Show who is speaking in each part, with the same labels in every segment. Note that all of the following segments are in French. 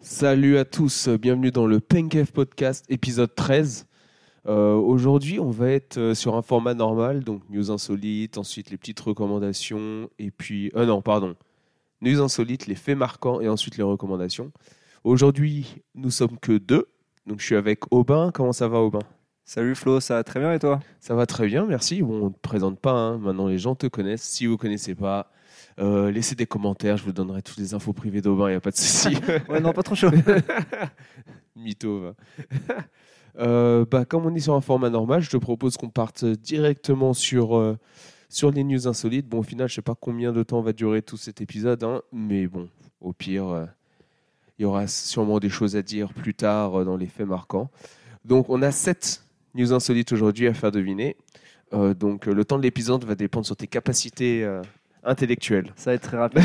Speaker 1: Salut à tous, bienvenue dans le Penkef Podcast, épisode 13. Euh, Aujourd'hui, on va être euh, sur un format normal, donc news insolites, ensuite les petites recommandations, et puis... Euh, non, pardon. News insolites, les faits marquants, et ensuite les recommandations. Aujourd'hui, nous sommes que deux, donc je suis avec Aubin. Comment ça va, Aubin
Speaker 2: Salut Flo, ça va très bien et toi
Speaker 1: Ça va très bien, merci. Bon, on ne te présente pas, hein. maintenant les gens te connaissent. Si vous ne connaissez pas, euh, laissez des commentaires, je vous donnerai toutes les infos privées d'Aubin, il n'y a pas de souci.
Speaker 2: Ouais, non, pas trop chaud.
Speaker 1: Mytho, va. Euh, bah, comme on est sur un format normal, je te propose qu'on parte directement sur, euh, sur les news insolites. Bon, au final, je sais pas combien de temps va durer tout cet épisode, hein, mais bon, au pire, euh, il y aura sûrement des choses à dire plus tard euh, dans les faits marquants. Donc, on a sept news insolites aujourd'hui à faire deviner. Euh, donc, euh, le temps de l'épisode va dépendre sur tes capacités euh, intellectuelles.
Speaker 2: Ça va être très rapide.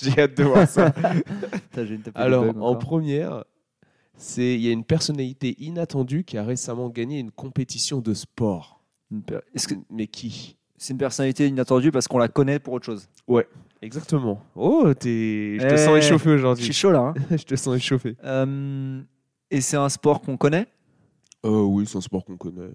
Speaker 1: J'ai hâte de voir ça.
Speaker 2: Putain, j'ai une tapée de
Speaker 1: Alors,
Speaker 2: bug
Speaker 1: en
Speaker 2: encore.
Speaker 1: première, c'est il y a une personnalité inattendue qui a récemment gagné une compétition de sport.
Speaker 2: Une per- Est-ce que
Speaker 1: Mais qui
Speaker 2: c'est une personnalité inattendue parce qu'on la connaît pour autre chose
Speaker 1: Exactement. Oh, t'es... je te
Speaker 2: Eh,
Speaker 1: sens échauffé
Speaker 2: Je suis
Speaker 1: aujourd'hui.
Speaker 2: chaud là. hein.
Speaker 1: je te sens échauffé.
Speaker 2: Euh, et c'est un sport qu'on connaît,
Speaker 1: Euh, oui, c'est un sport qu'on connaît.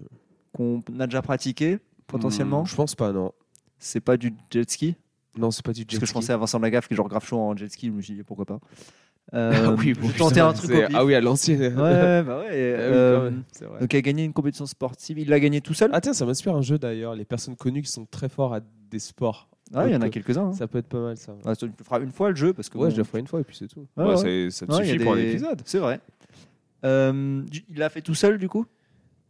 Speaker 2: qu'on a déjà pratiqué potentiellement.
Speaker 1: Hmm, Je pense pas, non.
Speaker 2: C'est pas du jet ski
Speaker 1: Non, c'est pas du jet
Speaker 2: Parce que je
Speaker 1: ski.
Speaker 2: pensais à Vincent Lagaffe qui est genre grave chaud en jet ski, je me suis dit pourquoi pas.
Speaker 1: Ah
Speaker 2: Euh,
Speaker 1: oui, bon,
Speaker 2: je
Speaker 1: putain,
Speaker 2: tentais un truc.
Speaker 1: c'est-
Speaker 2: au pif.
Speaker 1: Ah oui, à l'ancienne.
Speaker 2: Ouais, ouais, bah ouais.
Speaker 1: Ah oui,
Speaker 2: euh,
Speaker 1: quand même, c'est vrai.
Speaker 2: donc il a gagné une compétition sportive. Il l'a gagné tout seul.
Speaker 1: Ah tiens, ça m'inspire un jeu d'ailleurs. Les personnes connues qui sont très fortes à des sports.
Speaker 2: Ah, il y en a quelques-uns. hein.
Speaker 1: Ça peut être pas mal, ça.
Speaker 2: Ah, tu le feras une fois le jeu parce que
Speaker 1: Ouais,
Speaker 2: bon,
Speaker 1: je le ferai une fois et puis c'est tout.
Speaker 2: Ah. Ouais,
Speaker 1: Ouais,
Speaker 2: ouais.
Speaker 1: c'est- Ça me
Speaker 2: Ouais, il y a
Speaker 1: suffit pour un
Speaker 2: des-
Speaker 1: épisode.
Speaker 2: C'est vrai. Euh, du- il l'a fait tout seul du coup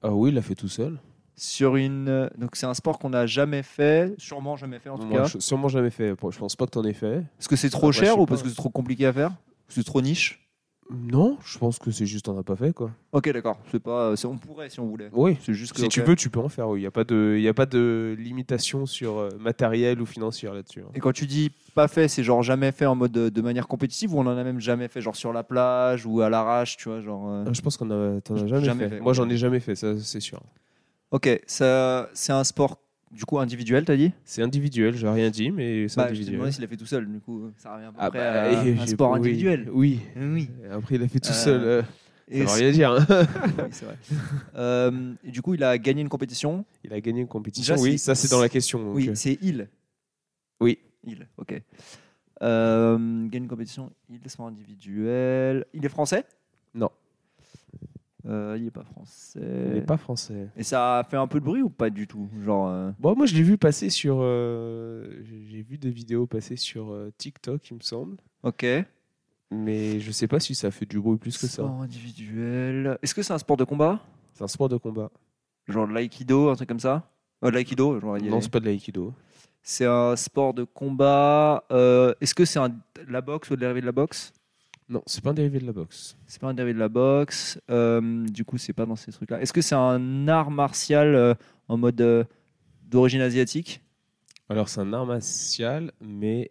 Speaker 1: Ah oui, il l'a fait tout seul.
Speaker 2: sur une euh, donc c'est un sport qu'on n'a jamais fait, sûrement jamais fait en tout
Speaker 1: Moi,
Speaker 2: cas.
Speaker 1: je- sûrement jamais fait. Bon, Je pense pas que t'en aies fait.
Speaker 2: Parce que c'est trop
Speaker 1: Ah, bah, je
Speaker 2: cher
Speaker 1: sais
Speaker 2: ou
Speaker 1: pas.
Speaker 2: parce que c'est trop compliqué à faire Parce que c'est trop niche
Speaker 1: Non, je pense que c'est juste t'en as pas fait quoi.
Speaker 2: Ok d'accord, c'est pas euh, c'est- on pourrait si on voulait.
Speaker 1: Oui.
Speaker 2: C'est juste que
Speaker 1: Si tu
Speaker 2: ok.
Speaker 1: veux, tu peux en faire. Il n'y a pas de, il a pas de limitation sur euh, matériel ou financière là-dessus. hein.
Speaker 2: Et quand tu dis pas fait, c'est genre jamais fait en mode euh, de, manière compétitive ou on en a même jamais fait genre sur la plage ou à l'arrache, tu vois, genre euh.
Speaker 1: Ah, Je pense qu'on a, t'en as jamais,
Speaker 2: Jamais
Speaker 1: fait.
Speaker 2: fait,
Speaker 1: Moi,
Speaker 2: ouais.
Speaker 1: j'en ai jamais fait, ça c'est sûr.
Speaker 2: OK, ça c'est un sport du coup individuel, t'as dit
Speaker 1: C'est individuel. J'ai rien dit, mais c'est
Speaker 2: Bah, je t'ai demandé
Speaker 1: individuel.
Speaker 2: s'il l'a fait tout seul du coup, ça revient à peu
Speaker 1: Ah,
Speaker 2: près
Speaker 1: bah,
Speaker 2: à
Speaker 1: et
Speaker 2: euh, un
Speaker 1: j'ai-
Speaker 2: sport
Speaker 1: oui,
Speaker 2: individuel.
Speaker 1: Oui.
Speaker 2: Oui.
Speaker 1: Et Après, il a fait tout
Speaker 2: Euh,
Speaker 1: seul. euh, ça
Speaker 2: Et
Speaker 1: veut rien dire. hein.
Speaker 2: Oui, c'est vrai. Euh, et du coup, il a gagné une compétition.
Speaker 1: Il a gagné une compétition.
Speaker 2: Déjà,
Speaker 1: oui,
Speaker 2: c'est-
Speaker 1: ça c'est dans la question. donc,
Speaker 2: oui,
Speaker 1: euh,
Speaker 2: c'est il.
Speaker 1: Oui.
Speaker 2: Il, ok. Euh, gagne une compétition, il est sport individuel. Il est français
Speaker 1: Non.
Speaker 2: Euh, il n'est pas français.
Speaker 1: Il n'est pas français.
Speaker 2: Et ça a fait un peu de bruit ou pas du tout Genre. euh,
Speaker 1: Bon, moi, je l'ai vu passer sur. euh, J'ai vu des vidéos passer sur euh, TikTok, il me semble.
Speaker 2: Ok.
Speaker 1: Mais je sais pas si ça fait du bruit plus que ça.
Speaker 2: Sport individuel. Est-ce que c'est un sport de combat
Speaker 1: C'est un sport de combat.
Speaker 2: Genre de l'aïkido, un truc comme ça Euh, de L'aïkido, genre, il y a-
Speaker 1: Non, c'est pas de l'aïkido.
Speaker 2: c'est un sport de combat. Euh, Est-ce que c'est un... la boxe ou le dérivé de la boxe
Speaker 1: Non, c'est pas un dérivé de la boxe.
Speaker 2: C'est pas un dérivé de la boxe. euh, du coup, c'est pas dans ces trucs-là. Est-ce que c'est un art martial euh, en mode euh, d'origine asiatique
Speaker 1: Alors, c'est un art martial, mais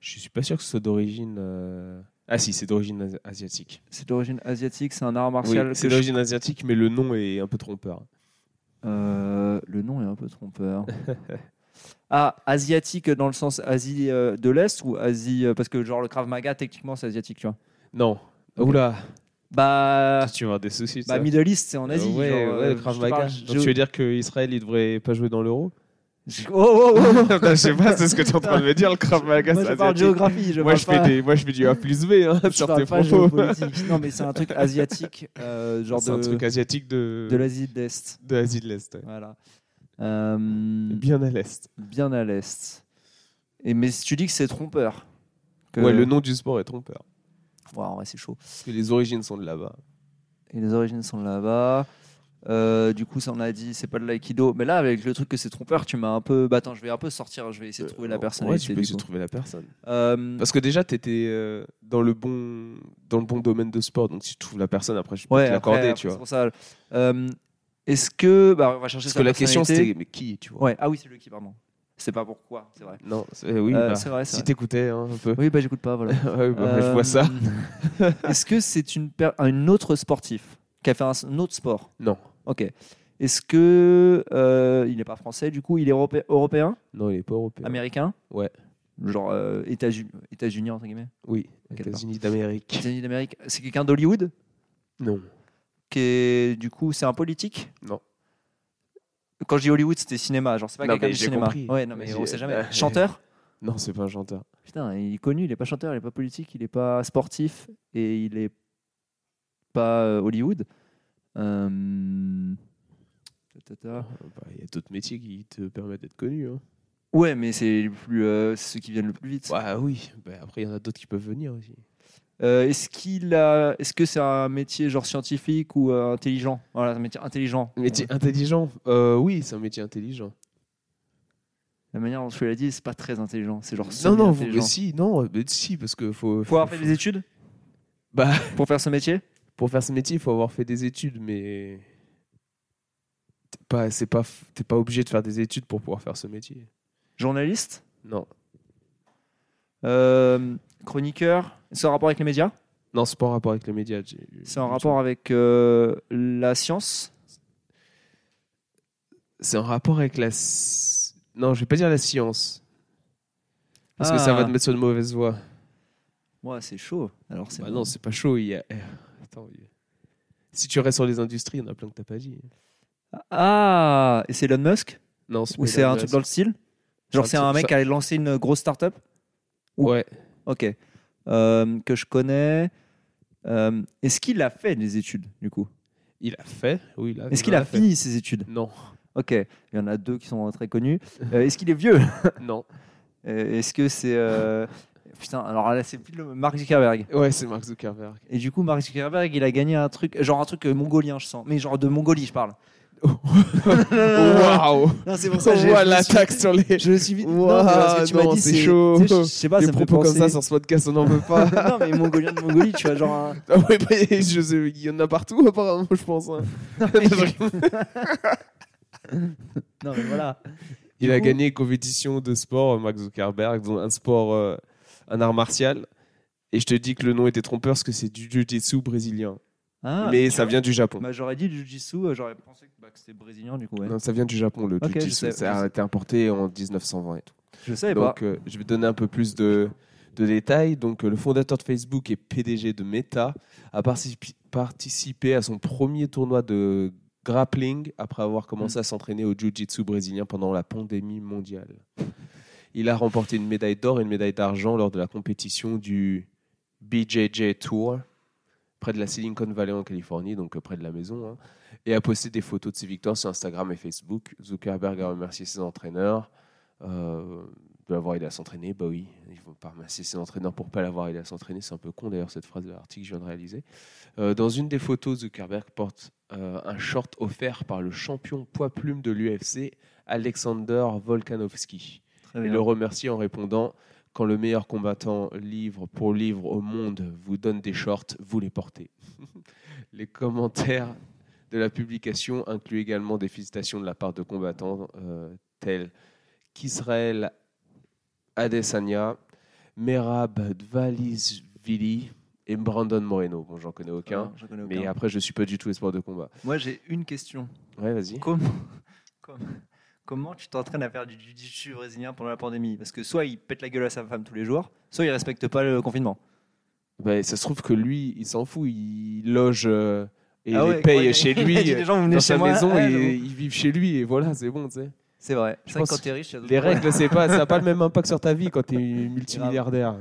Speaker 1: je suis pas sûr que ce soit d'origine. euh, Ah, si, c'est d'origine asi- asiatique.
Speaker 2: C'est d'origine asiatique, c'est un art
Speaker 1: Oui,
Speaker 2: martial. que
Speaker 1: c'est
Speaker 2: je-
Speaker 1: d'origine asiatique, mais le nom est un peu trompeur.
Speaker 2: Euh, le nom est un peu trompeur. ah, asiatique dans le sens Asie euh, de l'Est ou Asie. euh, parce que, genre, le Krav Maga, techniquement, c'est asiatique, tu vois.
Speaker 1: Non.
Speaker 2: Ok.
Speaker 1: Oula,
Speaker 2: bah,
Speaker 1: tu vas avoir des soucis. de
Speaker 2: bah,
Speaker 1: ça.
Speaker 2: Middle East, c'est en Asie.
Speaker 1: Euh, ouais,
Speaker 2: genre,
Speaker 1: ouais, le
Speaker 2: euh,
Speaker 1: Krav
Speaker 2: je te
Speaker 1: Maga.
Speaker 2: parle
Speaker 1: Donc,
Speaker 2: géo-
Speaker 1: tu veux dire qu'Israël, il devrait pas jouer dans l'euro
Speaker 2: Oh, oh, oh, oh.
Speaker 1: Je sais pas, c'est ce que tu es en train de me dire, le Krav Maga,
Speaker 2: Moi,
Speaker 1: c'est
Speaker 2: je parle
Speaker 1: asiatique.
Speaker 2: géographie. Je
Speaker 1: Moi
Speaker 2: parle
Speaker 1: je, fais
Speaker 2: pas-
Speaker 1: des, moi, je fais du A plus B hein,
Speaker 2: Je
Speaker 1: sur
Speaker 2: parle
Speaker 1: tes
Speaker 2: pas
Speaker 1: propos.
Speaker 2: géopolitique. Non, mais c'est un truc asiatique, euh, genre
Speaker 1: C'est un truc
Speaker 2: de,
Speaker 1: asiatique de,
Speaker 2: de l'Asie de l'Est.
Speaker 1: de l'Asie de l'Est. ouais.
Speaker 2: Voilà. Euh,
Speaker 1: Bien à l'Est.
Speaker 2: bien à l'Est. Et mais si tu dis que c'est trompeur. que-
Speaker 1: Ouais, le nom du sport est trompeur.
Speaker 2: Ouah, en vrai, c'est chaud.
Speaker 1: Parce que les origines sont de là-bas.
Speaker 2: Et les origines sont là-bas. Euh, du coup, ça on a dit, c'est pas de l'aïkido. Mais là, avec le truc que c'est trompeur, tu m'as un peu. Bah attends, je vais un peu sortir. Je vais essayer de trouver la personne.
Speaker 1: Ouais, Euh, tu peux essayer de trouver la personne.
Speaker 2: Euh,
Speaker 1: Parce que déjà, tu étais dans, le bon, dans le bon domaine de sport. Donc si tu trouves la personne, après, je peux te
Speaker 2: ouais, après,
Speaker 1: l'accorder.
Speaker 2: après,
Speaker 1: tu
Speaker 2: c'est
Speaker 1: vois.
Speaker 2: pour ça. Euh, Est-ce que. Bah, on va chercher
Speaker 1: Parce
Speaker 2: sa
Speaker 1: que la question,
Speaker 2: personnalité.
Speaker 1: c'était mais qui tu vois
Speaker 2: Ouais, ah oui, c'est le qui, pardon. C'est pas pourquoi, c'est vrai.
Speaker 1: Non, c'est- oui,
Speaker 2: Euh,
Speaker 1: bah,
Speaker 2: c'est vrai, c'est
Speaker 1: si
Speaker 2: vrai.
Speaker 1: t'écoutais hein, un peu.
Speaker 2: Oui, bah j'écoute pas, voilà.
Speaker 1: Ouais, bah, Je vois ça.
Speaker 2: Euh, Est-ce que c'est une, per- une autre sportif qui a fait un, un autre sport
Speaker 1: Non.
Speaker 2: Ok. Est-ce que euh, il n'est pas français du coup Il est europé- européen,
Speaker 1: Non, il est pas européen.
Speaker 2: américain
Speaker 1: Ouais.
Speaker 2: Genre euh, États-Unis, États-Unis, entre guillemets
Speaker 1: Oui,
Speaker 2: Ok,
Speaker 1: États-Unis d'Amérique.
Speaker 2: États-Unis d'Amérique. C'est quelqu'un d'Hollywood
Speaker 1: Non.
Speaker 2: qui est, du coup, c'est un politique
Speaker 1: Non.
Speaker 2: Quand je dis Hollywood, c'était cinéma. Genre, c'est pas
Speaker 1: Non,
Speaker 2: quelqu'un
Speaker 1: mais
Speaker 2: du
Speaker 1: j'ai
Speaker 2: cinéma.
Speaker 1: compris. euh,
Speaker 2: Ouais, non, mais
Speaker 1: Mais
Speaker 2: on
Speaker 1: j'ai-
Speaker 2: sait jamais. Chanteur
Speaker 1: Non, c'est pas un chanteur.
Speaker 2: Putain, il est connu, il est pas chanteur, il est pas politique, il est pas sportif et il est pas euh, Hollywood. Euh, ta, ta, ta.
Speaker 1: Bah, Il y a d'autres métiers qui te permettent d'être connu. hein.
Speaker 2: Ouais, mais c'est les plus, euh, ceux qui viennent le plus vite.
Speaker 1: Bah oui, Bah, après il y en a d'autres qui peuvent venir aussi.
Speaker 2: Euh, est-ce qu'il a, est-ce que c'est un métier genre scientifique ou euh, intelligent Voilà, un métier intelligent.
Speaker 1: Métier
Speaker 2: Ouais.
Speaker 1: intelligent Euh, Oui, c'est un métier intelligent.
Speaker 2: La manière dont je l'ai dit, c'est pas très intelligent. C'est genre
Speaker 1: Non, non, vous- mais
Speaker 2: intelligent.
Speaker 1: si, non, mais si, parce que faut.
Speaker 2: Faut avoir fait des études
Speaker 1: Bah,
Speaker 2: pour faire ce métier.
Speaker 1: pour faire ce métier, il faut avoir fait des études, mais t'es pas, c'est pas, t'es pas obligé de faire des études pour pouvoir faire ce métier.
Speaker 2: Journaliste,
Speaker 1: Non,
Speaker 2: Euh, chroniqueur. C'est en rapport avec les médias
Speaker 1: non, c'est pas en rapport avec les médias. j'ai-
Speaker 2: C'est en rapport avec euh, la science
Speaker 1: C'est en rapport avec la. sci- Non, je vais pas dire la science, parce que ça
Speaker 2: Ah.
Speaker 1: va te mettre sur une mauvaise voie.
Speaker 2: Ouais, c'est chaud. Alors c'est
Speaker 1: Bah non, c'est pas chaud. Il y a- Attends, il y a- si tu restes sur les industries, il y en a plein que t'as pas dit.
Speaker 2: Ah, et c'est Elon Musk
Speaker 1: Non, c'est
Speaker 2: Ou
Speaker 1: pas
Speaker 2: c'est un
Speaker 1: Elon
Speaker 2: truc
Speaker 1: Musk.
Speaker 2: dans le style Genre
Speaker 1: Ça-
Speaker 2: c'est
Speaker 1: ça-
Speaker 2: un mec qui a lancé une grosse start-up
Speaker 1: Ouais.
Speaker 2: Ok. Euh, que je connais. Euh, Est-ce qu'il a fait des études, du coup
Speaker 1: Il a fait. Oui, il a.
Speaker 2: Est-ce
Speaker 1: il
Speaker 2: qu'il
Speaker 1: en
Speaker 2: a fini ses études
Speaker 1: Non,
Speaker 2: Ok. Il y en a deux qui sont très connus. Euh, Est-ce qu'il est vieux
Speaker 1: non.
Speaker 2: Euh, Est-ce que c'est. euh, Putain, alors là, c'est plus le... Mark Zuckerberg.
Speaker 1: Ouais, c'est Mark Zuckerberg.
Speaker 2: Et du coup, Mark Zuckerberg, il a gagné un truc, genre un truc euh, mongolien, je sens. Mais genre de Mongolie, je parle.
Speaker 1: Euh, Waouh.
Speaker 2: Non, c'est pour ça que j'ai-
Speaker 1: Voilà
Speaker 2: je me suis-
Speaker 1: l'attaque sur les.
Speaker 2: Je me suis vite.
Speaker 1: Ouah,
Speaker 2: non, mais parce que tu m'as
Speaker 1: non,
Speaker 2: dit,
Speaker 1: c'est chaud.
Speaker 2: tu sais, Je je sais pas,
Speaker 1: Des
Speaker 2: ça me fait
Speaker 1: propos
Speaker 2: penser.
Speaker 1: comme ça sur ce podcast, on n'en veut pas.
Speaker 2: non, mais mongolien de Mongolie, tu vois, genre. hein. un-
Speaker 1: Ah ouais, bah, je sais, il y en a partout apparemment, je pense. hein.
Speaker 2: Non, mais voilà.
Speaker 1: Il
Speaker 2: Du
Speaker 1: a
Speaker 2: coup-
Speaker 1: gagné une compétition de sport, euh, Mark Zuckerberg, dont un sport, euh, un art martial. Et je te dis que le nom était trompeur parce que c'est du jiu-jitsu brésilien.
Speaker 2: Ah,
Speaker 1: Mais ça vient du Japon.
Speaker 2: bah, j'aurais dit Jiu-Jitsu, euh, j'aurais pensé que, bah, que c'était brésilien, du coup, ouais.
Speaker 1: Non, ça vient du Japon, le
Speaker 2: Ok, je sais,
Speaker 1: jiu-jitsu.
Speaker 2: je
Speaker 1: Ça a
Speaker 2: sais.
Speaker 1: été importé en 1920 et tout.
Speaker 2: Je savais pas.
Speaker 1: Donc, euh, je vais donner un peu plus de, de détails. Donc, euh, le fondateur de Facebook et PDG de Meta a participi- participé à son premier tournoi de grappling après avoir commencé à s'entraîner au jiu-jitsu brésilien pendant la pandémie mondiale. Il a remporté une médaille d'or et une médaille d'argent lors de la compétition du BJJ Tour près de la Silicon Valley en Californie, donc euh, près de la maison, hein, et a posté des photos de ses victoires sur Instagram et Facebook. Zuckerberg a remercié ses entraîneurs euh, de l'avoir aidé à s'entraîner. Bah oui, ils vont pas remercier ses entraîneurs pour pas l'avoir aidé à s'entraîner. C'est un peu con d'ailleurs cette phrase de l'article que je viens de réaliser. Euh, dans une des photos, Zuckerberg porte euh, un short offert par le champion poids-plume de l'UFC, Alexander Volkanovski.
Speaker 2: Très
Speaker 1: Il
Speaker 2: bien.
Speaker 1: le remercie en répondant Quand le meilleur combattant livre pour livre au monde vous donne des shorts, vous les portez. les commentaires de la publication incluent également des félicitations de la part de combattants euh, tels qu'Israël Adesanya, Merab Dvalizvili et Brandon Moreno. Bon, j'en connais aucun.
Speaker 2: Ah, j'en connais
Speaker 1: Mais
Speaker 2: aucun.
Speaker 1: après, je suis pas du tout espoir de combat.
Speaker 2: Moi, j'ai une question.
Speaker 1: Ouais, vas-y.
Speaker 2: Comment, com- comment tu t'entraînes à faire du jiu-jitsu brésilien pendant la pandémie Parce que soit il pète la gueule à sa femme tous les jours, soit il respecte pas le confinement.
Speaker 1: Bah, ça se trouve que lui, il s'en fout. Il loge euh, et
Speaker 2: Ah
Speaker 1: les
Speaker 2: ouais,
Speaker 1: paye
Speaker 2: ouais,
Speaker 1: chez
Speaker 2: il a
Speaker 1: lui.
Speaker 2: dit, les gens, vous venez
Speaker 1: dans
Speaker 2: chez
Speaker 1: sa
Speaker 2: moi,
Speaker 1: maison
Speaker 2: ouais,
Speaker 1: et
Speaker 2: j'avoue.
Speaker 1: ils vivent chez lui et voilà c'est bon tu sais.
Speaker 2: C'est vrai.
Speaker 1: Je
Speaker 2: C'est vrai que
Speaker 1: pense
Speaker 2: quand t'es riche, il y a d'autres
Speaker 1: les
Speaker 2: problèmes.
Speaker 1: règles c'est pas ça n'a pas le même impact sur ta vie quand tu es multimilliardaire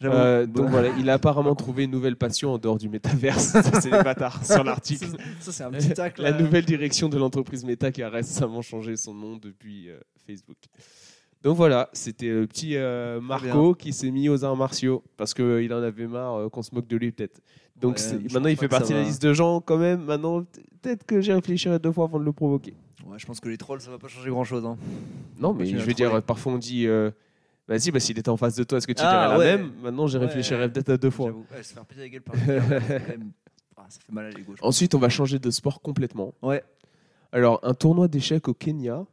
Speaker 2: J'avoue.
Speaker 1: Euh, donc voilà il a apparemment trouvé une nouvelle passion en dehors du métaverse Ça, c'est les bâtards sur l'article
Speaker 2: Ça, c'est un petit tacle. euh.
Speaker 1: la
Speaker 2: là.
Speaker 1: nouvelle direction de l'entreprise Meta qui a récemment changé son nom depuis euh, Facebook donc voilà c'était le petit euh, Marco qui s'est mis aux arts martiaux parce que euh, il en avait marre euh, qu'on se moque de lui peut-être donc
Speaker 2: Ouais,
Speaker 1: c'est-
Speaker 2: je
Speaker 1: maintenant
Speaker 2: pense
Speaker 1: il
Speaker 2: pas
Speaker 1: fait
Speaker 2: que ça
Speaker 1: partie de la
Speaker 2: va.
Speaker 1: liste de gens quand même maintenant peut-être que j'ai réfléchi à deux fois avant de le provoquer
Speaker 2: Ouais, je pense que les trolls, ça va pas changer hein. grand chose.
Speaker 1: Non, mais
Speaker 2: Continue
Speaker 1: je
Speaker 2: à
Speaker 1: veux dire,
Speaker 2: trouver.
Speaker 1: parfois on dit, euh, vas-y, bah, s'il était en face de toi, est-ce que tu
Speaker 2: Ah,
Speaker 1: dirais la
Speaker 2: ouais.
Speaker 1: même Maintenant, j'ai
Speaker 2: Ouais.
Speaker 1: réfléchi peut-être à deux fois.
Speaker 2: se faire péter la gueule par les gars, c'est quand même- Ah, ça fait mal à l'ego. je pense.
Speaker 1: Ensuite, on va changer de sport complètement.
Speaker 2: Ouais.
Speaker 1: Alors, un tournoi d'échecs au Kenya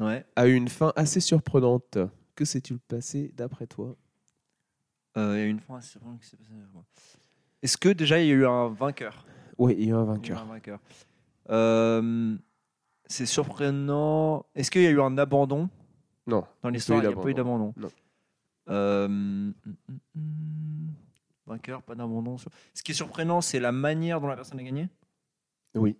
Speaker 2: Ouais.
Speaker 1: a eu une fin assez surprenante. Que s'est-il passé d'après toi
Speaker 2: Euh, Il y a une fois, c'est vraiment que c'est passé. ouais. Est-ce que déjà il y a eu un vainqueur
Speaker 1: Oui, il y a eu un
Speaker 2: Il y a eu
Speaker 1: vainqueur.
Speaker 2: un vainqueur. Euh, c'est surprenant. Est-ce qu'il y a eu un abandon
Speaker 1: Non.
Speaker 2: Dans l'histoire, il n'y a pas eu d'abandon.
Speaker 1: Non.
Speaker 2: Euh, hum, hum, hum. Vainqueur, pas d'abandon. sur- Ce qui est surprenant, c'est la manière dont la personne a gagné.
Speaker 1: Oui.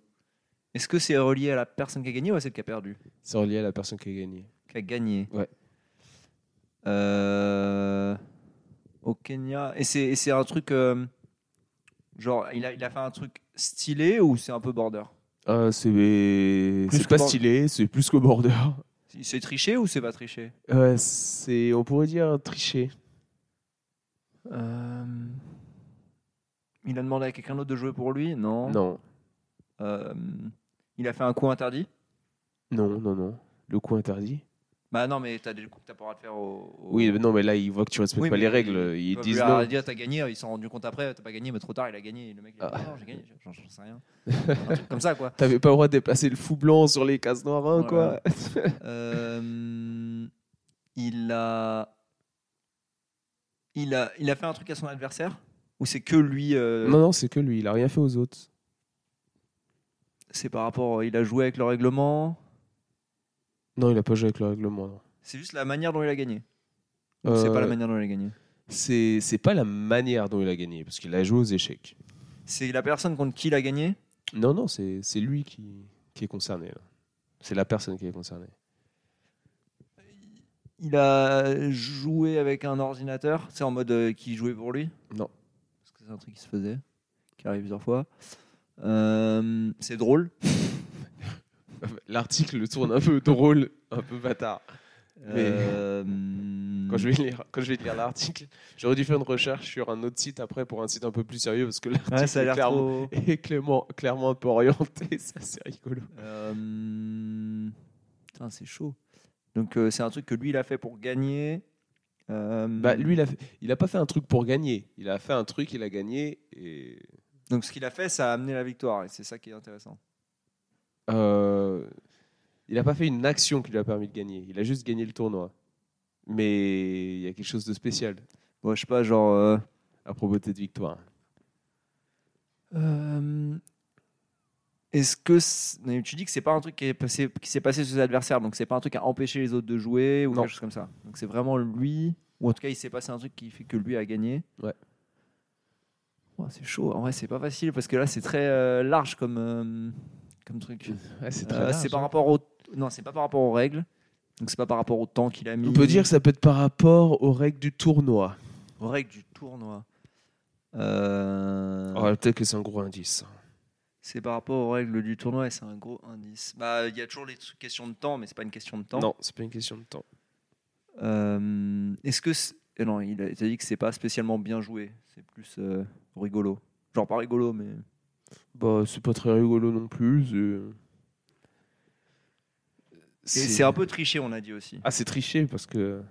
Speaker 2: Est-ce que c'est relié à la personne qui a gagné ou à celle qui a perdu
Speaker 1: C'est relié à la personne qui a gagné.
Speaker 2: Qui a gagné
Speaker 1: Ouais.
Speaker 2: Euh, Au Kenya. Et c'est et c'est un truc. euh, Genre, il a, il a fait un truc stylé ou c'est un peu border
Speaker 1: Ah, c'est c'est
Speaker 2: que
Speaker 1: pas
Speaker 2: bord-
Speaker 1: stylé, c'est plus que border.
Speaker 2: Il s'est triché ou c'est pas triché
Speaker 1: Ouais, c'est, on pourrait dire tricher.
Speaker 2: Il a demandé à quelqu'un d'autre de jouer pour lui Non.
Speaker 1: Non,
Speaker 2: Euh, Il a fait un coup interdit
Speaker 1: non, non, non. Le coup interdit.
Speaker 2: Bah non, mais t'as des coups que t'as pas le droit de faire au. au-
Speaker 1: Oui, mais non, mais là, ils voient que tu respectes
Speaker 2: Oh. Oui,
Speaker 1: pas
Speaker 2: mais
Speaker 1: les règles.
Speaker 2: ils
Speaker 1: Ils
Speaker 2: peuvent
Speaker 1: disent
Speaker 2: leur
Speaker 1: non.
Speaker 2: dire t'as gagné, euh, ils se sont rendus compte après, t'as pas gagné, mais trop tard, il a gagné. Le mec, il a dit,
Speaker 1: Ah.
Speaker 2: non, j'ai gagné, j'en j'en sais rien. un truc comme ça, quoi.
Speaker 1: T'avais pas le droit de déplacer le fou blanc sur les cases noires, hein,
Speaker 2: Voilà.
Speaker 1: quoi.
Speaker 2: Euh, il a. Il a, il a fait un truc à son adversaire Ou c'est que lui euh,
Speaker 1: Non, non, c'est que lui, il a rien fait aux autres.
Speaker 2: C'est par rapport. euh, Il a joué avec le règlement
Speaker 1: Non, il a pas joué avec le règlement. non.
Speaker 2: C'est juste la manière dont il a gagné. Ou C'est pas
Speaker 1: Euh,
Speaker 2: la manière dont il a gagné.
Speaker 1: C'est c'est pas la manière dont il a gagné, parce qu'il a joué aux échecs.
Speaker 2: C'est la personne contre qui il a gagné
Speaker 1: Non, non, c'est c'est lui qui, qui est concerné. là. C'est la personne qui est concernée.
Speaker 2: Il a joué avec un ordinateur, c'est en mode euh, qui jouait pour lui
Speaker 1: Non.
Speaker 2: Parce que c'est un truc qui se faisait, qui arrive plusieurs fois. Euh, c'est drôle.
Speaker 1: L'article tourne un peu drôle, un peu bâtard. Mais-
Speaker 2: Euh,
Speaker 1: Quand je vais lire, quand je vais lire l'article, j'aurais dû faire une recherche sur un autre site après pour un site un peu plus sérieux, parce que l'article
Speaker 2: Ouais, ça a
Speaker 1: est
Speaker 2: l'air
Speaker 1: clairement,
Speaker 2: trop.
Speaker 1: est clairement, clairement un peu orienté. Ça, c'est rigolo.
Speaker 2: Euh, Putain, c'est chaud. Donc euh, c'est un truc que lui il a fait pour gagner. Euh,
Speaker 1: Bah, lui, il a, fait- il a pas fait un truc pour gagner. Il a fait un truc, il a gagné. Et
Speaker 2: Donc ce qu'il a fait, ça a amené la victoire et c'est ça qui est intéressant.
Speaker 1: Euh, il n'a pas fait une action qui lui a permis de gagner. Il a juste gagné le tournoi. Mais il y a quelque chose de spécial
Speaker 2: Bon, je sais pas, genre. euh,
Speaker 1: à propos de cette victoire.
Speaker 2: Euh, Est-ce que c'est- mais tu dis que c'est pas un truc qui est passé- qui s'est passé sur ses adversaires, donc c'est pas un truc à empêcher les autres de jouer ou
Speaker 1: Non.
Speaker 2: quelque chose comme ça. Donc c'est vraiment lui, ou en tout cas il s'est passé un truc qui fait que lui a gagné.
Speaker 1: Ouais.
Speaker 2: Ouah, c'est chaud. En vrai, c'est pas facile parce que là c'est très euh, large comme euh, comme truc.
Speaker 1: Ah, c'est hein.
Speaker 2: Euh, c'est par rapport au non, c'est pas par rapport aux règles. Donc c'est pas par rapport au temps qu'il a mis.
Speaker 1: On peut dire que ça peut être par rapport aux règles du tournoi.
Speaker 2: aux règles du tournoi. Euh...
Speaker 1: Oh, Peut-être que c'est un gros indice.
Speaker 2: C'est par rapport aux règles du tournoi et c'est un gros indice. Bah, il y a toujours les trucs- questions de temps, mais c'est pas une question de temps.
Speaker 1: Non, c'est pas une question de temps.
Speaker 2: Euh, Est-ce que c'est- eh non, il a, il a dit que c'est pas spécialement bien joué. C'est plus euh, rigolo. Genre pas rigolo, mais
Speaker 1: Bah, c'est pas très rigolo non plus.
Speaker 2: Et c'est un peu triché, on a dit aussi.
Speaker 1: Ah, c'est triché parce que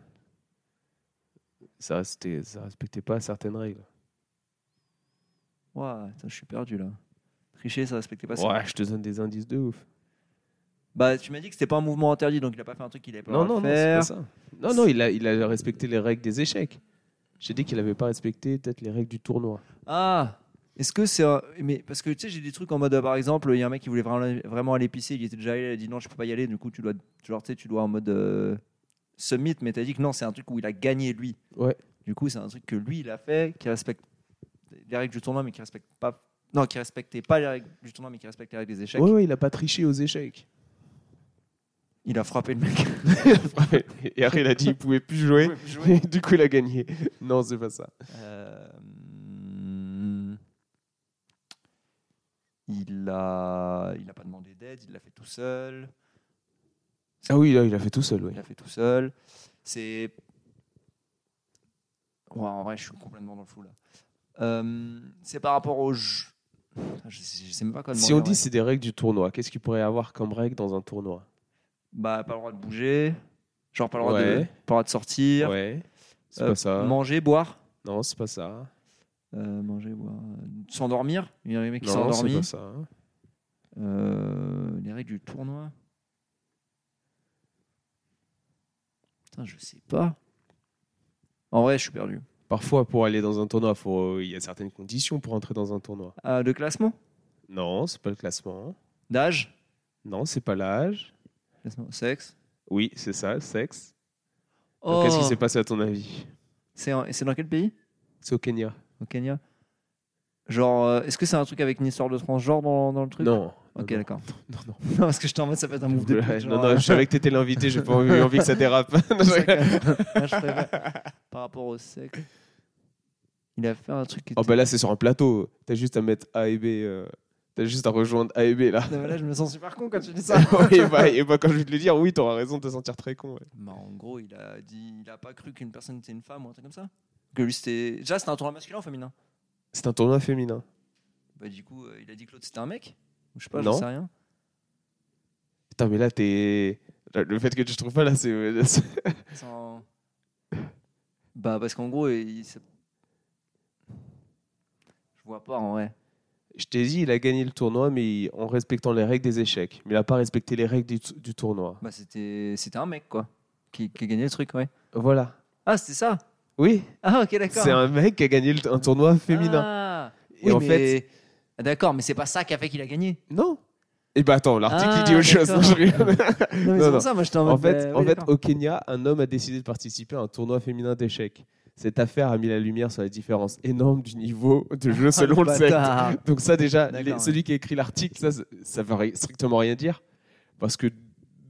Speaker 1: ça, restait- ça respectait pas certaines règles.
Speaker 2: Ouah, putain, je suis perdu là. Tricher, ça respectait pas. ça.
Speaker 1: Ouais, je te donne des indices de ouf.
Speaker 2: Bah, tu m'as dit que c'était pas un mouvement interdit, donc il a pas fait un truc qu'il avait pas
Speaker 1: Non,
Speaker 2: le droit
Speaker 1: non, non,
Speaker 2: de
Speaker 1: c'est
Speaker 2: faire.
Speaker 1: pas ça. Non, non, il a, il a respecté les règles des échecs. J'ai dit qu'il n'avait pas respecté peut-être les règles du tournoi.
Speaker 2: Ah Est-ce que c'est. un- Mais parce que tu sais, j'ai des trucs en mode, euh, par exemple, il y a un mec qui voulait vraiment, vraiment aller pisser, il était déjà allé, il a dit non, je peux pas y aller, du coup, tu dois, genre, tu sais, tu dois en mode euh, summit, mais t'as dit que non, c'est un truc où il a gagné lui.
Speaker 1: Ouais.
Speaker 2: Du coup, c'est un truc que lui, il a fait, qui respecte les règles du tournoi, mais qui respecte pas. Non, qui respectait pas les règles du tournoi, mais qui respecte les règles des échecs.
Speaker 1: Oui, oui, il n'a pas triché aux échecs.
Speaker 2: Il a frappé le mec.
Speaker 1: Et après, il a dit qu'il pouvait plus jouer. Et du coup, il a gagné. Non, c'est pas ça.
Speaker 2: Euh, Il a, il a pas demandé d'aide, il l'a fait tout seul.
Speaker 1: Ah oui, là, il a fait tout seul.
Speaker 2: Il l'a fait tout seul. C'est. Ouais, en vrai, je suis complètement dans le flou là. Euh, c'est par rapport au. jeu- Putain, Je, sais- je sais même pas quoi demander.
Speaker 1: Si on
Speaker 2: en
Speaker 1: dit
Speaker 2: vrai.
Speaker 1: c'est des règles du tournoi, qu'est-ce qu'il pourrait y avoir comme règles dans un tournoi
Speaker 2: Bah, pas le droit de bouger. Genre, pas le droit, de,
Speaker 1: Ouais.
Speaker 2: pas le droit de sortir.
Speaker 1: Ouais. C'est
Speaker 2: Euh,
Speaker 1: pas ça.
Speaker 2: Manger, boire.
Speaker 1: Non, c'est pas ça.
Speaker 2: Euh, manger, boire. euh, S'endormir. Il y a des mecs qui
Speaker 1: Non, c'est
Speaker 2: s'endorment.
Speaker 1: pas ça.
Speaker 2: Euh, les règles du tournoi. Putain, je sais pas. En vrai, je suis perdu.
Speaker 1: Parfois, pour aller dans un tournoi, faut- il y a certaines conditions pour entrer dans un tournoi.
Speaker 2: Ah, de classement
Speaker 1: Non, c'est pas le classement.
Speaker 2: D'âge
Speaker 1: Non, c'est pas l'âge.
Speaker 2: Classement- Sexe
Speaker 1: Oui, c'est ça, le sexe. Donc, Qu'est-ce qui
Speaker 2: Oh.
Speaker 1: s'est passé à ton avis
Speaker 2: C'est en- c'est dans quel pays
Speaker 1: C'est au Kenya.
Speaker 2: Au Kenya Genre, euh, est-ce que c'est un truc avec une histoire de transgenre dans, dans le truc
Speaker 1: Non.
Speaker 2: Ok,
Speaker 1: non,
Speaker 2: d'accord.
Speaker 1: non, non.
Speaker 2: Non, parce que je t'en mode, ça peut être un move de pute,
Speaker 1: Ouais, non,
Speaker 2: genre,
Speaker 1: non,
Speaker 2: euh,
Speaker 1: je savais que t'étais l'invité, j'ai pas eu envie que ça dérape. Non, je
Speaker 2: c'est ça
Speaker 1: rigole.
Speaker 2: que- Ouais, je préfère. Par rapport au sexe. Il a fait un truc. qui
Speaker 1: oh
Speaker 2: était-
Speaker 1: bah là, c'est sur un plateau. T'as juste à mettre A et B. euh, T'as juste à rejoindre A et B là.
Speaker 2: Non, mais là, je me sens super con quand tu dis ça.
Speaker 1: Oui, bah, et bah, quand je vais te le dire, oui, t'auras raison de te sentir très con. ouais.
Speaker 2: Bah, en gros, il a dit, il a pas cru qu'une personne était une femme ou un truc comme ça. Que lui c'était, déjà c'était un tournoi masculin ou féminin.
Speaker 1: C'est un tournoi féminin.
Speaker 2: Bah du coup, euh, il a dit que l'autre c'était un mec. Ou Je sais pas, j'en
Speaker 1: Non.
Speaker 2: sais rien.
Speaker 1: Putain, mais là, t'es. là, Le fait que tu trouves pas là, c'est. c'est-
Speaker 2: Sans- Bah parce qu'en gros, il... c'est- je vois pas en vrai.
Speaker 1: Je t'ai dit, il a gagné le tournoi, mais il- en respectant les règles des échecs. Mais il a pas respecté les règles du, t- du tournoi.
Speaker 2: Bah c'était, c'était un mec quoi, qui, qui a gagné le truc ouais.
Speaker 1: Voilà.
Speaker 2: Ah c'était ça.
Speaker 1: Oui,
Speaker 2: Ah ok d'accord.
Speaker 1: c'est un mec qui a gagné le- un tournoi féminin.
Speaker 2: Ah.
Speaker 1: et en fait,
Speaker 2: Ah, d'accord, mais c'est pas ça qui a fait qu'il a gagné.
Speaker 1: non. Et bah attends, l'article il dit
Speaker 2: Ah,
Speaker 1: autre chose.
Speaker 2: d'accord.
Speaker 1: je rigole.
Speaker 2: Non
Speaker 1: Non,
Speaker 2: mais c'est
Speaker 1: non.
Speaker 2: pour ça, moi j'étais en,
Speaker 1: En
Speaker 2: mode,
Speaker 1: fait,
Speaker 2: bah,
Speaker 1: en
Speaker 2: oui,
Speaker 1: fait
Speaker 2: d'accord.
Speaker 1: au Kenya, un homme a décidé de participer à un tournoi féminin d'échecs. Cette affaire a mis la lumière sur la différence énorme du niveau de jeu
Speaker 2: Ah,
Speaker 1: selon le sexe.
Speaker 2: bâtard.
Speaker 1: Donc ça déjà,
Speaker 2: D'accord,
Speaker 1: les-
Speaker 2: ouais.
Speaker 1: celui qui a écrit l'article, ça, ça- ça veut ri- strictement rien dire, parce que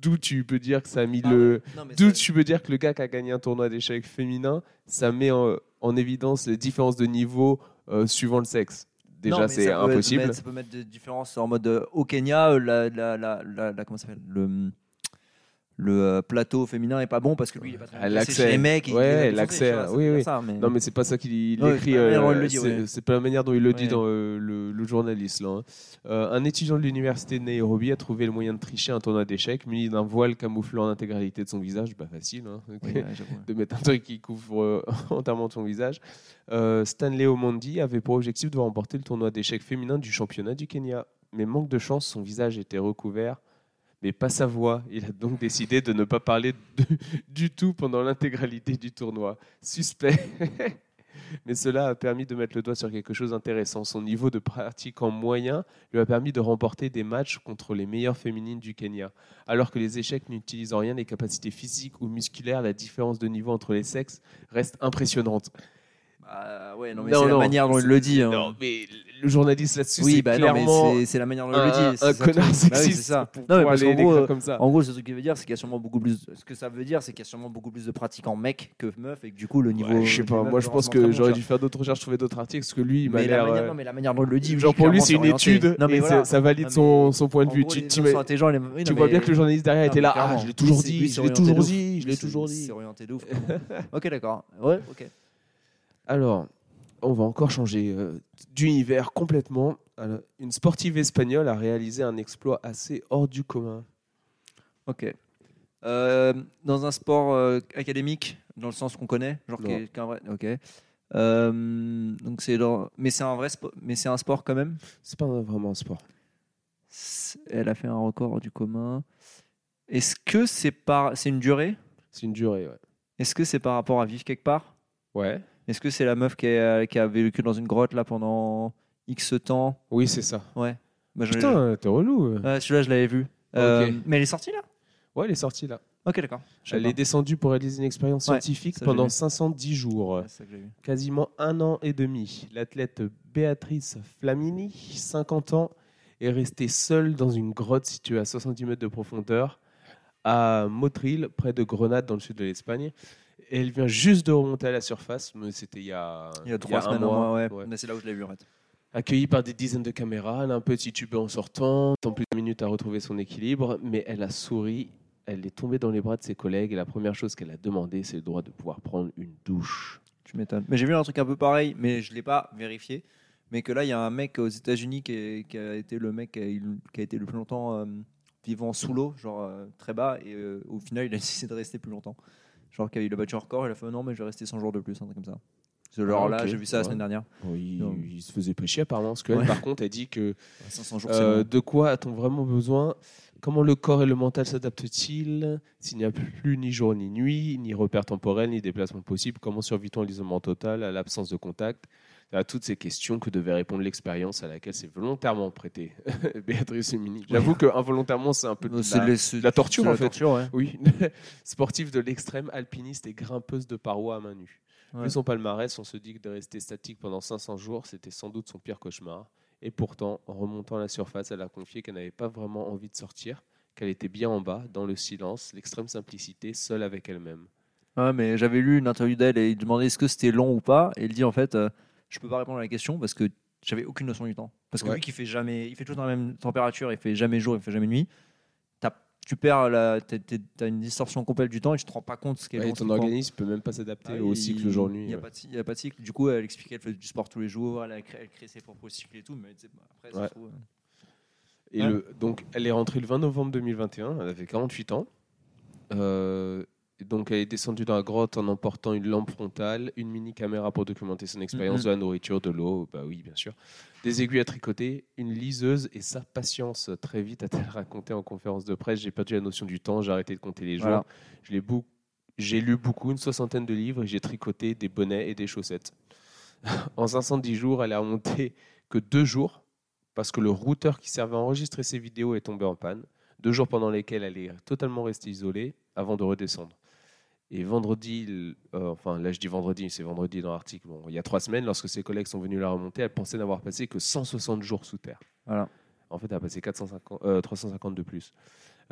Speaker 1: d'où tu peux dire que ça a mis
Speaker 2: Ah,
Speaker 1: le,
Speaker 2: non, mais
Speaker 1: euh, d'où
Speaker 2: ça-
Speaker 1: tu peux dire que le gars qui a gagné un tournoi d'échecs féminin, ça met en, en évidence les différences de niveau euh, suivant le sexe.
Speaker 2: Non,
Speaker 1: Déjà,
Speaker 2: mais
Speaker 1: c'est
Speaker 2: ça peut
Speaker 1: impossible.
Speaker 2: mettre- ça peut mettre des différences en mode euh, au Kenya, euh, la, la, la, la- la- comment ça s'appelle le, hum, le euh, plateau féminin est pas bon parce que lui il est pas très
Speaker 1: Ah,
Speaker 2: bien placé
Speaker 1: l'accès.
Speaker 2: chez les mecs. et il
Speaker 1: Ouais,
Speaker 2: est défoncé,
Speaker 1: l'accès,
Speaker 2: tu vois, ça
Speaker 1: oui,
Speaker 2: peut
Speaker 1: oui.
Speaker 2: faire ça, mais-
Speaker 1: Non, mais c'est pas ça qu'il
Speaker 2: Non, mais
Speaker 1: écrit.
Speaker 2: c'est pas la manière dont il
Speaker 1: euh,
Speaker 2: le dit,
Speaker 1: c'est-
Speaker 2: ouais.
Speaker 1: C'est pas la manière dont il le dit
Speaker 2: Ouais.
Speaker 1: dans euh, le, le journaliste. Là, hein. Euh, un étudiant de l'université de Nairobi a trouvé le moyen de tricher un tournoi d'échecs muni d'un voile camouflant l'intégralité de son visage. Bah, facile. hein.
Speaker 2: Oui, ouais, j'avoue.
Speaker 1: de mettre un truc qui couvre euh, entièrement son visage. Euh, Stanley Omondi avait pour objectif de remporter le tournoi d'échecs féminin du championnat du Kenya. Mais manque de chance, son visage était recouvert, mais pas sa voix. Il a donc décidé de ne pas parler de- du tout pendant l'intégralité du tournoi. Suspect. Mais cela a permis de mettre le doigt sur quelque chose d'intéressant. Son niveau de pratiquant moyen lui a permis de remporter des matchs contre les meilleures féminines du Kenya. Alors que les échecs n'utilisent en rien les capacités physiques ou musculaires, la différence de niveau entre les sexes reste impressionnante.
Speaker 2: Bah, ouais, non, mais
Speaker 1: Non,
Speaker 2: c'est la
Speaker 1: non,
Speaker 2: manière dont il
Speaker 1: c'est-
Speaker 2: le dit. hein.
Speaker 1: Non, mais le journaliste là-dessus,
Speaker 2: oui,
Speaker 1: c'est
Speaker 2: bah non, mais
Speaker 1: clairement
Speaker 2: c'est- c'est la manière dont il
Speaker 1: un,
Speaker 2: le dit. c'est
Speaker 1: un
Speaker 2: ça,
Speaker 1: connard
Speaker 2: tout. Bah oui,
Speaker 1: sexiste
Speaker 2: c'est ça.
Speaker 1: pour
Speaker 2: Non, mais
Speaker 1: pouvoir
Speaker 2: parce
Speaker 1: aller
Speaker 2: qu'en gros,
Speaker 1: l'écrire
Speaker 2: euh,
Speaker 1: comme ça.
Speaker 2: En gros, c'est ce qu'il veut dire, c'est qu'il y a sûrement beaucoup plus. Ce que ça veut dire, c'est qu'il y a sûrement beaucoup plus de pratiquants mecs que meufs et que du coup le niveau.
Speaker 1: Ouais, je sais
Speaker 2: des
Speaker 1: pas,
Speaker 2: meufs
Speaker 1: moi je
Speaker 2: est
Speaker 1: pense
Speaker 2: forcément
Speaker 1: que
Speaker 2: très bon,
Speaker 1: j'aurais
Speaker 2: tu
Speaker 1: dû faire d'autres recherches, trouver d'autres articles, parce que lui, il m'a
Speaker 2: Mais la
Speaker 1: l'air...
Speaker 2: manière,
Speaker 1: euh,
Speaker 2: non, mais la manière dont il le dit,
Speaker 1: Genre pour lui,
Speaker 2: clairement,
Speaker 1: c'est une
Speaker 2: orienté.
Speaker 1: étude,
Speaker 2: Non, mais
Speaker 1: et ça
Speaker 2: voilà.
Speaker 1: ça valide son,
Speaker 2: Non,
Speaker 1: son point de
Speaker 2: En
Speaker 1: vue.
Speaker 2: gros,
Speaker 1: tu
Speaker 2: les
Speaker 1: tu
Speaker 2: gens
Speaker 1: mets-
Speaker 2: sont intelligents, les- oui, non,
Speaker 1: tu
Speaker 2: mais-
Speaker 1: vois bien que le journaliste derrière
Speaker 2: Non,
Speaker 1: était
Speaker 2: mais
Speaker 1: là, ah,
Speaker 2: clairement.
Speaker 1: je l'ai toujours
Speaker 2: C'est- lui,
Speaker 1: dit,
Speaker 2: c'est
Speaker 1: je l'ai
Speaker 2: orienté
Speaker 1: toujours
Speaker 2: de ouf.
Speaker 1: dit, je l'ai
Speaker 2: C'est-
Speaker 1: toujours
Speaker 2: C'est
Speaker 1: dit.
Speaker 2: orienté de ouf. ok, d'accord. Ouais, ok.
Speaker 1: Alors, on va encore changer euh, d'univers complètement. Alors, une sportive espagnole a réalisé un exploit assez hors du commun.
Speaker 2: Ok. Euh, dans un sport euh, académique, dans le sens qu'on connaît, genre
Speaker 1: Non.
Speaker 2: qu'est- qu'un vrai. Ok. Euh, donc c'est dans... mais c'est un vrai sport, mais c'est un sport quand même.
Speaker 1: C'est pas vraiment un sport.
Speaker 2: C'est- Elle a fait un record hors du commun. Est-ce que c'est par, c'est une durée
Speaker 1: C'est une durée, ouais.
Speaker 2: Est-ce que c'est par rapport à vivre quelque part
Speaker 1: Ouais.
Speaker 2: Est-ce que c'est la meuf qui a, qui a vécu dans une grotte là pendant X temps
Speaker 1: Oui, c'est ça.
Speaker 2: Ouais. Bah, j'en ai-
Speaker 1: Putain, t'es relou. euh.
Speaker 2: Ouais, celui-là, je l'avais vu. Euh, mais elle est sortie là
Speaker 1: Ouais, elle est sortie là.
Speaker 2: Ok, d'accord. Je
Speaker 1: Elle
Speaker 2: sais
Speaker 1: est descendue pour réaliser une expérience
Speaker 2: Ouais,
Speaker 1: scientifique
Speaker 2: ça, j'ai
Speaker 1: pendant
Speaker 2: vu.
Speaker 1: 510 jours.
Speaker 2: pas. Ouais, c'est ça que j'ai vu.
Speaker 1: quasiment un an et demi. L'athlète Béatrice Flamini, 50 ans, est restée seule dans une grotte située à 70 mètres de profondeur à Motril, près de Grenade, dans le sud de l'Espagne. Et elle vient juste de remonter à la surface, mais c'était il y a,
Speaker 2: Il y a trois
Speaker 1: un
Speaker 2: semaines, au
Speaker 1: mois,
Speaker 2: moins, ouais.
Speaker 1: ouais.
Speaker 2: Mais c'est là où je l'ai vu, en fait.
Speaker 1: Accueillie par des dizaines de caméras, elle a un peu titubé en sortant, tant plus de minutes à retrouver son équilibre, mais elle a souri, elle est tombée dans les bras de ses collègues, et la première chose qu'elle a demandé, c'est le droit de pouvoir prendre une douche.
Speaker 2: Tu m'étonnes. Mais j'ai vu un truc un peu pareil, mais je l'ai pas vérifié. Mais que là, il y a un mec aux États-Unis qui, est- qui a été le mec qui a, il- qui a été le plus longtemps euh, vivant sous l'eau, genre euh, très bas, et euh, au final, il a décidé de rester plus longtemps. Genre qu'il a battu un record, il a fait oh non, mais je vais rester 100 jours de plus, un truc comme ça. Ce genre là,
Speaker 1: ok,
Speaker 2: j'ai vu ça la
Speaker 1: ouais.
Speaker 2: semaine dernière.
Speaker 1: Bon, il,
Speaker 2: Non.
Speaker 1: il se faisait pas chier apparemment, parce qu'elle,
Speaker 2: Ouais.
Speaker 1: par contre, elle dit que
Speaker 2: 500 jours,
Speaker 1: euh,
Speaker 2: c'est
Speaker 1: de quoi a-t-on vraiment besoin Comment le corps et le mental s'adaptent-ils S'il n'y a plus ni jour ni nuit, ni repère temporel, ni déplacement possible, comment survit-on à l'isolement total, à l'absence de contact À toutes ces questions que devait répondre l'expérience à laquelle s'est volontairement prêtée Béatrice Humini. J'avoue que involontairement, c'est un peu de
Speaker 2: bon.
Speaker 1: la-
Speaker 2: le- Euh, c'est
Speaker 1: de la torture
Speaker 2: c'est
Speaker 1: en
Speaker 2: la
Speaker 1: fait.
Speaker 2: torture, ouais.
Speaker 1: Oui, sportive de l'extrême, alpiniste et grimpeuse de parois à main nue.
Speaker 2: Ouais.
Speaker 1: Vu son palmarès, on se dit que de rester statique pendant 500 jours, c'était sans doute son pire cauchemar. Et pourtant, en remontant à la surface, elle a confié qu'elle n'avait pas vraiment envie de sortir, qu'elle était bien en bas, dans le silence, l'extrême simplicité, seule avec elle-même.
Speaker 2: Ouais, mais j'avais lu une interview d'elle et il demandait est-ce que c'était long ou pas. Et il dit en fait, euh, je peux pas répondre à la question parce que j'avais aucune notion du temps. Parce que
Speaker 1: Ouais.
Speaker 2: vu qu'il fait jamais, il fait toujours dans la même température, il fait jamais jour, il fait jamais nuit. t'as- tu perds la, t'es- t'es- t'as une distorsion complète du temps et tu te rends pas compte ce qu'elle
Speaker 1: Ouais, ton organisme peut même pas s'adapter au cycle
Speaker 2: Ah, Il
Speaker 1: jour-nuit.
Speaker 2: n'y a,
Speaker 1: ouais.
Speaker 2: pas de cy- il y a pas de cycle. Du coup, elle expliquait qu'elle faisait du sport tous les jours, elle a créé, elle crée ses propres cycles et tout. Mais tu sais, bah, après, ça
Speaker 1: Ouais.
Speaker 2: se trouve, euh,
Speaker 1: Et
Speaker 2: Ouais.
Speaker 1: le- donc, elle est rentrée le 20 novembre 2021, elle avait 48 ans. Euh, et donc, elle est descendue dans la grotte en emportant une lampe frontale, une mini-caméra pour documenter son expérience
Speaker 2: Mhm.
Speaker 1: de la nourriture, de l'eau, bah oui, bien sûr, des aiguilles à tricoter, une liseuse et sa patience. Très vite, a-t-elle raconté en conférence de presse, j'ai perdu la notion du temps, j'ai arrêté de compter les jours,
Speaker 2: Voilà.
Speaker 1: je l'ai beaucoup j'ai lu beaucoup, une soixantaine de livres, et j'ai tricoté des bonnets et des chaussettes. en 510 jours, elle a remonté que deux jours, parce que le routeur qui servait à enregistrer ses vidéos est tombé en panne. Deux jours pendant lesquels elle est totalement restée isolée avant de redescendre. Et vendredi, l- euh, enfin là je dis vendredi, c'est vendredi dans l'article, bon, il y a trois semaines, lorsque ses collègues sont venus la remonter, elle pensait n'avoir passé que 160 jours sous terre.
Speaker 2: Voilà.
Speaker 1: En fait, elle a passé 450, euh, 350 de plus.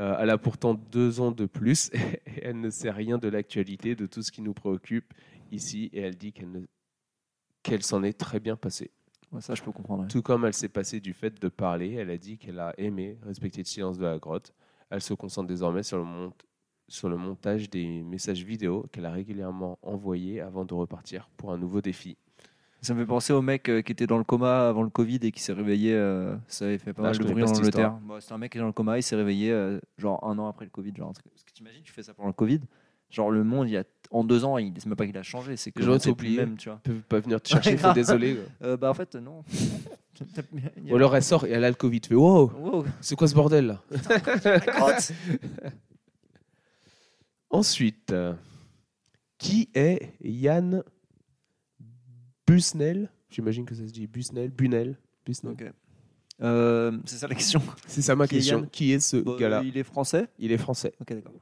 Speaker 1: Euh, elle a pourtant deux ans de plus et elle ne sait rien de l'actualité, de tout ce qui nous préoccupe ici. Et elle dit qu'elle ne- qu'elle s'en est très bien passée.
Speaker 2: ouais, ça, je peux comprendre. ouais.
Speaker 1: Tout comme elle s'est passée du fait de parler, elle a dit qu'elle a aimé respecter le silence de la grotte. Elle se concentre désormais sur le, mont- sur le montage des messages vidéo qu'elle a régulièrement envoyés avant de repartir pour un nouveau défi.
Speaker 2: Ça me fait penser au mec euh, qui était dans le coma avant le Covid et qui s'est réveillé. euh, ça avait fait pas
Speaker 1: Ah,
Speaker 2: mal
Speaker 1: je
Speaker 2: de
Speaker 1: connais
Speaker 2: bruit
Speaker 1: pas
Speaker 2: en
Speaker 1: cette
Speaker 2: Angleterre. Bah, C'était un mec qui est dans le coma, il s'est réveillé euh, genre un an après le Covid. Genre, un truc. Parce que t'imagines, tu fais ça pendant le Covid. Genre le monde, il y a, en deux ans, il c'est même pas qu'il a changé. C'est que
Speaker 1: Les gens
Speaker 2: le monde,
Speaker 1: étaient
Speaker 2: c'est plus le
Speaker 1: oubliés.
Speaker 2: même, tu vois.
Speaker 1: Ils peuvent pas venir te chercher, faut- désolé. quoi.
Speaker 2: Euh, bah en fait, non. Il y a-
Speaker 1: Ou alors elle sort et elle a le Covid. Fait, wow,
Speaker 2: Wow,
Speaker 1: c'est quoi ce bordel là
Speaker 2: la grotte
Speaker 1: Ensuite, euh, qui est Yann Busnel J'imagine que ça se dit Busnel, Bunel. Busnel.
Speaker 2: Ok. Euh, c'est ça la question.
Speaker 1: C'est ça ma
Speaker 2: Qui est
Speaker 1: question.
Speaker 2: Yann
Speaker 1: qui est ce
Speaker 2: Bah,
Speaker 1: gars-là
Speaker 2: il est français
Speaker 1: Il est français.
Speaker 2: Ok, d'accord.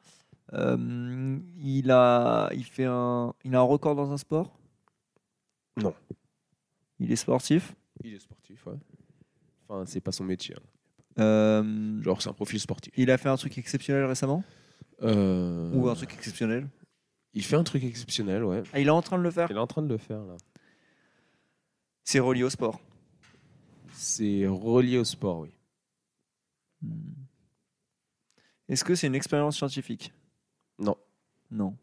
Speaker 2: Euh, il, a, il, fait un, il a un record dans un sport
Speaker 1: Non.
Speaker 2: Il est sportif
Speaker 1: Il est sportif, ouais. Enfin, c'est pas son métier. hein.
Speaker 2: Euh,
Speaker 1: Genre, c'est un profil sportif.
Speaker 2: Il a fait un truc exceptionnel récemment
Speaker 1: Euh,
Speaker 2: Ou un truc exceptionnel
Speaker 1: Il fait un truc exceptionnel, ouais.
Speaker 2: Ah, Il est en train de le faire
Speaker 1: Il est en train de le faire, là.
Speaker 2: C'est relié au sport.
Speaker 1: C'est relié au sport, oui.
Speaker 2: Hmm. Est-ce que c'est une expérience scientifique
Speaker 1: Non.
Speaker 2: Non.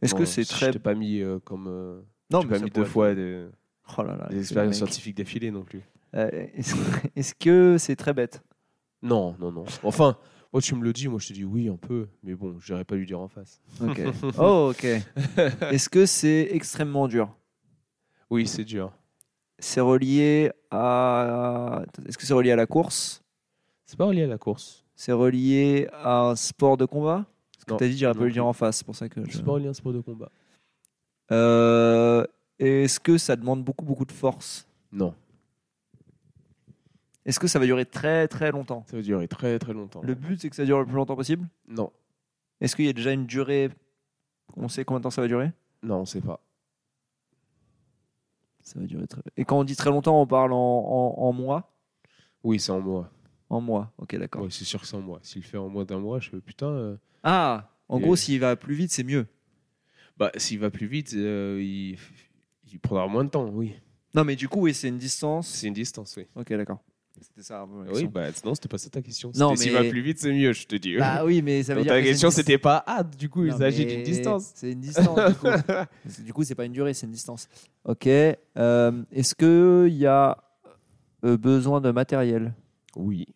Speaker 2: Est-ce
Speaker 1: Non,
Speaker 2: que c'est
Speaker 1: je
Speaker 2: très.
Speaker 1: t'ai pas mis euh, comme. euh,
Speaker 2: Non,
Speaker 1: je t'ai pas
Speaker 2: ça
Speaker 1: mis deux
Speaker 2: pourrait-
Speaker 1: fois des,
Speaker 2: Oh là là,
Speaker 1: des
Speaker 2: le
Speaker 1: expériences
Speaker 2: mec.
Speaker 1: scientifiques défilées non plus.
Speaker 2: Euh, Est-ce est-ce que c'est très bête
Speaker 1: Non, non, non. Enfin, moi, tu me le dis, moi, je te dis oui, un peu. Mais bon, je pas lui dire en face.
Speaker 2: Ok. Oh, ok. Est-ce que c'est extrêmement dur
Speaker 1: Oui, c'est dur.
Speaker 2: C'est relié à. Est-ce que c'est relié à la course
Speaker 1: C'est pas relié à la course.
Speaker 2: C'est relié à un sport de combat Parce que
Speaker 1: Non,
Speaker 2: t'as dit, j'aurais pas
Speaker 1: non
Speaker 2: le dire en face, c'est pour ça que. je-
Speaker 1: C'est pas relié à un sport de combat.
Speaker 2: Euh, Est-ce que ça demande beaucoup, beaucoup de force
Speaker 1: Non.
Speaker 2: Est-ce que ça va durer très, très longtemps
Speaker 1: Ça va durer très, très longtemps.
Speaker 2: Le but, c'est que ça dure le plus longtemps possible
Speaker 1: Non.
Speaker 2: Est-ce qu'il y a déjà une durée On sait combien de temps ça va durer
Speaker 1: Non, on sait pas.
Speaker 2: Ça va durer très. Et quand on dit très longtemps, on parle en, en- en mois
Speaker 1: Oui, c'est en moi.
Speaker 2: En mois, ok, d'accord.
Speaker 1: Ouais, c'est sûr que c'est en moi. S'il le fait en moins d'un mois, je fais putain. euh,
Speaker 2: Ah En
Speaker 1: Et-
Speaker 2: gros, s'il va plus vite, c'est mieux.
Speaker 1: Bah, s'il va plus vite, euh, il... il prendra moins de temps, oui.
Speaker 2: Non, mais du coup, oui, c'est une distance.
Speaker 1: C'est une distance, oui.
Speaker 2: Ok, d'accord. C'était ça. un peu ma
Speaker 1: Oui,
Speaker 2: question.
Speaker 1: bah, non, c'était pas ça ta question.
Speaker 2: Non,
Speaker 1: C'était, S'il
Speaker 2: mais-
Speaker 1: va plus vite, c'est mieux, je te dis.
Speaker 2: Bah oui, mais ça veut
Speaker 1: Donc,
Speaker 2: dire.
Speaker 1: ta
Speaker 2: que c'est une
Speaker 1: question,
Speaker 2: dis-
Speaker 1: c'était pas ah, du coup, il
Speaker 2: Non,
Speaker 1: s'agit
Speaker 2: mais
Speaker 1: d'une distance.
Speaker 2: C'est une distance, du coup. Parce que du coup, c'est pas une durée, c'est une distance. Ok. euh, Est-ce qu'il y a euh, besoin de matériel
Speaker 1: Oui.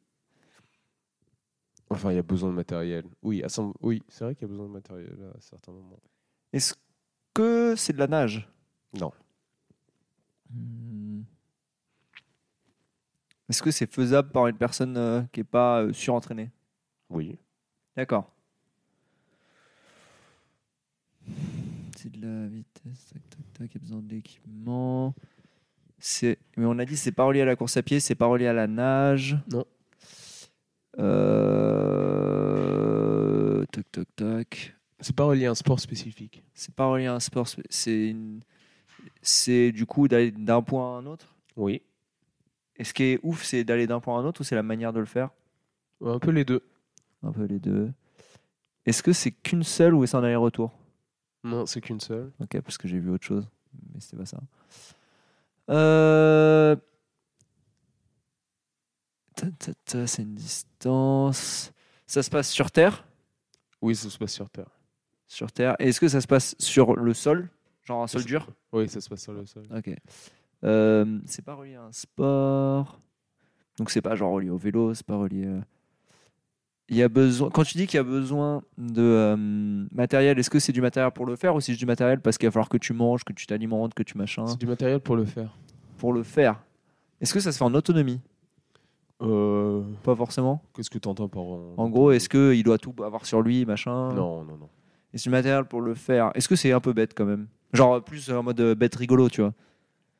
Speaker 1: Enfin, il y a besoin de matériel. Oui, à cent- oui c'est vrai qu'il y a besoin de matériel à certains moments.
Speaker 2: Est-ce que c'est de la nage
Speaker 1: Non.
Speaker 2: Hmm. Est-ce que c'est faisable par une personne euh, qui n'est pas euh, surentraînée
Speaker 1: Oui.
Speaker 2: D'accord. C'est de la vitesse, tac, tac, tac, il y a besoin d'équipement. C'est, mais on a dit c'est pas relié à la course à pied, c'est pas relié à la nage.
Speaker 1: Non.
Speaker 2: Euh, Tac, tac, tac.
Speaker 1: C'est pas relié à un sport spécifique.
Speaker 2: C'est pas relié à un sport, c'est une, c'est du coup d'aller d'un point à un autre.
Speaker 1: Oui.
Speaker 2: Et ce qui est ouf, c'est d'aller d'un point à un autre ou c'est la manière de le faire
Speaker 1: Un peu les deux.
Speaker 2: Un peu les deux. Est-ce que c'est qu'une seule ou est-ce un aller-retour
Speaker 1: Non, c'est qu'une seule.
Speaker 2: Ok, parce que j'ai vu autre chose, mais c'était pas ça. Euh... Ta, ta, ta, C'est une distance. Ça se passe sur Terre
Speaker 1: Oui, ça se passe sur Terre.
Speaker 2: Sur Terre. Et est-ce que ça se passe sur le sol Genre un sol dur
Speaker 1: Oui, ça se passe sur le sol.
Speaker 2: Ok. Euh, c'est pas relié à un sport. Donc c'est pas genre relié au vélo, c'est pas relié. euh, Il y a besoin. Quand tu dis qu'il y a besoin de euh, matériel, est-ce que c'est du matériel pour le faire ou c'est juste du matériel parce qu'il va falloir que tu manges, que tu t'alimentes, que tu machins
Speaker 1: C'est du matériel pour le faire.
Speaker 2: pour le faire Est-ce que ça se fait en autonomie
Speaker 1: Euh,
Speaker 2: Pas forcément.
Speaker 1: Qu'est-ce que tu entends par. En,
Speaker 2: En gros, est-ce que il doit tout avoir sur lui, machin
Speaker 1: Non, non, non.
Speaker 2: Et c'est du matériel pour le faire. Est-ce que c'est un peu bête quand même Genre plus en mode euh, bête rigolo, tu vois.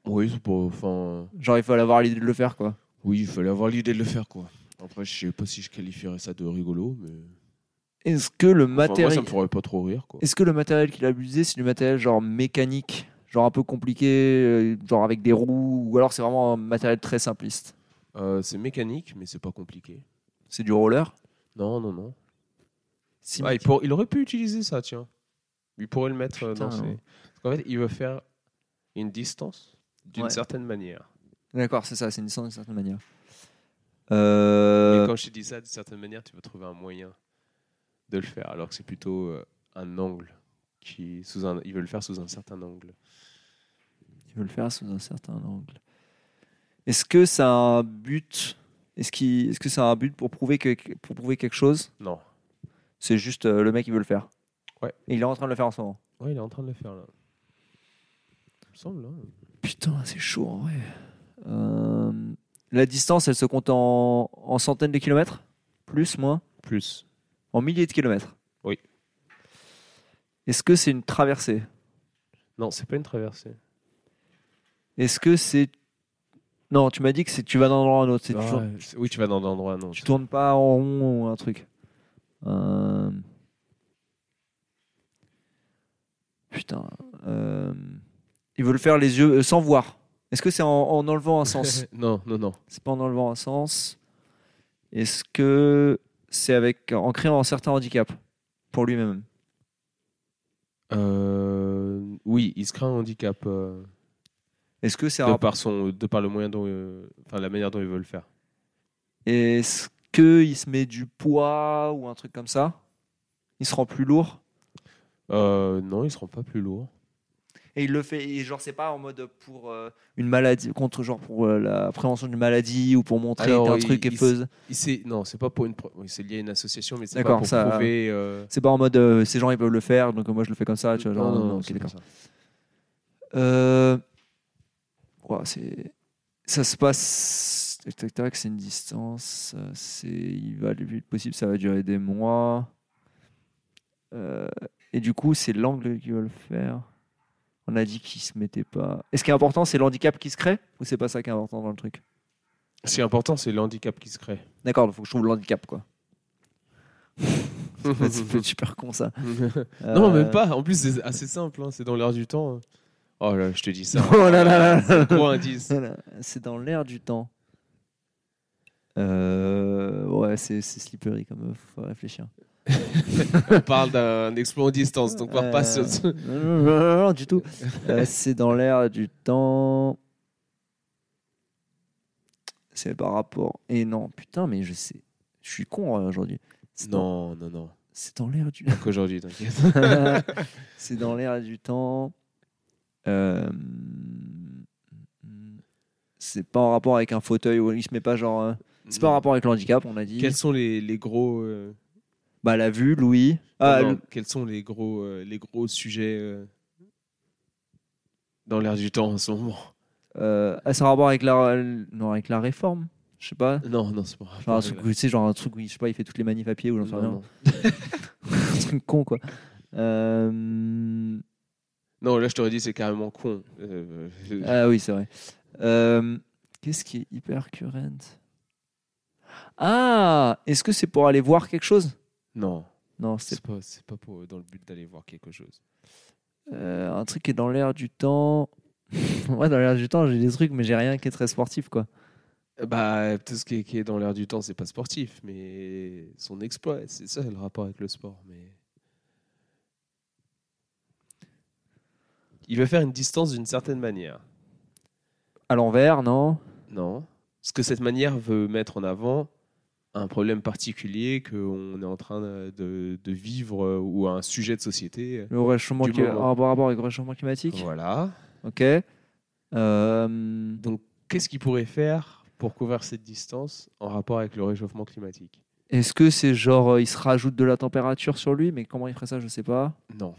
Speaker 1: Oui, c'est pas. Enfin.
Speaker 2: Genre il faut avoir l'idée de le faire quoi.
Speaker 1: Oui, il fallait avoir l'idée de le faire, quoi. Après, je sais pas si je qualifierais ça de rigolo, mais.
Speaker 2: Est-ce que le
Speaker 1: Enfin, moi,
Speaker 2: matériel
Speaker 1: ça me ferait pas trop rire, quoi.
Speaker 2: Est-ce que le matériel qu'il a utilisé, c'est du matériel genre mécanique, genre un peu compliqué, euh, genre avec des roues, ou alors c'est vraiment un matériel très simpliste
Speaker 1: Euh, c'est mécanique, mais c'est pas compliqué.
Speaker 2: C'est du roller
Speaker 1: Non, non, non.
Speaker 2: Si,
Speaker 1: Ah,
Speaker 2: mais-
Speaker 1: il, pour- il aurait pu utiliser ça, tiens. Il pourrait le mettre euh, dans
Speaker 2: Putain,
Speaker 1: ses-
Speaker 2: ouais.
Speaker 1: Parce qu'en fait, il veut faire une distance d'une
Speaker 2: Ouais.
Speaker 1: certaine manière.
Speaker 2: D'accord, c'est ça, c'est une distance d'une certaine manière. Euh,
Speaker 1: Et quand je te dis ça, d'une certaine manière, tu vas trouver un moyen de le faire. Alors que c'est plutôt euh, un angle. Qui, sous un, il veut le faire sous un certain angle.
Speaker 2: Il veut le faire sous un certain angle. Est-ce que ça a un but Est-ce qu'il- est-ce que ça a un but pour prouver, que, pour prouver quelque chose
Speaker 1: Non.
Speaker 2: C'est juste euh, le mec qui veut le faire.
Speaker 1: Ouais.
Speaker 2: Et il est en train de le faire en ce moment.
Speaker 1: Ouais, il est en train de le faire, là. Il me semble, hein.
Speaker 2: Putain, c'est chaud en vrai. Euh, la distance, elle se compte en, en centaines de kilomètres Plus, moins
Speaker 1: Plus.
Speaker 2: En milliers de kilomètres
Speaker 1: Oui.
Speaker 2: Est-ce que c'est une traversée
Speaker 1: Non, c'est pas une traversée.
Speaker 2: Est-ce que c'est. Non, tu m'as dit que c'est tu vas d'un endroit à un autre. c'est
Speaker 1: Ah,
Speaker 2: toujours-
Speaker 1: c'est- Oui, tu vas dans un endroit, non.
Speaker 2: Tu tournes pas en rond ou un truc. Euh, Putain. euh, Il veut le faire les yeux euh, sans voir. Est-ce que c'est en, en enlevant un sens
Speaker 1: non, non, non.
Speaker 2: C'est pas en enlevant un sens. Est-ce que c'est avec en créant un certain handicap pour lui-même
Speaker 1: Euh, oui, il se craint un handicap euh,
Speaker 2: Est-ce que c'est
Speaker 1: de,
Speaker 2: un...
Speaker 1: par son, de par le moyen dont, euh, enfin la manière dont il veut le faire.
Speaker 2: est-ce que il se met du poids ou un truc comme ça Il se rend plus lourd
Speaker 1: Euh, non, il se rend pas plus lourd.
Speaker 2: et il le fait et genre c'est pas en mode pour euh, une maladie contre genre pour euh, la prévention d'une maladie ou pour montrer
Speaker 1: Alors,
Speaker 2: qu'un
Speaker 1: il-
Speaker 2: truc est
Speaker 1: il-
Speaker 2: fais-
Speaker 1: Il sait- non, c'est pas pour une, pro- oui, c'est lié à une association, mais c'est pas
Speaker 2: D'accord,
Speaker 1: pour
Speaker 2: ça-
Speaker 1: prouver. euh,
Speaker 2: C'est pas en mode euh, ces gens ils peuvent le faire donc euh, moi je le fais comme ça tu vois genre
Speaker 1: non, non, non,
Speaker 2: ok,
Speaker 1: c'est pas
Speaker 2: d'accord.
Speaker 1: ça.
Speaker 2: Euh, ouah, c'est ça se passe tac tac tac c'est une distance euh, c'est il va le plus vite possible ça va durer des mois Euh, et du coup c'est l'angle qui va le faire on a dit qu'il se mettait pas est-ce qui est important c'est l'handicap qui se crée ou c'est pas ça qui est important dans le truc
Speaker 1: Ce qui est important, c'est le handicap qui se crée.
Speaker 2: d'accord donc faut que je trouve l'handicap quoi Ça peut être- ça peut être super con ça
Speaker 1: non,
Speaker 2: Euh,
Speaker 1: même pas. En plus, c'est assez simple. hein, c'est dans l'air du temps. hein. Oh là, je te dis ça.
Speaker 2: oh là là là là.
Speaker 1: Gros indice.
Speaker 2: Voilà, C'est dans l'air du temps. Euh, ouais, c'est c'est slippery comme euh, faut réfléchir.
Speaker 1: On parle d'un exploit en distance, donc on
Speaker 2: Euh,
Speaker 1: repasse sur ce-
Speaker 2: non, non, non, non, non, du tout. Euh, c'est dans l'air du temps. C'est par rapport. Et non, putain, mais je sais. Je suis con euh, aujourd'hui. C'est dans-
Speaker 1: Non, non, non.
Speaker 2: C'est dans l'air du.
Speaker 1: Qu'aujourd'hui, t'inquiète.
Speaker 2: c'est dans l'air du temps. Euh, C'est pas en rapport avec un fauteuil ou il se met pas genre. euh, C'est pas en rapport avec le handicap, on a dit.
Speaker 1: Quels sont les, les gros. euh,
Speaker 2: Bah, la vue, Louis. Ah,
Speaker 1: non, Quels sont les gros, euh, les gros sujets euh, dans l'air du temps en ce moment
Speaker 2: euh, ah, c'est en rapport avec la, non, avec la réforme. Je sais pas.
Speaker 1: Non, non, c'est pas.
Speaker 2: Genre un truc, où- tu sais, genre un truc où il- je sais pas, il fait toutes les manifs à pied ou j'en sais
Speaker 1: Non,
Speaker 2: rien.
Speaker 1: non.
Speaker 2: Un truc con, quoi. Euh,
Speaker 1: Non, là, je t'aurais dit, c'est carrément con. Euh, je-
Speaker 2: Ah oui, c'est vrai. Euh, Qu'est-ce qui est hyper current Ah Est-ce que c'est pour aller voir quelque chose
Speaker 1: Non,
Speaker 2: Non, c'est
Speaker 1: c'est pas, c'est pas pour, dans le but d'aller voir quelque chose.
Speaker 2: Euh, un truc qui est dans l'air du temps. ouais, dans l'air du temps, j'ai des trucs, mais j'ai rien qui est très sportif, quoi.
Speaker 1: Bah, tout ce qui est, qui est dans l'air du temps, c'est pas sportif, mais son exploit, c'est ça le rapport avec le sport. Mais il veut faire une distance d'une certaine manière.
Speaker 2: À l'envers, non
Speaker 1: Non, parce que cette manière veut mettre en avant un problème particulier qu'on est en train de, de- de vivre euh, ou un sujet de société.
Speaker 2: Le réchauffement
Speaker 1: Du
Speaker 2: qui a
Speaker 1: moment.
Speaker 2: un rapport avec le réchauffement climatique
Speaker 1: Voilà.
Speaker 2: Ok. Euh,
Speaker 1: Donc, qu'est-ce qu'il pourrait faire pour couvrir cette distance en rapport avec le réchauffement climatique
Speaker 2: Est-ce que c'est genre euh, il se rajoute de la température sur lui, mais comment il ferait ça, je sais pas.
Speaker 1: Non.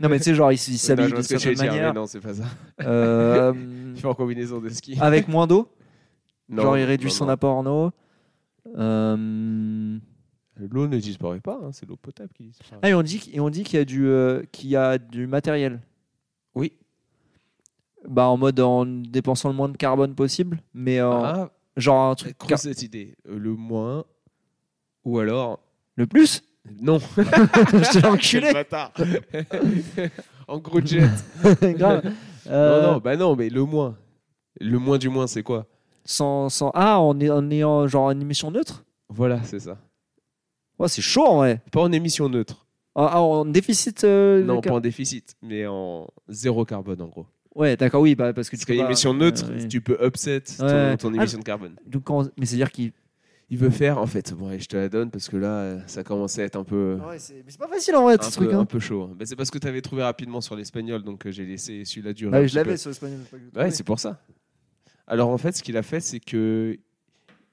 Speaker 2: Non mais tu sais genre il, s- il
Speaker 1: Non,
Speaker 2: s'habille
Speaker 1: je
Speaker 2: de
Speaker 1: vois ce que tu veux
Speaker 2: certaine
Speaker 1: dire, mais
Speaker 2: manière.
Speaker 1: non, c'est pas ça.
Speaker 2: Euh,
Speaker 1: Il fait en combinaison de ski.
Speaker 2: avec moins d'eau,
Speaker 1: Non,
Speaker 2: Ah, genre il réduit
Speaker 1: non,
Speaker 2: son
Speaker 1: non.
Speaker 2: apport en eau. Euh,
Speaker 1: L'eau ne disparaît pas, hein, c'est l'eau potable qui disparaît.
Speaker 2: Ah et on dit qu'- et on dit qu'il y a du euh, qu'il y a du matériel.
Speaker 1: Oui.
Speaker 2: Bah en mode en dépensant le moins de carbone possible, mais en-
Speaker 1: Ah,
Speaker 2: genre un truc
Speaker 1: grosse
Speaker 2: car-
Speaker 1: cette idée. Euh, Le moins, ou alors...
Speaker 2: le plus.
Speaker 1: Non,
Speaker 2: Je t'ai enculé.
Speaker 1: Quel bâtard En gros jet.
Speaker 2: Grave. Euh,
Speaker 1: Non, non, bah non, mais le moins. Le moins du moins, c'est quoi
Speaker 2: Sans, sans... Ah, en, est- en ayant genre une émission neutre
Speaker 1: Voilà, c'est ça.
Speaker 2: Ouais, c'est chaud en vrai.
Speaker 1: Pas en émission neutre.
Speaker 2: En, en déficit. euh, de
Speaker 1: Non, pas
Speaker 2: car-
Speaker 1: en déficit, mais en zéro carbone, en gros.
Speaker 2: Ouais, d'accord, oui, bah, parce que tu
Speaker 1: Parce
Speaker 2: peux
Speaker 1: qu'à
Speaker 2: pas-
Speaker 1: émission neutre,
Speaker 2: Euh, oui.
Speaker 1: tu peux upset ton,
Speaker 2: Ouais.
Speaker 1: ton
Speaker 2: Ah,
Speaker 1: émission de carbone.
Speaker 2: Donc, quand- Mais c'est-à-dire qu'il.
Speaker 1: Il veut faire, en fait, bon, allez, je te la donne parce que là, euh, ça commence à être un peu,
Speaker 2: Ah Ouais, c'est... Mais c'est pas facile en vrai,
Speaker 1: un
Speaker 2: ce
Speaker 1: peu,
Speaker 2: truc.
Speaker 1: un
Speaker 2: Hein.
Speaker 1: peu chaud. hein. Bah, c'est parce que tu avais trouvé rapidement sur l'espagnol, donc euh, j'ai laissé celui-là durer.
Speaker 2: Bah,
Speaker 1: un
Speaker 2: je
Speaker 1: petit
Speaker 2: l'avais
Speaker 1: peu.
Speaker 2: sur l'espagnol. c'est pas que je
Speaker 1: Ouais,
Speaker 2: trouvais.
Speaker 1: c'est pour ça. Alors en fait, ce qu'il a fait, c'est que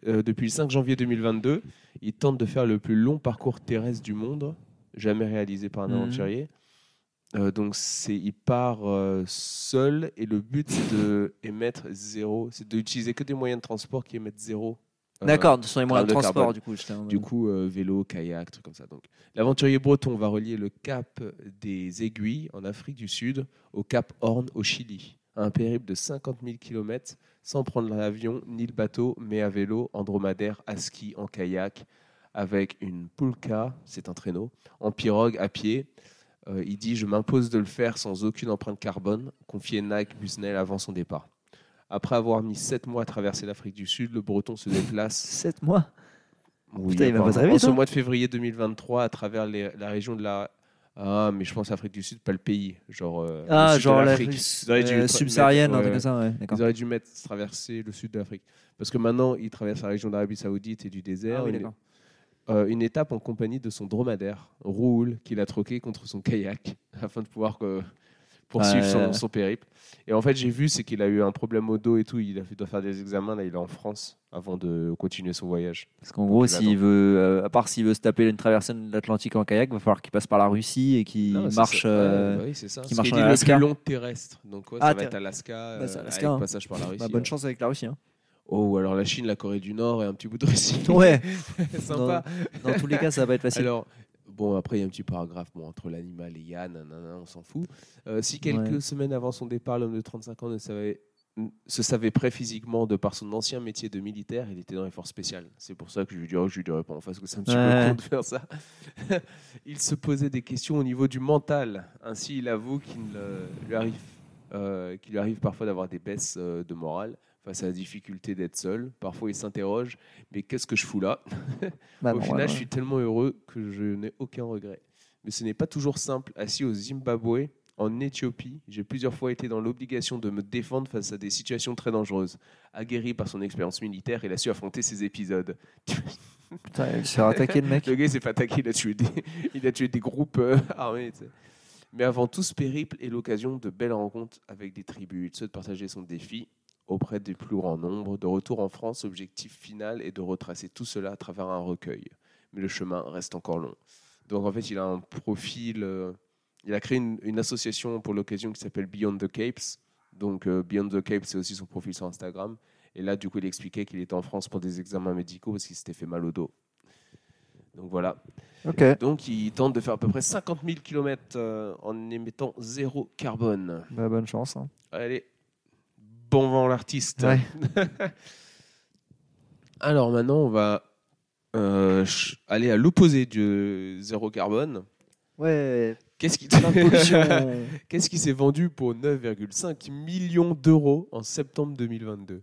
Speaker 1: euh, depuis le 5 janvier 2022, il tente de faire le plus long parcours terrestre du monde, jamais réalisé par un
Speaker 2: Mhm.
Speaker 1: aventurier. Euh, donc c'est, il part euh, seul et le but c'est de émettre zéro, c'est d'utiliser que des moyens de transport qui émettent zéro. euh,
Speaker 2: D'accord, sur les moyens de
Speaker 1: gramme de
Speaker 2: transport,
Speaker 1: carbone.
Speaker 2: du coup. j'étais en mode-
Speaker 1: du coup, euh, vélo, kayak, trucs comme ça. Donc, l'aventurier breton va relier le cap des Aiguilles en Afrique du Sud au cap Horn au Chili. Un périple de 50 000 km sans prendre l'avion ni le bateau, mais à vélo, en dromadaire, à ski, en kayak, avec une pulka, c'est un traîneau, en pirogue, à pied. Euh, il dit Je m'impose de le faire sans aucune empreinte carbone, confié Nike Busnel avant son départ. Après avoir mis 7 mois à traverser l'Afrique du Sud, le breton se déplace
Speaker 2: 7 mois.
Speaker 1: oui,
Speaker 2: Putain, il va
Speaker 1: apparemment.
Speaker 2: pas très vite,
Speaker 1: En ce
Speaker 2: hein.
Speaker 1: mois de février 2023, à travers les- la région de la. Ah, mais je pense Afrique du Sud, pas le pays. Genre, euh, le
Speaker 2: Ah,
Speaker 1: sud de
Speaker 2: genre la
Speaker 1: l'Afrique.
Speaker 2: Russie,
Speaker 1: Ils auraient dû
Speaker 2: euh,
Speaker 1: tra-
Speaker 2: subsaharienne,
Speaker 1: mettre-
Speaker 2: un truc
Speaker 1: ouais,
Speaker 2: comme ça, ouais. D'accord.
Speaker 1: Ils auraient dû mettre traverser le sud de l'Afrique. Parce que maintenant, il traverse la région d'Arabie Saoudite et du désert.
Speaker 2: Ah oui,
Speaker 1: Une-
Speaker 2: d'accord.
Speaker 1: euh, une étape en compagnie de son dromadaire, Roul, qu'il a troqué contre son kayak afin de pouvoir euh, poursuivre
Speaker 2: Ouais, ouais, ouais.
Speaker 1: son, son périple. Et en fait, j'ai vu, c'est qu'il a eu un problème au dos et tout. Il a fait, doit faire des examens. Là, il est en France avant de continuer son voyage.
Speaker 2: Parce qu'en gros,
Speaker 1: il va
Speaker 2: s'il veut, euh, à part s'il veut se taper une traversée de l'Atlantique en kayak, va falloir qu'il passe par la Russie et qu'il
Speaker 1: Non, c'est
Speaker 2: marche.
Speaker 1: ça.
Speaker 2: euh,
Speaker 1: Ouais, ouais, oui, c'est ça.
Speaker 2: qui
Speaker 1: Ce
Speaker 2: marche
Speaker 1: qu'il
Speaker 2: en
Speaker 1: dit, le
Speaker 2: Alaska.
Speaker 1: plus long terrestre. Donc ouais,
Speaker 2: Ah,
Speaker 1: ça va
Speaker 2: ter-
Speaker 1: être Alaska,
Speaker 2: Bah, c'est
Speaker 1: euh,
Speaker 2: Alaska,
Speaker 1: avec
Speaker 2: hein.
Speaker 1: passage par la Russie.
Speaker 2: bah, bonne
Speaker 1: ouais.
Speaker 2: chance avec la Russie. hein.
Speaker 1: Oh, ou alors la Chine, la Corée du Nord et un petit bout de Russie.
Speaker 2: Ouais,
Speaker 1: sympa.
Speaker 2: dans tous les cas, ça va pas être facile.
Speaker 1: Alors, bon, après, il y a un petit paragraphe bon, entre l'animal et Yann, nanana, on s'en fout. Euh, si quelques
Speaker 2: Ouais.
Speaker 1: semaines avant son départ, l'homme de 35 ans ne savait- n- se savait prêt physiquement de par son ancien métier de militaire, il était dans les forces spéciales. C'est pour ça que je lui dirais, je lui dirais pas en face que c'est un petit
Speaker 2: Ouais.
Speaker 1: peu con de faire ça. il se posait des questions au niveau du mental. Ainsi, il avoue qu'il euh, lui arrive, euh, qu'il lui arrive parfois d'avoir des baisses euh, de morale face à la difficulté d'être seul. Parfois, il s'interroge, mais qu'est-ce que je fous là
Speaker 2: Bah,
Speaker 1: au
Speaker 2: non,
Speaker 1: final,
Speaker 2: ouais,
Speaker 1: je
Speaker 2: ouais.
Speaker 1: suis tellement heureux que je n'ai aucun regret. Mais ce n'est pas toujours simple. Assis au Zimbabwe, en Éthiopie, j'ai plusieurs fois été dans l'obligation de me défendre face à des situations très dangereuses. Aguerri par son expérience militaire, il a su affronter ces épisodes.
Speaker 2: Putain, il se fait attaquer le mec.
Speaker 1: Le gars il s'est fait attaquer, il a tué des, il a tué des groupes euh, armés. tu sais. Mais avant tout ce périple est l'occasion de belles rencontres avec des tribus. Il souhaite partager son défi auprès des plus grands nombres. De retour en France, objectif final est de retracer tout cela à travers un recueil. Mais le chemin reste encore long. Donc en fait, il a un profil. euh, il a créé une, une association pour l'occasion qui s'appelle Beyond the Capes. Donc euh, Beyond the Capes, c'est aussi son profil sur Instagram. Et là, du coup, il expliquait qu'il était en France pour des examens médicaux parce qu'il s'était fait mal au dos. Donc voilà.
Speaker 2: Ok.
Speaker 1: Donc il tente de faire à peu près 50 000 km euh, en émettant zéro carbone.
Speaker 2: Bah, bonne chance. hein.
Speaker 1: Allez, bon vent l'artiste.
Speaker 2: Ouais.
Speaker 1: Alors maintenant on va euh, ch- aller à l'opposé du zéro carbone.
Speaker 2: Ouais,
Speaker 1: Qu'est-ce qui,
Speaker 2: plein de pollution.
Speaker 1: Qu'est-ce qui s'est vendu pour 9,5 millions d'euros en septembre 2022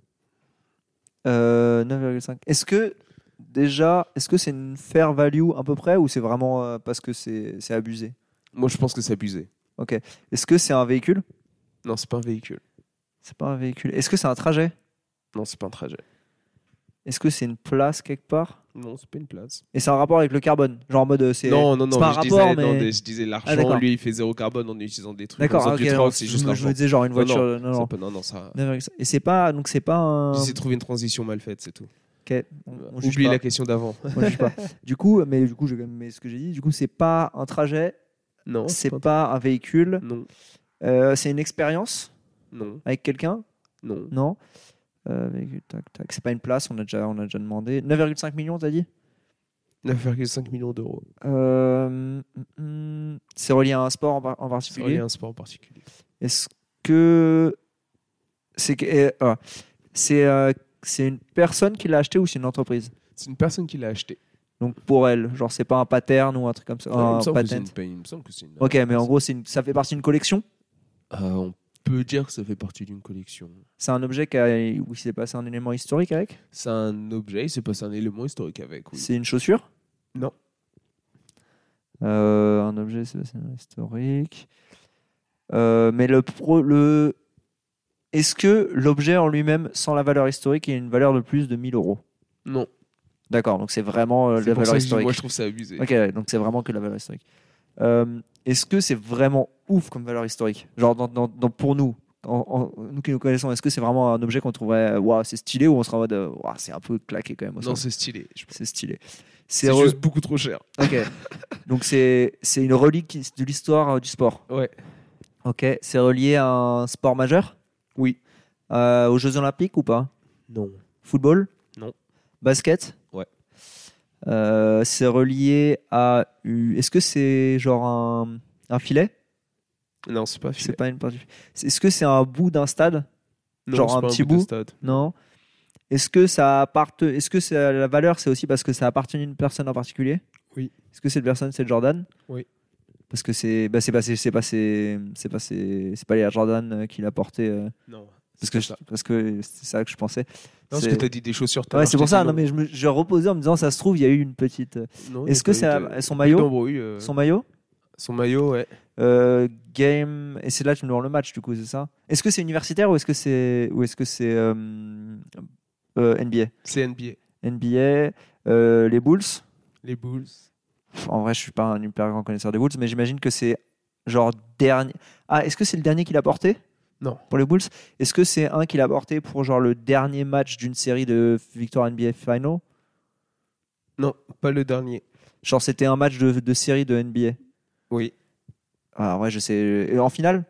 Speaker 2: Euh, 9,5. Est-ce que déjà, est-ce que c'est une fair value à peu près ou c'est vraiment euh, parce que c'est c'est abusé
Speaker 1: Moi, je pense que c'est abusé.
Speaker 2: Ok. Est-ce que c'est un véhicule
Speaker 1: Non, c'est pas un véhicule.
Speaker 2: C'est pas un véhicule. Est-ce que c'est un trajet
Speaker 1: Non, c'est pas un trajet.
Speaker 2: Est-ce que c'est une place quelque part
Speaker 1: Non, c'est pas une place.
Speaker 2: Et c'est un rapport avec le carbone, genre en mode euh, c'est.
Speaker 1: Non, non, non.
Speaker 2: c'est
Speaker 1: mais
Speaker 2: pas un
Speaker 1: je,
Speaker 2: rapport,
Speaker 1: disais, non,
Speaker 2: mais-
Speaker 1: mais je disais l'argent,
Speaker 2: d'accord.
Speaker 1: lui, il fait zéro carbone en utilisant des trucs.
Speaker 2: D'accord.
Speaker 1: en faisant
Speaker 2: ok,
Speaker 1: du
Speaker 2: alors,
Speaker 1: troc, c'est
Speaker 2: je,
Speaker 1: juste
Speaker 2: me- je
Speaker 1: l'argent.
Speaker 2: me disais genre une
Speaker 1: Non,
Speaker 2: voiture. Non, non.
Speaker 1: C'est pas- Non, non, ça.
Speaker 2: 9,5. Et c'est pas donc c'est pas un.
Speaker 1: J'essaie de trouver une transition mal faite, c'est tout.
Speaker 2: Ok, on- on juge
Speaker 1: Oublie
Speaker 2: pas.
Speaker 1: la question d'avant.
Speaker 2: Moi, je juge pas. Du coup, mais du coup, j'ai quand même mais ce que j'ai dit. Du coup, c'est pas un trajet,
Speaker 1: Non,
Speaker 2: c'est pas un véhicule,
Speaker 1: Non,
Speaker 2: euh, c'est une expérience
Speaker 1: non,
Speaker 2: avec quelqu'un.
Speaker 1: non.
Speaker 2: Non. Euh, véhicule, tac, tac. C'est pas une place, on a déjà, on a déjà demandé. 9,5 millions, t'as dit
Speaker 1: 9,5 millions d'euros.
Speaker 2: Euh, mm, C'est relié à un sport en, par- en
Speaker 1: C'est
Speaker 2: particulier
Speaker 1: relié à un sport en particulier.
Speaker 2: Est-ce que. C'est que- eh, ah. C'est euh, c'est une personne qui l'a acheté ou c'est une entreprise
Speaker 1: C'est une personne qui l'a acheté.
Speaker 2: Donc pour elle, genre c'est pas un pattern ou un truc comme ça.
Speaker 1: Ah, il,
Speaker 2: un
Speaker 1: me semble que c'est
Speaker 2: patent.
Speaker 1: une- il me semble que c'est une.
Speaker 2: Ah, Ok, mais en gros, c'est une- ça fait partie d'une collection
Speaker 1: Euh, on peut dire que ça fait partie d'une collection.
Speaker 2: C'est un objet qui a- où il s'est passé un élément historique avec
Speaker 1: C'est un objet, il s'est passé un élément historique avec. Oui.
Speaker 2: C'est une chaussure
Speaker 1: Non.
Speaker 2: Euh, un objet, c'est c'est historique. Euh, mais le pro, le est-ce que l'objet en lui-même, sans la valeur historique, a une valeur de plus de 1000 euros
Speaker 1: Non.
Speaker 2: D'accord, donc c'est vraiment euh,
Speaker 1: C'est
Speaker 2: la
Speaker 1: pour ça que
Speaker 2: valeur
Speaker 1: je dis,
Speaker 2: historique.
Speaker 1: Moi, je trouve ça abusé.
Speaker 2: Ok, ouais, donc c'est vraiment que la valeur historique. Euh, est-ce que c'est vraiment ouf comme valeur historique Genre dans, dans- dans- pour nous, en- en- nous qui nous connaissons, est-ce que c'est vraiment un objet qu'on trouverait, euh, Ouah, c'est stylé ou on serait en mode, euh, Ouah, c'est un peu claqué quand même au
Speaker 1: Non,
Speaker 2: sol.
Speaker 1: c'est stylé. je pense.
Speaker 2: C'est stylé.
Speaker 1: C'est
Speaker 2: re-
Speaker 1: juste beaucoup trop cher.
Speaker 2: Ok. Donc c'est c'est une relique de l'histoire euh, du sport.
Speaker 1: Ouais.
Speaker 2: Ok. C'est relié à un sport majeur
Speaker 1: Oui.
Speaker 2: Euh, aux Jeux Olympiques ou pas
Speaker 1: Non.
Speaker 2: Football
Speaker 1: Non.
Speaker 2: Basket
Speaker 1: Ouais.
Speaker 2: Euh, c'est relié à. u- Est-ce que c'est genre un, un filet
Speaker 1: Non, c'est pas
Speaker 2: C'est
Speaker 1: filet.
Speaker 2: pas une partie. c'est- Est-ce que c'est un bout d'un stade
Speaker 1: Non,
Speaker 2: genre
Speaker 1: c'est
Speaker 2: un
Speaker 1: pas
Speaker 2: petit
Speaker 1: bout de
Speaker 2: bout
Speaker 1: stade.
Speaker 2: Non. Est-ce que ça appartient Est-ce que ça- la valeur c'est aussi parce que ça appartient à une personne en particulier
Speaker 1: Oui.
Speaker 2: Est-ce que cette personne c'est Jordan
Speaker 1: Oui.
Speaker 2: Parce que c'est bah, c'est pas c'est c'est pas c'est c'est pas c'est c'est pas les Jordan euh, qui l'a porté euh,
Speaker 1: Non. c'est
Speaker 2: parce que
Speaker 1: pas
Speaker 2: je-
Speaker 1: ça.
Speaker 2: parce que c'est ça que je pensais.
Speaker 1: Non, parce
Speaker 2: c'est-
Speaker 1: que t'as dit des chaussures. tout à
Speaker 2: Ouais,
Speaker 1: l'heure,
Speaker 2: c'est
Speaker 1: je
Speaker 2: pour
Speaker 1: t'ai
Speaker 2: ça.
Speaker 1: dit
Speaker 2: Non mais je me je reposais en me disant ça se trouve il y a eu une petite. euh,
Speaker 1: Non, bah, il y a
Speaker 2: Est-ce que
Speaker 1: pas eu
Speaker 2: ça
Speaker 1: de-
Speaker 2: son
Speaker 1: Plus
Speaker 2: maillot
Speaker 1: d'embrouille, euh,
Speaker 2: son maillot
Speaker 1: Son maillot, ouais.
Speaker 2: euh, game et c'est là que tu nous rends le match du coup c'est ça. Est-ce que c'est universitaire ou est-ce que c'est ou est-ce que c'est euh, euh, NBA
Speaker 1: C'est NBA.
Speaker 2: NBA, euh, les Bulls.
Speaker 1: Les Bulls.
Speaker 2: Pff, En vrai, je suis pas un hyper grand connaisseur des Bulls, mais j'imagine que c'est genre dernier. Ah, est-ce que c'est le dernier qu'il a porté
Speaker 1: Non.
Speaker 2: Pour les Bulls Est-ce que c'est un qu'il a porté pour genre le dernier match d'une série de victoire NBA Final
Speaker 1: Non, pas le dernier.
Speaker 2: Genre c'était un match de, de série de NBA
Speaker 1: Oui.
Speaker 2: Ah, en vrai, je sais. Et En finale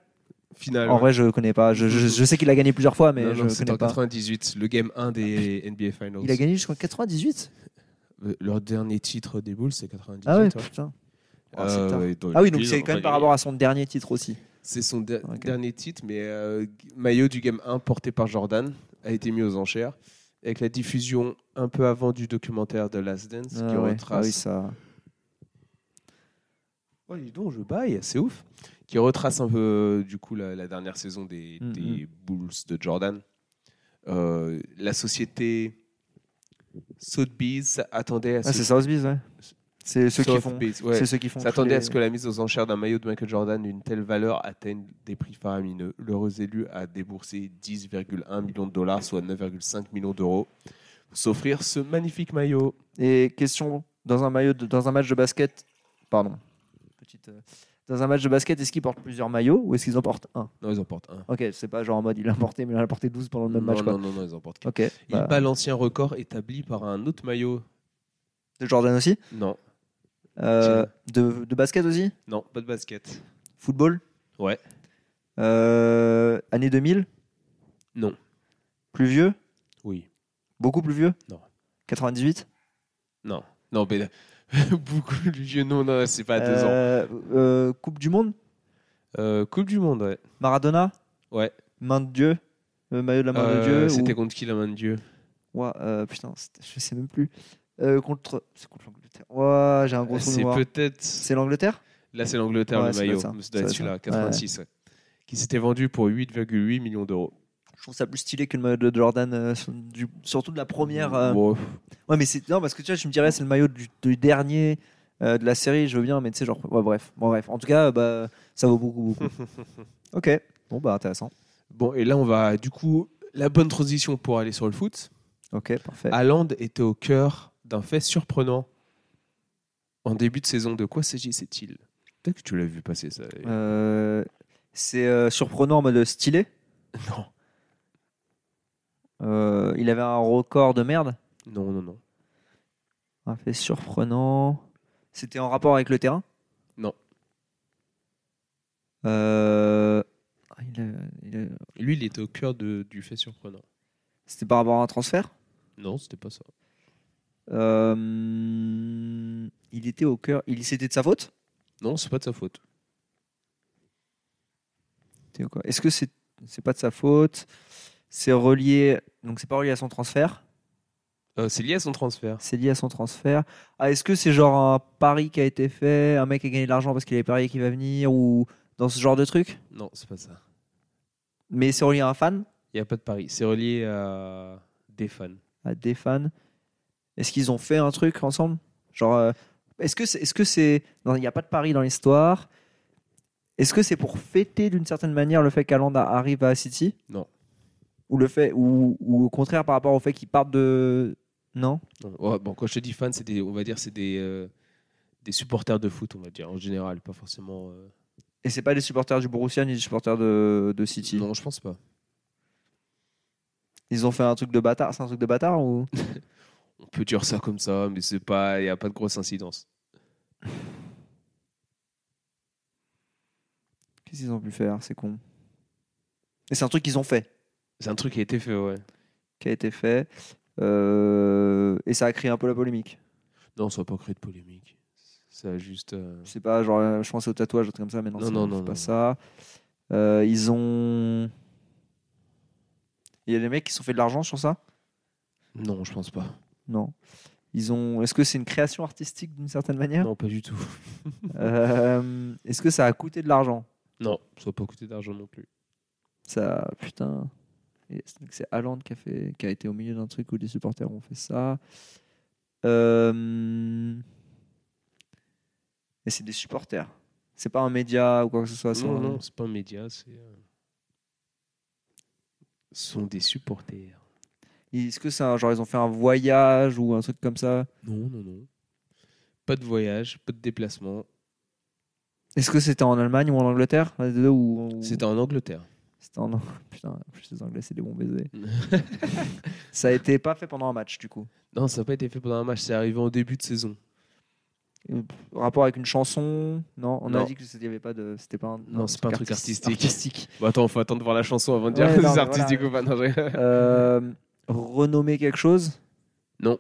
Speaker 1: Final.
Speaker 2: En vrai, je connais pas. Je, je- je sais qu'il a gagné plusieurs fois, mais
Speaker 1: Non,
Speaker 2: je
Speaker 1: non,
Speaker 2: connais
Speaker 1: c'était en
Speaker 2: pas. Ah,
Speaker 1: 98, le game 1 des NBA Finals.
Speaker 2: Il a gagné jusqu'en 98
Speaker 1: Euh, Leur dernier titre des Bulls, c'est 98.
Speaker 2: Ah ouais,
Speaker 1: hein.
Speaker 2: putain. Ah, c'est
Speaker 1: Euh,
Speaker 2: tard.
Speaker 1: ouais, dans les
Speaker 2: Ah oui, donc
Speaker 1: Bulls,
Speaker 2: c'est
Speaker 1: ils ont
Speaker 2: quand
Speaker 1: pas
Speaker 2: même par
Speaker 1: gagné.
Speaker 2: rapport à son dernier titre aussi.
Speaker 1: C'est son de-
Speaker 2: Ok.
Speaker 1: dernier titre, mais euh, maillot du game 1 porté par Jordan a été mis aux enchères avec la diffusion un peu avant du documentaire de Last Dance
Speaker 2: Ah
Speaker 1: qui
Speaker 2: ouais. Ah oui,
Speaker 1: retrace. Bah,
Speaker 2: ça.
Speaker 1: Oh, dis donc, je baille, c'est ouf. Qui retrace un peu euh, du coup la, la dernière saison des,
Speaker 2: Mm,
Speaker 1: des Bulls de Jordan. Euh, la société Sotheby's attendait à ce-
Speaker 2: Ah, c'est Sotheby's, ouais. C'est ceux qui font.
Speaker 1: Sotheby's, ouais.
Speaker 2: C'est ceux qui font.
Speaker 1: s'attendait
Speaker 2: tous
Speaker 1: à ce que la mise aux enchères d'un maillot de Michael Jordan d'une telle valeur atteigne des prix faramineux. L'heureux élu a déboursé 10,1 millions de dollars, soit 9,5 millions d'euros, pour s'offrir ce magnifique maillot.
Speaker 2: les- Et question dans un maillot, de- dans un match de basket, pardon. Petite. euh, Dans un match de basket, est-ce qu'ils portent plusieurs maillots ou est-ce qu'ils en portent un
Speaker 1: Non, ils en portent un.
Speaker 2: Ok, c'est pas genre en mode il en a porté, mais il en a porté 12 pendant le même
Speaker 1: non,
Speaker 2: match. Quoi.
Speaker 1: non, non, non, ils en portent quatre.
Speaker 2: Ok.
Speaker 1: Il
Speaker 2: bah,
Speaker 1: bat l'ancien record établi par un autre maillot.
Speaker 2: de Jordan aussi
Speaker 1: Non,
Speaker 2: Euh, de, de basket aussi
Speaker 1: non, pas de basket.
Speaker 2: Football
Speaker 1: Ouais.
Speaker 2: Euh, année 2000
Speaker 1: Non.
Speaker 2: Plus vieux
Speaker 1: Oui.
Speaker 2: Beaucoup plus vieux
Speaker 1: Non.
Speaker 2: 98
Speaker 1: Non, non, mais beaucoup de vieux, non, non, c'est pas à deux ans.
Speaker 2: Euh, euh, Coupe du Monde
Speaker 1: Euh, coupe du Monde, ouais.
Speaker 2: Maradona
Speaker 1: Ouais.
Speaker 2: Main de Dieu Le maillot de la main de
Speaker 1: Euh,
Speaker 2: Dieu ou-
Speaker 1: C'était contre qui la main de Dieu
Speaker 2: Ouah, euh, putain, c'était- je sais même plus. Euh, contre. C'est contre l'Angleterre. Ouah, j'ai un gros trou
Speaker 1: C'est
Speaker 2: noir.
Speaker 1: peut-être.
Speaker 2: C'est l'Angleterre
Speaker 1: Là, c'est l'Angleterre,
Speaker 2: Ouais,
Speaker 1: le
Speaker 2: ça doit
Speaker 1: maillot.
Speaker 2: être ça.
Speaker 1: Ça doit être
Speaker 2: Ça doit
Speaker 1: celui-là,
Speaker 2: être ça. Ouais.
Speaker 1: 86. ouais. Qui s'était vendu pour 8,8 millions d'euros.
Speaker 2: Je trouve ça plus stylé que le maillot de Jordan, euh, sur- du- surtout de la première. euh,
Speaker 1: Wow.
Speaker 2: Ouais, mais c'est. Non, parce que tu vois, je me dirais, c'est le maillot du, du dernier euh, de la série, je veux bien, mais tu sais, genre. Ouais, bref. Bon, bref. En tout cas, euh, bah, ça vaut beaucoup, beaucoup. ok. Bon, bah, intéressant.
Speaker 1: Bon, et là, on va du coup, la bonne transition pour aller sur le foot.
Speaker 2: Ok, parfait.
Speaker 1: Haaland était au cœur d'un fait surprenant en début de saison. De quoi s'agissait-il Peut-être que tu l'as vu passer ça.
Speaker 2: Euh, c'est euh, surprenant en mode stylé.
Speaker 1: Non,
Speaker 2: Euh, il avait un record de merde.
Speaker 1: non, non, non.
Speaker 2: Un fait Ah, surprenant. C'était en rapport avec le terrain
Speaker 1: Non.
Speaker 2: Euh, ah, il a- il a-
Speaker 1: Lui, il était au cœur de- du fait surprenant.
Speaker 2: C'était par rapport à un transfert
Speaker 1: Non, c'était pas ça.
Speaker 2: Euh, Il était au cœur. Il c'était de sa faute
Speaker 1: Non, c'est pas de sa faute.
Speaker 2: C'était quoi Est-ce que c'est c'est pas de sa faute C'est relié. Donc c'est pas relié à son transfert.
Speaker 1: Euh, c'est lié à son transfert.
Speaker 2: C'est lié à son transfert. Ah, est-ce que c'est genre un pari qui a été fait Un mec a gagné de l'argent parce qu'il avait parié qu'il va venir ou dans ce genre de truc
Speaker 1: Non, c'est pas ça.
Speaker 2: Mais c'est relié à un fan
Speaker 1: Il n'y a pas de pari. C'est relié à des fans.
Speaker 2: à des fans. Est-ce qu'ils ont fait un truc ensemble Genre, euh, est-ce que c'est, est-ce que c'est, non, il n'y a pas de pari dans l'histoire. Est-ce que c'est pour fêter d'une certaine manière le fait qu'Alanda arrive à City
Speaker 1: Non.
Speaker 2: Ou le fait, ou, ou au contraire par rapport au fait qu'il parte de, non
Speaker 1: Non. Ouais, bon, quand je te dis fans, c'est des, on va dire, c'est des, euh, des supporters de foot, on va dire, en général, pas forcément. euh,
Speaker 2: Et c'est pas les supporters du Borussia ni les supporters de, de City.
Speaker 1: Non, je pense pas.
Speaker 2: Ils ont fait un truc de bâtard, c'est un truc de bâtard ou
Speaker 1: On peut dire ça comme ça, mais c'est pas, il n'y a pas de grosse incidence.
Speaker 2: qu'est-ce qu'ils ont pu faire C'est con. Et c'est un truc qu'ils ont fait,
Speaker 1: C'est un truc qui a été fait, ouais.
Speaker 2: qui a été fait, Euh, et ça a créé un peu la polémique.
Speaker 1: Non, ça n'a pas créé de polémique. Ça a juste. euh,
Speaker 2: Je sais pas, genre, euh, je pense au tatouage, un truc comme ça, mais non,
Speaker 1: Non,
Speaker 2: c'est-
Speaker 1: non,
Speaker 2: c'est
Speaker 1: non,
Speaker 2: pas
Speaker 1: non.
Speaker 2: ça. Euh, ils ont. Il y a des mecs qui se sont fait de l'argent sur ça
Speaker 1: Non, je pense pas.
Speaker 2: Non. Ils ont. Est-ce que c'est une création artistique d'une certaine manière
Speaker 1: Non, pas du tout.
Speaker 2: Euh, Est-ce que ça a coûté de l'argent
Speaker 1: Non, ça n'a pas coûté d'argent non plus.
Speaker 2: Ça, putain. Et c'est- C'est Haaland qui a fait, qui a été au milieu d'un truc où des supporters ont fait ça. Euh, Et c'est des supporters. C'est pas un média ou quoi que ce soit. c'est
Speaker 1: non,
Speaker 2: un-
Speaker 1: non, c'est pas un média, c'est. euh, Ce sont des supporters.
Speaker 2: Est-ce que c'est un- genre ils ont fait un voyage ou un truc comme ça
Speaker 1: Non, non, non. Pas de voyage, pas de déplacement.
Speaker 2: Est-ce que c'était en Allemagne ou en Angleterre Un des deux, ou, ou-
Speaker 1: C'était en Angleterre.
Speaker 2: C'était en... Putain, en plus les Anglais c'est des bons baisers. ça a été pas fait pendant un match du coup.
Speaker 1: Non, ça n'a pas été fait pendant un match, c'est arrivé en début de saison.
Speaker 2: Rapport avec une chanson Non, on a
Speaker 1: Non.
Speaker 2: dit que c'était il y avait pas de c'était pas un
Speaker 1: Non, c'est pas un truc
Speaker 2: artis-
Speaker 1: artistique.
Speaker 2: artistique.
Speaker 1: Bon, Bah, attends, faut attendre de voir la chanson avant de
Speaker 2: Ouais,
Speaker 1: dire que
Speaker 2: non,
Speaker 1: c'est
Speaker 2: mais voilà.
Speaker 1: artistique ou pas. Ah, non, je-
Speaker 2: Euh, renommer quelque chose
Speaker 1: Non.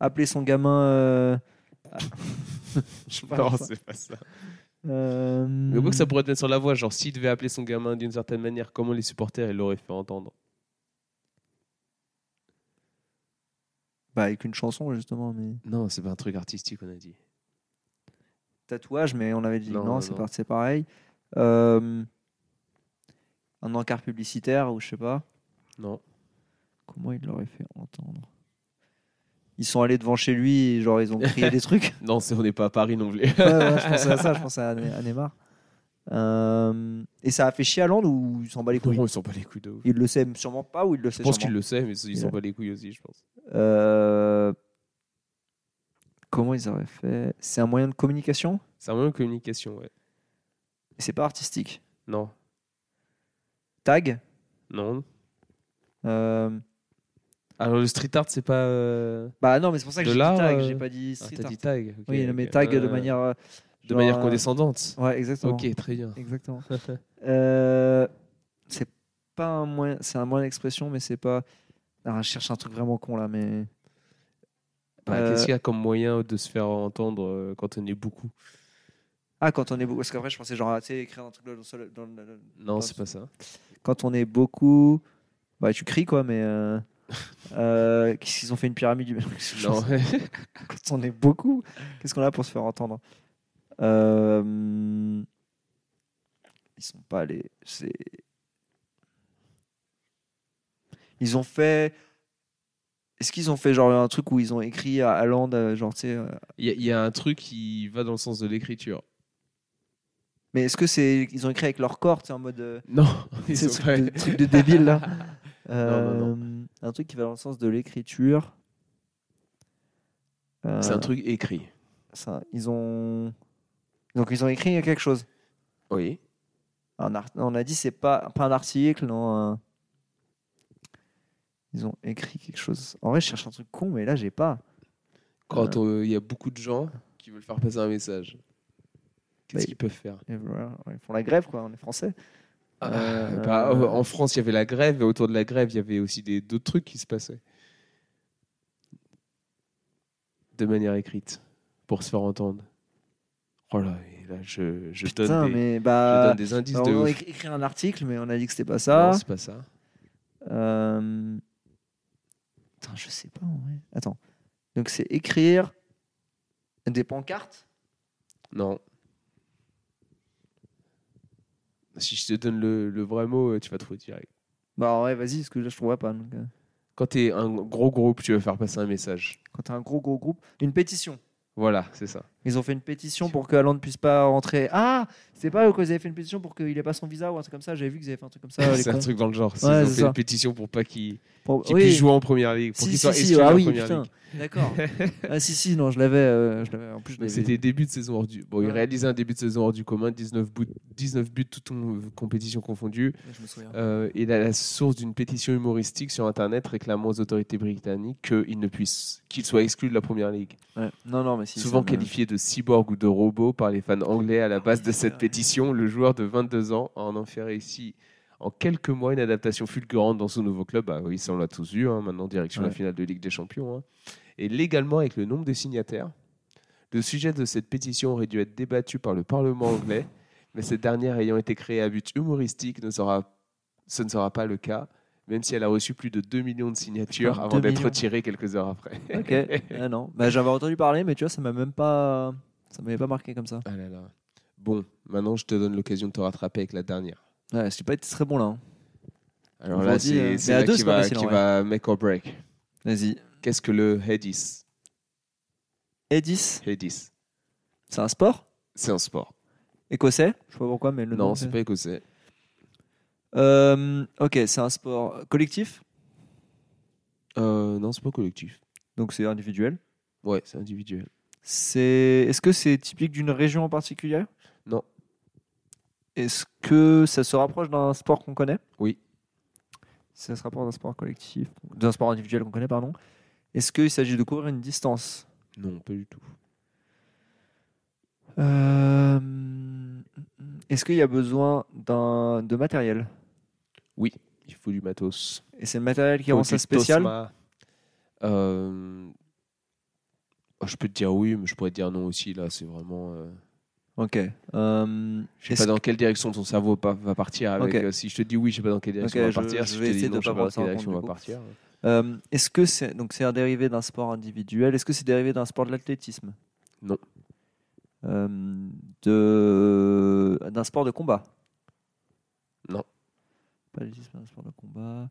Speaker 2: Appeler son gamin euh, ah. Je sais pas,
Speaker 1: Non,
Speaker 2: je sais
Speaker 1: c'est pas ça.
Speaker 2: pas. Euh,
Speaker 1: Mais quoi que ça pourrait être sur la voix, genre s'il devait appeler son gamin d'une certaine manière, comment les supporters ils l'auraient fait entendre
Speaker 2: bah, avec une chanson justement mais
Speaker 1: Non, c'est pas un truc artistique, on a dit.
Speaker 2: tatouage, mais on avait dit
Speaker 1: Non,
Speaker 2: non,
Speaker 1: non,
Speaker 2: c'est
Speaker 1: non.
Speaker 2: par- c'est pareil. Euh, un encart publicitaire ou je sais pas.
Speaker 1: Non.
Speaker 2: Comment il l'aurait fait entendre Ils sont allés devant chez lui, et genre ils ont crié des trucs.
Speaker 1: Non, c'est- on n'est pas à Paris non plus.
Speaker 2: Ouais, ouais, je pensais à ça, je pensais à, Ne- à Neymar. Euh, et ça a fait chier à Land ou il s'en bat les couilles
Speaker 1: Non, ils sont pas les couilles de ouf.
Speaker 2: Il le sait sûrement pas ou il le sait
Speaker 1: Je pense
Speaker 2: sûrement
Speaker 1: qu'ils le savent, mais ils
Speaker 2: Il a-
Speaker 1: sont pas les couilles aussi, je pense.
Speaker 2: Euh, Comment ils auraient fait C'est un moyen de communication
Speaker 1: C'est un moyen de communication, ouais.
Speaker 2: C'est pas artistique.
Speaker 1: Non.
Speaker 2: Tag
Speaker 1: Non.
Speaker 2: Euh,
Speaker 1: Alors le street art, c'est pas. euh,
Speaker 2: Bah non, mais c'est pour ça que
Speaker 1: De
Speaker 2: j'ai dit
Speaker 1: là,
Speaker 2: tag,
Speaker 1: euh,
Speaker 2: j'ai pas dit
Speaker 1: Ah,
Speaker 2: street
Speaker 1: t'as
Speaker 2: art.
Speaker 1: dit tag. ok,
Speaker 2: Oui, non, mais
Speaker 1: ok.
Speaker 2: tag de
Speaker 1: Euh,
Speaker 2: manière. euh,
Speaker 1: De
Speaker 2: genre,
Speaker 1: manière
Speaker 2: euh,
Speaker 1: condescendante.
Speaker 2: Ouais, exactement.
Speaker 1: Ok, très bien. Bah,
Speaker 2: Exactement. Euh, c'est pas un moyen, c'est un moyen d'expression, mais c'est pas. Ah, je cherche un truc vraiment con là, mais.
Speaker 1: Bah,
Speaker 2: Euh,
Speaker 1: Qu'est-ce qu'il y a comme moyen de se faire entendre euh, quand on est beaucoup
Speaker 2: Ah, quand on est beaucoup. Parce qu'après, je pensais genre, ah, tu sais, écrire un truc dans le sol- dans le- dans le-
Speaker 1: Non,
Speaker 2: Ah,
Speaker 1: c'est pas ça.
Speaker 2: Quand on est beaucoup. Bah, tu cries quoi, mais. euh, euh, Qu'est-ce qu'ils ont fait une pyramide du.
Speaker 1: Non.
Speaker 2: Quand on est beaucoup, qu'est-ce qu'on a pour se faire entendre Euh, sont pas les. C'est... Ils ont fait. Est-ce qu'ils ont fait genre un truc où ils ont écrit à Aland, euh, genre tu sais. euh,
Speaker 1: Il y, a- il y a un truc qui va dans le sens de l'écriture.
Speaker 2: Mais est-ce que c'est. Ils ont écrit avec leur corps, tu sais, en mode. euh,
Speaker 1: Non,
Speaker 2: tu
Speaker 1: ils
Speaker 2: sais,
Speaker 1: sont
Speaker 2: ce
Speaker 1: pas-
Speaker 2: truc de, truc de débile là.
Speaker 1: non,
Speaker 2: Euh, Un truc qui va dans le sens de l'écriture. Euh,
Speaker 1: C'est un truc écrit.
Speaker 2: ça, ils ont. Donc ils ont écrit quelque chose.
Speaker 1: Oui.
Speaker 2: Un art- On a dit c'est pas, pas un article, non. un- Ils ont écrit quelque chose. En vrai, je cherche un truc con, mais là j'ai pas.
Speaker 1: Quand euh, il y a beaucoup de gens qui veulent faire passer un message, qu'est-ce
Speaker 2: Bah,
Speaker 1: qu'ils peuvent faire
Speaker 2: Et voilà, Ils font la grève, quoi. On est français. euh,
Speaker 1: Bah, euh, En France, il y avait la grève, et autour de la grève, il y avait aussi des- d'autres trucs qui se passaient. De manière écrite, pour se faire entendre. Oh là, et là je, je
Speaker 2: Putain,
Speaker 1: donne, des,
Speaker 2: mais
Speaker 1: je
Speaker 2: bah.
Speaker 1: donne des indices
Speaker 2: alors,
Speaker 1: de
Speaker 2: on a
Speaker 1: ouf.
Speaker 2: écrit- écrit un article, mais on a dit que c'était pas ça.
Speaker 1: Non, c'est pas ça.
Speaker 2: Euh, Putain, je sais pas en vrai. Attends. Donc c'est écrire des pancartes.
Speaker 1: Non. Si je te donne le, le vrai mot, euh, tu vas trouver direct.
Speaker 2: Bah ouais, vas-y, parce que là je trouve pas. Donc, euh,
Speaker 1: Quand t'es un gros groupe, tu veux faire passer un message.
Speaker 2: quand t'as un gros gros groupe, une pétition.
Speaker 1: Voilà, c'est ça.
Speaker 2: Ils ont fait une pétition pour que Hollande puisse pas rentrer. Ah, c'est pas eux qu'ils avaient fait une pétition pour qu'il ait pas son visa ou un truc comme ça. J'avais vu qu'ils avaient fait un truc comme ça. Ah, les
Speaker 1: c'est un
Speaker 2: cons.
Speaker 1: truc dans le genre. C'est-
Speaker 2: Ouais,
Speaker 1: ils ont
Speaker 2: c'est
Speaker 1: fait
Speaker 2: ça.
Speaker 1: une pétition pour pas qu'ils
Speaker 2: Pour-
Speaker 1: qu'ils
Speaker 2: oui.
Speaker 1: puissent jouer en première ligue, pour
Speaker 2: Si,
Speaker 1: qu'ils
Speaker 2: si,
Speaker 1: soient
Speaker 2: si,
Speaker 1: exclus
Speaker 2: ah
Speaker 1: en
Speaker 2: oui,
Speaker 1: première
Speaker 2: putain.
Speaker 1: ligue.
Speaker 2: D'accord. ah si, si, non, je l'avais. euh, je l'avais. En plus, je
Speaker 1: Mais
Speaker 2: l'avais-
Speaker 1: C'était début de saison hors du. Bon, ils
Speaker 2: Ouais.
Speaker 1: réalisaient un début de saison hors du commun, 19 buts, 19 buts toutes euh, compétitions confondues.
Speaker 2: Je me souviens.
Speaker 1: Euh, il a la source d'une pétition humoristique sur Internet réclamant aux autorités britanniques qu'ils ne puissent, qu'ils soient exclus de la première ligue.
Speaker 2: Ouais. Non, non, mais si.
Speaker 1: Souvent
Speaker 2: ça me-
Speaker 1: qualifié de cyborg ou de robot par les fans anglais à la base de cette
Speaker 2: ouais.
Speaker 1: pétition, le joueur de 22 ans en en fait réussi en quelques mois une adaptation fulgurante dans son nouveau club. Bah oui, ça on l'a tous vu, hein, maintenant direction la
Speaker 2: Ouais.
Speaker 1: finale de Ligue des Champions. hein. Et légalement, avec le nombre de signataires, le sujet de cette pétition aurait dû être débattu par le Parlement anglais, mais cette dernière ayant été créée à but humoristique, ne sera, ce ne sera pas le cas, même si elle a reçu plus de 2 millions de signatures
Speaker 2: Putain,
Speaker 1: avant
Speaker 2: 2
Speaker 1: d'être
Speaker 2: millions.
Speaker 1: retirée quelques heures après.
Speaker 2: Ok. ah non. Bah, j'avais entendu parler, mais tu vois, ça m'a même pas. Ça m'avait pas marqué comme ça.
Speaker 1: Ah là là. Bon, maintenant je te donne l'occasion de te rattraper avec la dernière.
Speaker 2: Ouais, j'ai pas été très bon là. hein.
Speaker 1: Alors
Speaker 2: Aujourd'hui,
Speaker 1: là, c'est
Speaker 2: euh,
Speaker 1: c'est
Speaker 2: mais à
Speaker 1: là
Speaker 2: deux,
Speaker 1: qui,
Speaker 2: c'est pas
Speaker 1: va,
Speaker 2: facile, en
Speaker 1: qui
Speaker 2: vrai.
Speaker 1: va make or break.
Speaker 2: Vas-y.
Speaker 1: Qu'est-ce que le Hedis
Speaker 2: Edis,
Speaker 1: Hedis,
Speaker 2: c'est un sport
Speaker 1: c'est un sport.
Speaker 2: écossais. Je sais pas pourquoi, mais le
Speaker 1: non,
Speaker 2: nom,
Speaker 1: c'est pas écossais.
Speaker 2: Euh, ok, c'est un sport collectif,
Speaker 1: Euh, non, c'est pas collectif.
Speaker 2: donc c'est individuel.
Speaker 1: Ouais, c'est individuel.
Speaker 2: C'est. Est-ce que c'est typique d'une région en particulier
Speaker 1: Non.
Speaker 2: Est-ce que ça se rapproche d'un sport qu'on connaît
Speaker 1: Oui.
Speaker 2: Ça se rapproche d'un sport collectif, d'un sport individuel qu'on connaît, pardon. Est-ce qu'il s'agit de courir une distance
Speaker 1: Non, pas du tout.
Speaker 2: Euh, Est-ce qu'il y a besoin d'un de matériel
Speaker 1: Il faut du matos.
Speaker 2: Et c'est le matériel qui
Speaker 1: Faut
Speaker 2: rend
Speaker 1: du
Speaker 2: ça spécial
Speaker 1: Tosma. Euh, oh, Je peux te dire oui, mais je pourrais te dire non aussi. Là, c'est vraiment. euh,
Speaker 2: Ok. Euh,
Speaker 1: Je sais
Speaker 2: est-ce
Speaker 1: pas dans quelle direction ton cerveau pa- va partir. Avec,
Speaker 2: Ok.
Speaker 1: euh, si je te dis oui, je sais pas dans quelle direction
Speaker 2: Ok,
Speaker 1: on va
Speaker 2: je-
Speaker 1: partir.
Speaker 2: je
Speaker 1: si
Speaker 2: vais
Speaker 1: je te dis
Speaker 2: essayer
Speaker 1: non,
Speaker 2: de
Speaker 1: je sais
Speaker 2: pas
Speaker 1: pas dans
Speaker 2: prendre ça
Speaker 1: quelle
Speaker 2: en
Speaker 1: direction on va
Speaker 2: compte,
Speaker 1: partir.
Speaker 2: euh, est-ce que c'est donc c'est un dérivé d'un sport individuel Est-ce que c'est dérivé d'un sport de l'athlétisme
Speaker 1: Non.
Speaker 2: Euh, de d'un sport de combat
Speaker 1: Non.
Speaker 2: Pas l'athlétisme, un sport de combat.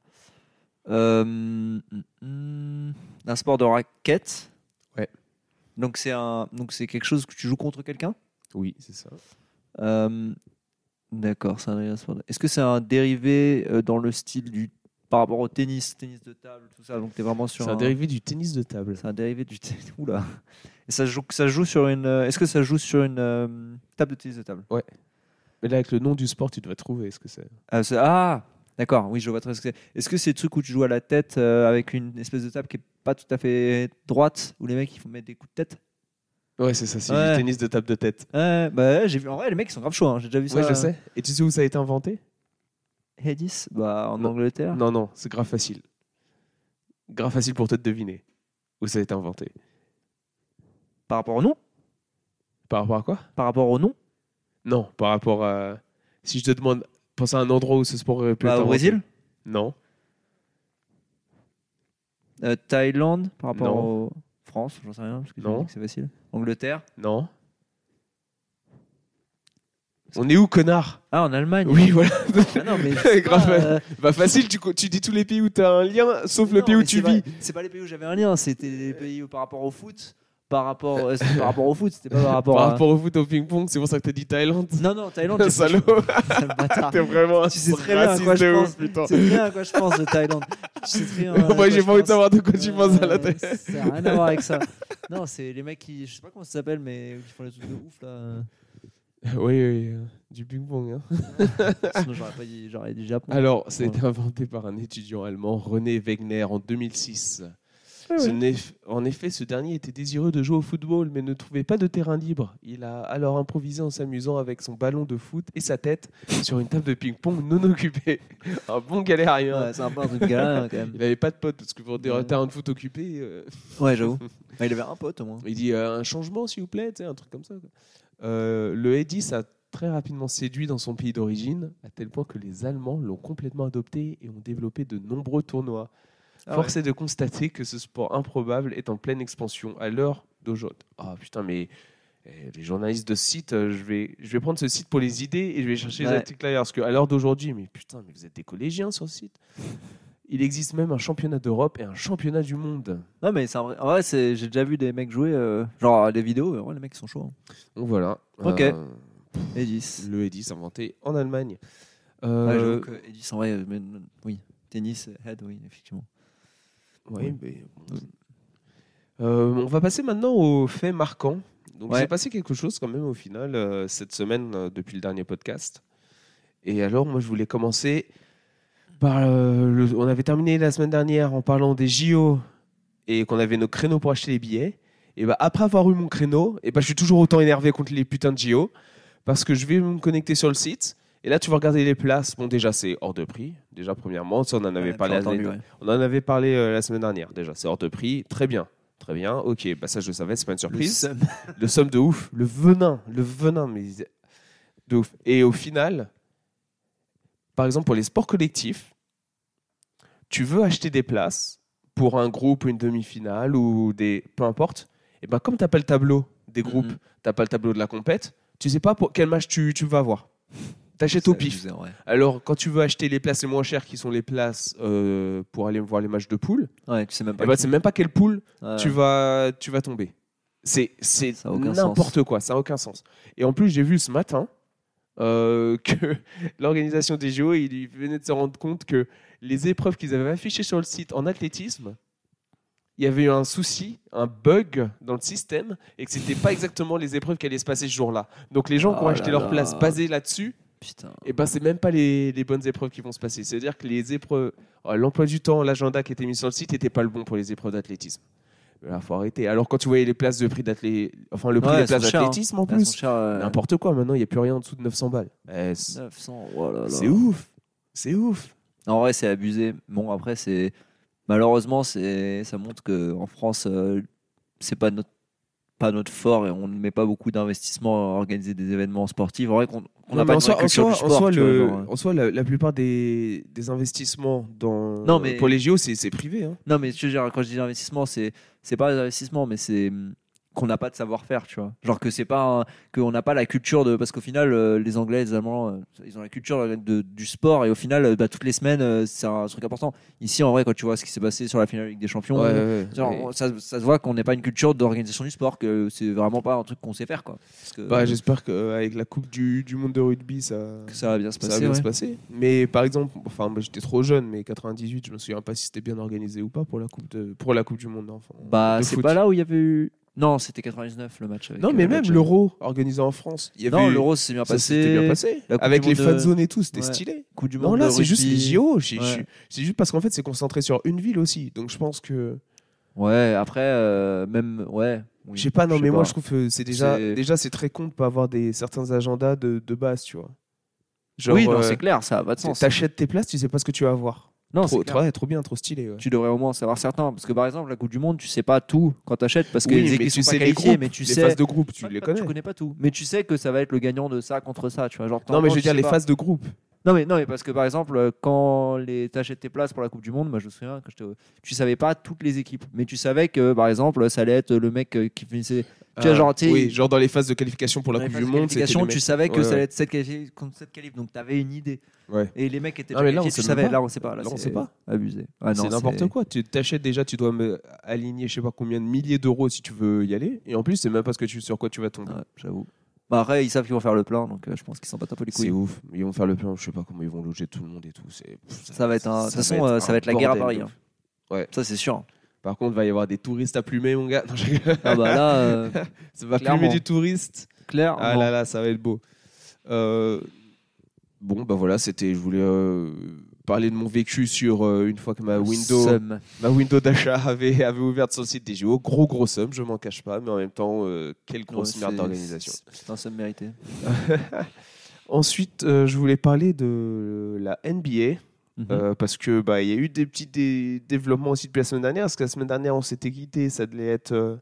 Speaker 2: Euh, hum, hum, d'un sport de raquette.
Speaker 1: Ouais.
Speaker 2: Donc c'est un donc c'est quelque chose que tu joues contre quelqu'un.
Speaker 1: Oui, c'est ça.
Speaker 2: Euh, D'accord, c'est un dérivé d'un sport de- Est-ce que c'est un dérivé euh, dans le style du par rapport au tennis, tennis de table, tout ça Donc tu es vraiment sur
Speaker 1: C'est un dérivé du tennis de table.
Speaker 2: c'est un dérivé du tennis. Oula. Et ça joue, ça joue sur une. euh, Est-ce que ça joue sur une euh, table de tennis de table
Speaker 1: Mais là, avec le nom du sport, tu devrais trouver ce que c'est.
Speaker 2: Ah, c'est- ah, d'accord. Oui, je vois très ce que c'est. Est-ce que c'est le truc où tu joues à la tête euh, avec une espèce de table qui est pas tout à fait droite, où les mecs ils font mettre des coups de tête
Speaker 1: Ouais, c'est ça, c'est
Speaker 2: Ouais.
Speaker 1: du tennis de table de tête.
Speaker 2: Ouais, bah ouais, j'ai vu. En vrai, les mecs ils sont grave chauds. hein, J'ai déjà vu ça.
Speaker 1: Ouais, je sais. Et tu sais où ça a été inventé
Speaker 2: Hedis, bah en
Speaker 1: Non.
Speaker 2: Angleterre.
Speaker 1: Non, non, c'est grave facile. Grave facile pour toi de deviner où ça a été inventé.
Speaker 2: Par rapport au nom
Speaker 1: Par rapport à quoi
Speaker 2: Par rapport au nom
Speaker 1: Non, par rapport à. Si je te demande, pense à un endroit où ce sport aurait pu
Speaker 2: Bah,
Speaker 1: être
Speaker 2: Au
Speaker 1: inventé.
Speaker 2: Brésil
Speaker 1: Non.
Speaker 2: Euh, Thaïlande Par rapport
Speaker 1: Non.
Speaker 2: au. France J'en sais rien, parce que tu
Speaker 1: Non.
Speaker 2: dis que c'est facile. Angleterre
Speaker 1: Non. On est où, connard
Speaker 2: Ah, en Allemagne
Speaker 1: Oui, voilà.
Speaker 2: Ah non, mais je sais
Speaker 1: Grave.
Speaker 2: pas, euh,
Speaker 1: Bah facile, tu, co- tu dis tous les pays où tu as un lien, sauf le
Speaker 2: non,
Speaker 1: pays où
Speaker 2: mais
Speaker 1: tu
Speaker 2: c'est pas-
Speaker 1: vis.
Speaker 2: C'est pas les pays où j'avais un lien, c'était les pays où- par rapport au foot. Par rapport, euh, c'était par rapport au foot, c'était pas par rapport,
Speaker 1: Par
Speaker 2: à-
Speaker 1: rapport au foot, au ping-pong, c'est pour ça que t'as dit Thaïlande.
Speaker 2: Non, non, Thaïlande, j'ai-
Speaker 1: Salaud.
Speaker 2: Sale bâtard.
Speaker 1: T'es vraiment un
Speaker 2: Ah, Tu sais très bien à
Speaker 1: raciste
Speaker 2: quoi je
Speaker 1: de
Speaker 2: pense.
Speaker 1: ouf, putain.
Speaker 2: C'est bien à quoi je pense de Thaïlande. Tu sais très bien à quoi
Speaker 1: Moi, j'ai
Speaker 2: je
Speaker 1: pas envie de
Speaker 2: pense.
Speaker 1: savoir de quoi tu penses à la
Speaker 2: Ouais,
Speaker 1: tête.
Speaker 2: Ça n'a rien à voir avec ça. Non, c'est les mecs qui, je sais pas comment ça s'appelle, mais qui font les trucs de ouf là.
Speaker 1: Oui, oui, euh, du ping-pong. hein.
Speaker 2: Sinon, j'aurais pas dit, j'aurais dit Japon.
Speaker 1: Alors, ça a été inventé par un étudiant allemand, René Wegner, en 2006.
Speaker 2: Ah Ouais,
Speaker 1: Ce
Speaker 2: ouais.
Speaker 1: n'est- En effet, ce dernier était désireux de jouer au football, mais ne trouvait pas de terrain libre. Il a alors improvisé en s'amusant avec son ballon de foot et sa tête sur une table de ping-pong non occupée. Un bon galérien.
Speaker 2: Ouais, c'est un peu un truc galère quand même.
Speaker 1: Il n'avait pas de pote, parce que pour des
Speaker 2: Ouais.
Speaker 1: terrains de foot occupés, euh,
Speaker 2: Ouais, j'avoue. Ouais, il avait un pote au moins.
Speaker 1: il dit euh, un changement, s'il vous plaît, tu sais, un truc comme ça. quoi. Euh, le Edis a très rapidement séduit dans son pays d'origine, à tel point que les Allemands l'ont complètement adopté et ont développé de nombreux tournois.
Speaker 2: Ah
Speaker 1: Force est de constater que ce sport improbable est en pleine expansion à l'heure d'aujourd'hui. Ah putain, mais eh, les journalistes de ce site, euh, je vais, je vais prendre ce site pour les idées et je vais chercher
Speaker 2: Ouais.
Speaker 1: les articles ailleurs. Parce qu'à l'heure d'aujourd'hui, mais putain, mais vous êtes des collégiens sur ce site. Il existe même un championnat d'Europe et un championnat du monde.
Speaker 2: Non, mais c'est un vrai. Ouais, c'est- j'ai déjà vu des mecs jouer, euh, genre des vidéos, euh, ouais, les mecs sont chauds.
Speaker 1: Donc voilà.
Speaker 2: Ok.
Speaker 1: Euh,
Speaker 2: hein. Edis.
Speaker 1: le Edis inventé en Allemagne.
Speaker 2: Ouais,
Speaker 1: Euh,
Speaker 2: j'avoue que Edis, en vrai, euh, mais- oui. Tennis, euh, head, oui, effectivement.
Speaker 1: ouais,
Speaker 2: Oui.
Speaker 1: mais bon. Euh, on va passer maintenant aux faits marquants. Donc, il
Speaker 2: Ouais.
Speaker 1: s'est passé quelque chose quand même au final euh, cette semaine euh, depuis le dernier podcast. Et alors, moi, je voulais commencer par. euh, le- on avait terminé la semaine dernière en parlant des JO et qu'on avait nos créneaux pour acheter les billets. Et bah, après avoir eu mon créneau, et bah, je suis toujours autant énervé contre les putains de JO parce que je vais me connecter sur le site. Et là, tu vas regarder les places. Bon, déjà, c'est hors de prix. Déjà, premièrement, ça, on en avait
Speaker 2: Ouais,
Speaker 1: parlé
Speaker 2: j'ai
Speaker 1: la
Speaker 2: entendu, ouais.
Speaker 1: on en avait parlé euh, la semaine dernière déjà. C'est hors de prix. Très bien. Très bien. Ok, bah ça je le savais, c'est pas une
Speaker 2: Le
Speaker 1: surprise.
Speaker 2: seum.
Speaker 1: Le, somme de ouf. Le venin. Le venin, mais. De ouf. Et au final, par exemple, pour les sports collectifs, tu veux acheter des places pour un groupe, une demi-finale ou des. peu importe. Et ben comme t'as pas le tableau des groupes,
Speaker 2: Mhm.
Speaker 1: t'as pas le tableau de la compète, tu sais pas pour quel match tu, tu vas avoir. T'achètes au
Speaker 2: C'est
Speaker 1: pif.
Speaker 2: abusé, en vrai.
Speaker 1: Alors, quand tu veux acheter les places les moins chères, qui sont les places euh, pour aller voir les matchs de poule,
Speaker 2: Ouais, tu sais même pas.
Speaker 1: eh ben,
Speaker 2: qui-
Speaker 1: c'est même pas quelle poule
Speaker 2: Ouais.
Speaker 1: tu, vas, tu vas tomber. C'est c'est
Speaker 2: Ah. Ça a aucun
Speaker 1: n'importe quoi, ça n'a aucun sens. Et en plus, j'ai vu ce matin euh, que l'organisation des JO, il venait de se rendre compte que les épreuves qu'ils avaient affichées sur le site en athlétisme, il y avait eu un souci, un bug dans le système, et que ce n'était pas exactement les épreuves qui allaient se passer ce jour-là. Donc les gens qui
Speaker 2: Oh
Speaker 1: ont acheté
Speaker 2: là
Speaker 1: leur
Speaker 2: là.
Speaker 1: place basée là-dessus,
Speaker 2: Putain.
Speaker 1: et ben c'est même pas les, les bonnes épreuves qui vont se passer. C'est-à-dire que les épreuves, euh, l'emploi du temps, l'agenda qui était mis sur le site n'était pas le bon pour les épreuves d'athlétisme. Il faut arrêter. Alors quand tu voyais les places de prix d'athlé, enfin le prix
Speaker 2: Ouais,
Speaker 1: des
Speaker 2: elles sont
Speaker 1: places
Speaker 2: chères, hein.
Speaker 1: d'athlétisme en
Speaker 2: Elles sont
Speaker 1: plus,
Speaker 2: chères, euh,
Speaker 1: n'importe quoi. Maintenant il n'y a plus rien en dessous de 900 balles. Eh, c'est
Speaker 2: 900. oh là là.
Speaker 1: c'est ouf, c'est ouf.
Speaker 2: En vrai, c'est abusé. Bon, après, c'est malheureusement, c'est ça montre que en France, euh, c'est pas notre pas notre fort et on ne met pas beaucoup d'investissement à organiser des événements sportifs. En vrai, qu'on on
Speaker 1: Non,
Speaker 2: n'a
Speaker 1: mais
Speaker 2: pas
Speaker 1: en
Speaker 2: une
Speaker 1: soi-
Speaker 2: vraie
Speaker 1: en soi-
Speaker 2: culture du
Speaker 1: en
Speaker 2: sport.
Speaker 1: soi,
Speaker 2: tu vois,
Speaker 1: le-
Speaker 2: genre, euh.
Speaker 1: en soi, la, la plupart des, des investissements dans,
Speaker 2: Non, mais-
Speaker 1: pour les JO, c'est c'est privé. hein.
Speaker 2: Non, mais tu veux dire, quand je dis investissement, c'est c'est pas des investissements, mais c'est hum, qu'on n'a pas de savoir-faire, tu vois. Genre que c'est pas un- qu'on n'a pas la culture de parce qu'au final euh, les Anglais, les Allemands, euh, ils ont la culture de- du sport et au final euh, bah, toutes les semaines euh, c'est un truc important. Ici en vrai quand tu vois ce qui s'est passé sur la finale Ligue des Champions,
Speaker 1: Ouais,
Speaker 2: euh,
Speaker 1: ouais,
Speaker 2: genre,
Speaker 1: ouais.
Speaker 2: on- ça, ça se voit qu'on n'est pas une culture d'organisation du sport, que c'est vraiment pas un truc qu'on sait faire quoi. Parce que, euh,
Speaker 1: Bah, J'espère qu'avec la Coupe du, du Monde de rugby, ça,
Speaker 2: que ça va bien se
Speaker 1: ça
Speaker 2: passer.
Speaker 1: va bien
Speaker 2: ouais.
Speaker 1: se passer. Mais par exemple, enfin, moi, j'étais trop jeune, mais 98, je me souviens pas si c'était bien organisé ou pas pour la Coupe de pour la Coupe du Monde. Enfin,
Speaker 2: Bah
Speaker 1: de
Speaker 2: c'est
Speaker 1: foot.
Speaker 2: pas là où il y avait eu. Non, c'était 99 le match. Avec,
Speaker 1: Non,
Speaker 2: euh,
Speaker 1: mais
Speaker 2: le
Speaker 1: même
Speaker 2: Tchad.
Speaker 1: l'Euro organisé en France, il y avait
Speaker 2: Non, l'euro s'est bien
Speaker 1: ça
Speaker 2: passé.
Speaker 1: s'était bien passé.
Speaker 2: La Coupe
Speaker 1: Avec
Speaker 2: du
Speaker 1: les
Speaker 2: Monde de-
Speaker 1: fan zones et tout, c'était
Speaker 2: Ouais.
Speaker 1: stylé.
Speaker 2: Coupe du monde.
Speaker 1: Non, là,
Speaker 2: de
Speaker 1: c'est juste
Speaker 2: rugby.
Speaker 1: les JO. j'ai-
Speaker 2: Ouais.
Speaker 1: j'ai- C'est juste parce qu'en fait, c'est concentré sur une ville aussi. Donc je pense que
Speaker 2: Ouais, après, euh, même. Ouais. oui,
Speaker 1: je sais pas. Non, mais moi,
Speaker 2: pas.
Speaker 1: je trouve que c'est déjà
Speaker 2: C'est-
Speaker 1: déjà c'est très con de pas avoir des certains agendas de, de base, tu vois. Genre,
Speaker 2: oui, non,
Speaker 1: euh,
Speaker 2: c'est clair, ça a pas de sens.
Speaker 1: t'achètes tes places, tu sais pas ce que tu vas avoir.
Speaker 2: Non,
Speaker 1: trop,
Speaker 2: c'est clair.
Speaker 1: ouais, trop bien, trop stylé. ouais.
Speaker 2: Tu devrais au moins en savoir certains. Parce que par exemple, la Coupe du Monde, tu sais pas tout quand t'achètes. Parce que
Speaker 1: Oui,
Speaker 2: les
Speaker 1: mais
Speaker 2: équipes
Speaker 1: tu
Speaker 2: sont
Speaker 1: sais
Speaker 2: pas
Speaker 1: les
Speaker 2: qualifiées,
Speaker 1: groupes,
Speaker 2: mais tu
Speaker 1: les
Speaker 2: sais.
Speaker 1: phases de groupe, tu
Speaker 2: Pas-
Speaker 1: les
Speaker 2: pas-
Speaker 1: connais.
Speaker 2: Tu connais pas tout. Mais tu sais que ça va être le gagnant de ça contre ça, tu vois. Genre,
Speaker 1: Non, mais je
Speaker 2: t'entends,
Speaker 1: veux
Speaker 2: tu
Speaker 1: dire
Speaker 2: sais
Speaker 1: les
Speaker 2: pas.
Speaker 1: phases de groupe.
Speaker 2: Non mais, non, mais parce que par exemple, euh, quand les- t'achètes tes places pour la Coupe du Monde, moi je me souviens que j'étais au- tu savais pas toutes les équipes, mais tu savais que par exemple, ça allait être le mec euh, qui finissait Tu vois, genre, tu sais,
Speaker 1: Euh, oui, genre dans les phases de qualification pour la
Speaker 2: dans les
Speaker 1: Coupe
Speaker 2: phases
Speaker 1: du
Speaker 2: de
Speaker 1: Monde, c'était
Speaker 2: qualification,
Speaker 1: les
Speaker 2: tu
Speaker 1: mecs-
Speaker 2: savais que
Speaker 1: Ouais,
Speaker 2: ça
Speaker 1: ouais.
Speaker 2: allait être cette qualif contre cette qualif, donc t'avais une idée.
Speaker 1: Ouais.
Speaker 2: Et les mecs étaient
Speaker 1: Ah,
Speaker 2: déjà
Speaker 1: mais là, on
Speaker 2: qualifiés,
Speaker 1: sait
Speaker 2: tu
Speaker 1: même
Speaker 2: savais,
Speaker 1: pas.
Speaker 2: là on sait pas, là,
Speaker 1: Là, on
Speaker 2: c'est
Speaker 1: sait pas.
Speaker 2: abusé. Ah, non,
Speaker 1: c'est n'importe quoi. Tu t'achètes déjà, tu dois me aligner je sais pas combien de milliers d'euros si tu veux y aller. Et en plus, c'est même pas ce que tu, sur quoi tu vas tomber.
Speaker 2: Ouais, j'avoue. Bah après, ils savent qu'ils vont faire le plein, donc euh, je pense qu'ils s'en battent un peu les
Speaker 1: c'est
Speaker 2: couilles.
Speaker 1: ouf. Ils vont faire le plan. Je sais pas comment ils vont loger tout le monde et tout. C'est- pff,
Speaker 2: Ça va être un- de toute façon, euh, ça
Speaker 1: un
Speaker 2: va être la guerre à
Speaker 1: bordel de
Speaker 2: Paris,
Speaker 1: ouf. Ah,
Speaker 2: Ça, c'est sûr.
Speaker 1: Par contre, va y avoir des touristes à plumer, mon gars. Non, je rigole.
Speaker 2: Ah bah là, euh,
Speaker 1: ça va
Speaker 2: clairement.
Speaker 1: plumer du touriste.
Speaker 2: clairement.
Speaker 1: Ah là là, ça va être beau. Euh, Bon, bah voilà, c'était. Je voulais euh, parler de mon vécu sur euh, une fois que ma window.
Speaker 2: Somme.
Speaker 1: ma window d'achat avait, avait ouverte sur le site des JO. Gros, gros somme, je m'en cache pas, mais en même temps, euh, quelle grosse
Speaker 2: Ouais,
Speaker 1: merde
Speaker 2: c'est-
Speaker 1: d'organisation. Euh,
Speaker 2: c'est- C'est un somme mérité.
Speaker 1: Ensuite, euh, je voulais parler de la NBA.
Speaker 2: Mhm.
Speaker 1: euh, parce que bah il y a eu des petits dé- développements aussi depuis la semaine dernière parce que la semaine dernière on s'était quitté ça devait être euh,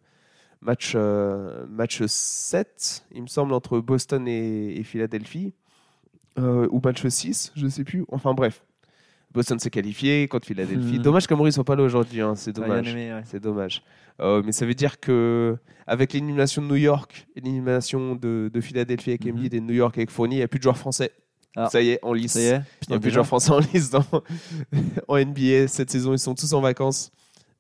Speaker 1: match euh, match 7 il me semble entre Boston et, et Philadelphie Euh, ou match 6 je sais plus enfin bref Boston s'est qualifié contre Philadelphie
Speaker 2: Mhm.
Speaker 1: dommage que Maurice soit pas là aujourd'hui hein, c'est
Speaker 2: T'as
Speaker 1: dommage
Speaker 2: bien aimé, ouais.
Speaker 1: c'est dommage. Euh, mais ça veut dire que avec l'élimination de New York et l'élimination de, de Philadelphie avec
Speaker 2: Mhm.
Speaker 1: Embiid et de New York avec Fournier, il n'y a plus de joueurs français.
Speaker 2: Ah.
Speaker 1: Ça y est, en lice.
Speaker 2: Ça y est,
Speaker 1: Il n'y a plus de joueurs français en lice dans, en NBA cette saison. Ils sont tous en vacances.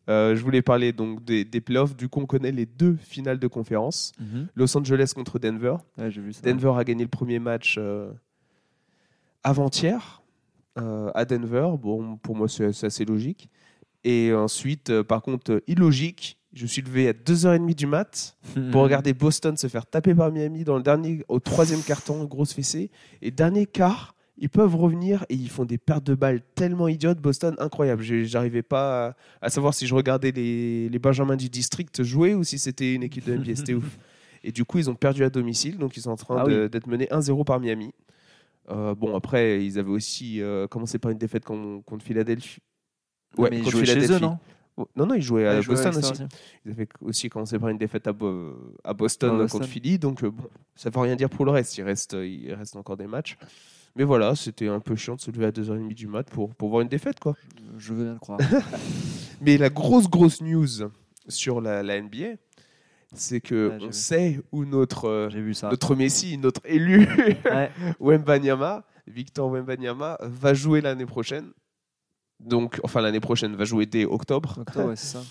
Speaker 1: Euh, je voulais parler donc des, des playoffs. Du coup, on connaît les deux finales de conférence.
Speaker 2: Mhm.
Speaker 1: Los Angeles contre Denver.
Speaker 2: Ouais, j'ai vu ça.
Speaker 1: Denver a gagné le premier match euh, avant-hier euh, à Denver. Bon, pour moi, c'est c'est assez logique. Et ensuite, euh, par contre, euh, illogique, je suis levé à 2h30 du mat
Speaker 2: Mhm.
Speaker 1: pour regarder Boston se faire taper par Miami dans le dernier, au troisième carton, grosse fessée. Et dernier quart, ils peuvent revenir et ils font des pertes de balles tellement idiotes. Boston, incroyable. J'ai- J'arrivais pas à, à savoir si je regardais les, les Benjamins du district jouer ou si c'était une équipe de NBA. C'était ouf. Et du coup, ils ont perdu à domicile, donc ils sont en train
Speaker 2: Ah
Speaker 1: de- d'être menés 1-0 par Miami. Euh, bon, après, ils avaient aussi euh, commencé par une défaite con- contre Philadelphie.
Speaker 2: Ouais,
Speaker 1: Ouais,
Speaker 2: mais ils
Speaker 1: contre
Speaker 2: jouaient chez eux,
Speaker 1: Philadelphie.
Speaker 2: non
Speaker 1: Oh, Non, non, ils jouaient à
Speaker 2: Ouais, ils jouaient à
Speaker 1: Boston aussi.
Speaker 2: l'extérieur
Speaker 1: Ils avaient aussi commencé par une défaite à, Bo- à Boston
Speaker 2: À Boston.
Speaker 1: contre Philly, donc euh, bon, ça ne veut rien dire pour le reste. Il reste, il reste encore des matchs. Mais voilà, c'était un peu chiant de se lever à 2h30 du mat pour, pour voir une défaite. quoi.
Speaker 2: aussi. Je veux bien le croire.
Speaker 1: Mais la grosse, grosse news sur la, la NBA, c'est que
Speaker 2: Ouais, j'ai
Speaker 1: on
Speaker 2: vu.
Speaker 1: sait où notre, euh,
Speaker 2: J'ai vu ça.
Speaker 1: notre Messi, notre élu,
Speaker 2: Ouais.
Speaker 1: Wembanyama, Victor Wembanyama, va jouer l'année prochaine. Donc, enfin, l'année prochaine va jouer dès octobre.
Speaker 2: Octobre, ouais, c'est ça.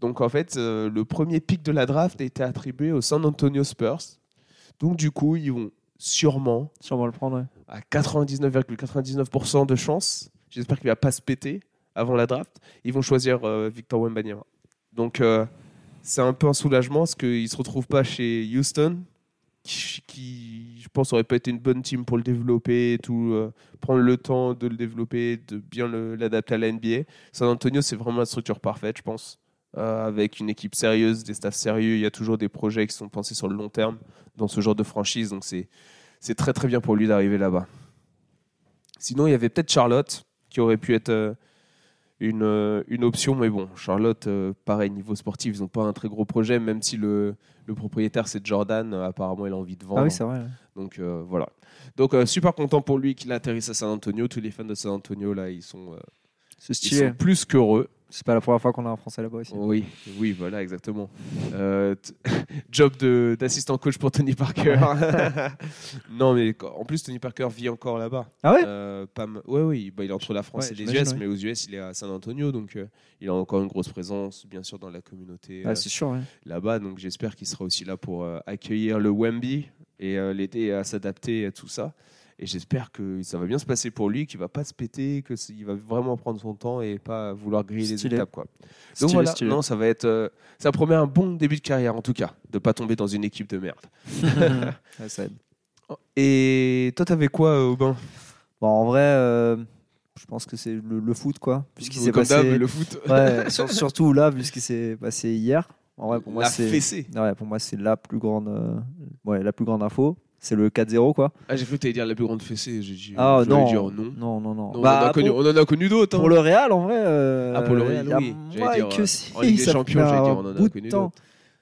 Speaker 1: Donc en fait, euh, le premier pic de la draft a été attribué au San Antonio Spurs. Donc du coup, ils vont sûrement
Speaker 2: Sûrement le prendre, ouais.
Speaker 1: à 99,99% de chance, j'espère qu'il va pas se péter avant la draft, ils vont choisir euh, Victor Wembanyama. Donc euh, c'est un peu un soulagement parce qu'ils se retrouvent pas chez Houston qui, qui, je pense aurait pas été une bonne team pour le développer et tout euh, prendre le temps de le développer, de bien le- l'adapter à la NBA. San Antonio, c'est vraiment la structure parfaite, je pense. euh, avec une équipe sérieuse, des staffs sérieux, il y a toujours des projets qui sont pensés sur le long terme dans ce genre de franchise, donc c'est c'est très très bien pour lui d'arriver là-bas. Sinon, il y avait peut-être Charlotte qui aurait pu être euh, une, euh, une option, mais bon, Charlotte, euh, pareil, niveau sportif, ils n'ont pas un très gros projet, même si le, le propriétaire c'est Jordan, euh, apparemment il a envie de vendre.
Speaker 2: Ah oui, c'est vrai. ouais.
Speaker 1: Donc euh, voilà. Donc euh, super content pour lui qu'il atterrisse à San Antonio. Tous les fans de San Antonio là, ils sont, euh,
Speaker 2: C'est
Speaker 1: ils sont
Speaker 2: stylé.
Speaker 1: plus qu'heureux.
Speaker 2: C'est pas la première fois qu'on a un Français là-bas aussi.
Speaker 1: Oui, oui, voilà, exactement. Euh, t- job de- d'assistant coach pour Tony Parker. non, mais qu- en plus Tony Parker vit encore là-bas.
Speaker 2: Ah ouais
Speaker 1: Euh, pas m- ouais, oui, bah, il est entre la France
Speaker 2: Ouais,
Speaker 1: et les US,
Speaker 2: j'imagine,
Speaker 1: mais aux US il est à San Antonio, donc euh, il a encore une grosse présence, bien sûr, dans la communauté
Speaker 2: Ah,
Speaker 1: euh,
Speaker 2: c'est sûr, ouais.
Speaker 1: là-bas. Donc j'espère qu'il sera aussi là pour euh, accueillir le Wemby et euh, l'aider à s'adapter à tout ça. Et j'espère que ça va bien se passer pour lui, qu'il va pas se péter, que c'est- il va vraiment prendre son temps et pas vouloir griller
Speaker 2: Stylé.
Speaker 1: les étapes. Quoi. Donc
Speaker 2: Stylé,
Speaker 1: voilà,
Speaker 2: stylé.
Speaker 1: non, ça va être, euh, ça promet un bon début de carrière en tout cas, de pas tomber dans une équipe de merde.
Speaker 2: Ouais, ça aide.
Speaker 1: Et toi, t'avais quoi, euh, Aubin
Speaker 2: Bon, en vrai, euh, je pense que c'est le, le foot, quoi. Vu ce qui s'est
Speaker 1: Comme d'hab,
Speaker 2: passé.
Speaker 1: le foot.
Speaker 2: Ouais, sur- surtout là, vu ce qui s'est passé hier. En vrai, pour moi,
Speaker 1: La
Speaker 2: c'est.
Speaker 1: fessée.
Speaker 2: Ouais, pour moi, c'est la plus grande, euh, ouais, la plus grande info. C'est le 4-0, quoi.
Speaker 1: Ah, j'ai cru que t'allais dire la plus grande fessée. J'ai, j'ai-
Speaker 2: Ah,
Speaker 1: j'allais
Speaker 2: non.
Speaker 1: dire non.
Speaker 2: Non, non, non.
Speaker 1: Non,
Speaker 2: Bah,
Speaker 1: on, en a
Speaker 2: pour-
Speaker 1: connu, on en a connu d'autres. hein.
Speaker 2: Pour le Real, en vrai. euh,
Speaker 1: Ah, pour le Real,
Speaker 2: il y a
Speaker 1: oui. J'allais
Speaker 2: moins
Speaker 1: dire,
Speaker 2: que
Speaker 1: euh,
Speaker 2: si,
Speaker 1: en Ligue des
Speaker 2: ça
Speaker 1: Champions,
Speaker 2: fait
Speaker 1: j'allais
Speaker 2: un
Speaker 1: dire, on en a
Speaker 2: bout de
Speaker 1: connu
Speaker 2: temps.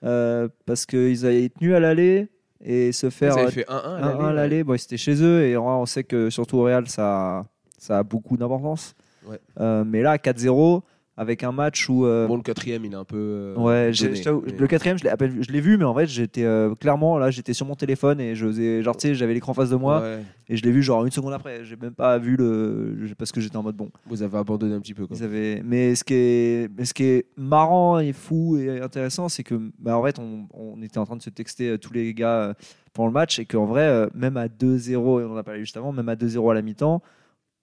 Speaker 2: Euh, parce qu'ils avaient tenu à l'aller. et se faire
Speaker 1: Ils
Speaker 2: euh,
Speaker 1: avaient fait 1-1 à
Speaker 2: un- un à
Speaker 1: l'aller, ouais.
Speaker 2: l'aller. Bon, c'était chez eux et on on sait que surtout au Real, ça, ça a beaucoup d'importance.
Speaker 1: Ouais.
Speaker 2: Euh, mais là, 4-0, avec un match où. euh,
Speaker 1: Bon, le quatrième, il est un peu. euh,
Speaker 2: ouais, j'ai-
Speaker 1: donné,
Speaker 2: je t'avoue,
Speaker 1: mais-
Speaker 2: le quatrième, je l'ai à peine- je l'ai vu, mais en fait, j'étais euh, clairement là, j'étais sur mon téléphone et je faisais, genre, tu sais, j'avais l'écran en face de moi
Speaker 1: Ouais.
Speaker 2: et je l'ai vu genre une seconde après. J'ai même pas vu le, je- parce que j'étais en mode bon.
Speaker 1: Vous avez abandonné un petit peu. Quoi.
Speaker 2: Ils avaient... Mais ce qui est, mais ce qui est marrant et fou et intéressant, c'est que bah, en fait, on, on était en train de se texter euh, tous les gars euh, pendant le match et qu'en vrai, euh, même à 2-0, et on en a parlé juste avant, même à 2-0 à la mi-temps,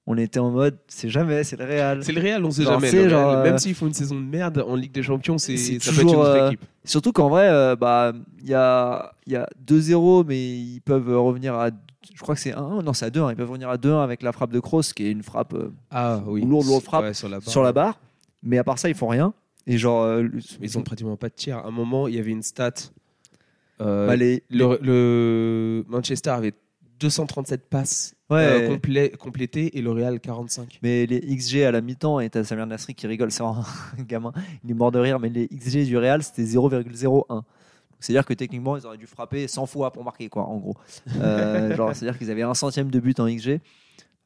Speaker 2: on était en mode, c'est jamais, c'est le Real.
Speaker 1: C'est le Real, on sait
Speaker 2: Genre,
Speaker 1: jamais.
Speaker 2: c'est
Speaker 1: le Real,
Speaker 2: genre, euh,
Speaker 1: Même s'ils font une saison de merde en Ligue des Champions, c'est
Speaker 2: c'est
Speaker 1: ça peut être une
Speaker 2: toujours,
Speaker 1: autre
Speaker 2: euh,
Speaker 1: équipe.
Speaker 2: Surtout qu'en vrai, euh, bah, il y a, il y a 2-0, mais ils peuvent euh, revenir à, je crois que c'est 1 non, c'est à 2 ils peuvent revenir à 2-1 avec la frappe de Kroos, qui est une frappe euh,
Speaker 1: Ah oui.
Speaker 2: Ou lourde, lourde frappe
Speaker 1: Ouais, sur la barre.
Speaker 2: sur la barre. Mais à part ça, ils font rien. Et genre, euh, le-
Speaker 1: Mais ils ont pratiquement pas de tir. À un moment, il y avait une stat. euh,
Speaker 2: bah, les-
Speaker 1: le, le Manchester avait 237 passes
Speaker 2: ouais.
Speaker 1: euh, complé- complétées et le Real 45.
Speaker 2: Mais les XG à la mi-temps, et t'as Samir Nasri qui rigole, c'est vraiment un gamin, il est mort de rire, mais les XG du Real, c'était 0,01. C'est-à-dire que techniquement, ils auraient dû frapper 100 fois pour marquer, quoi, en gros. Euh, genre, c'est-à-dire qu'ils avaient un centième de but en XG.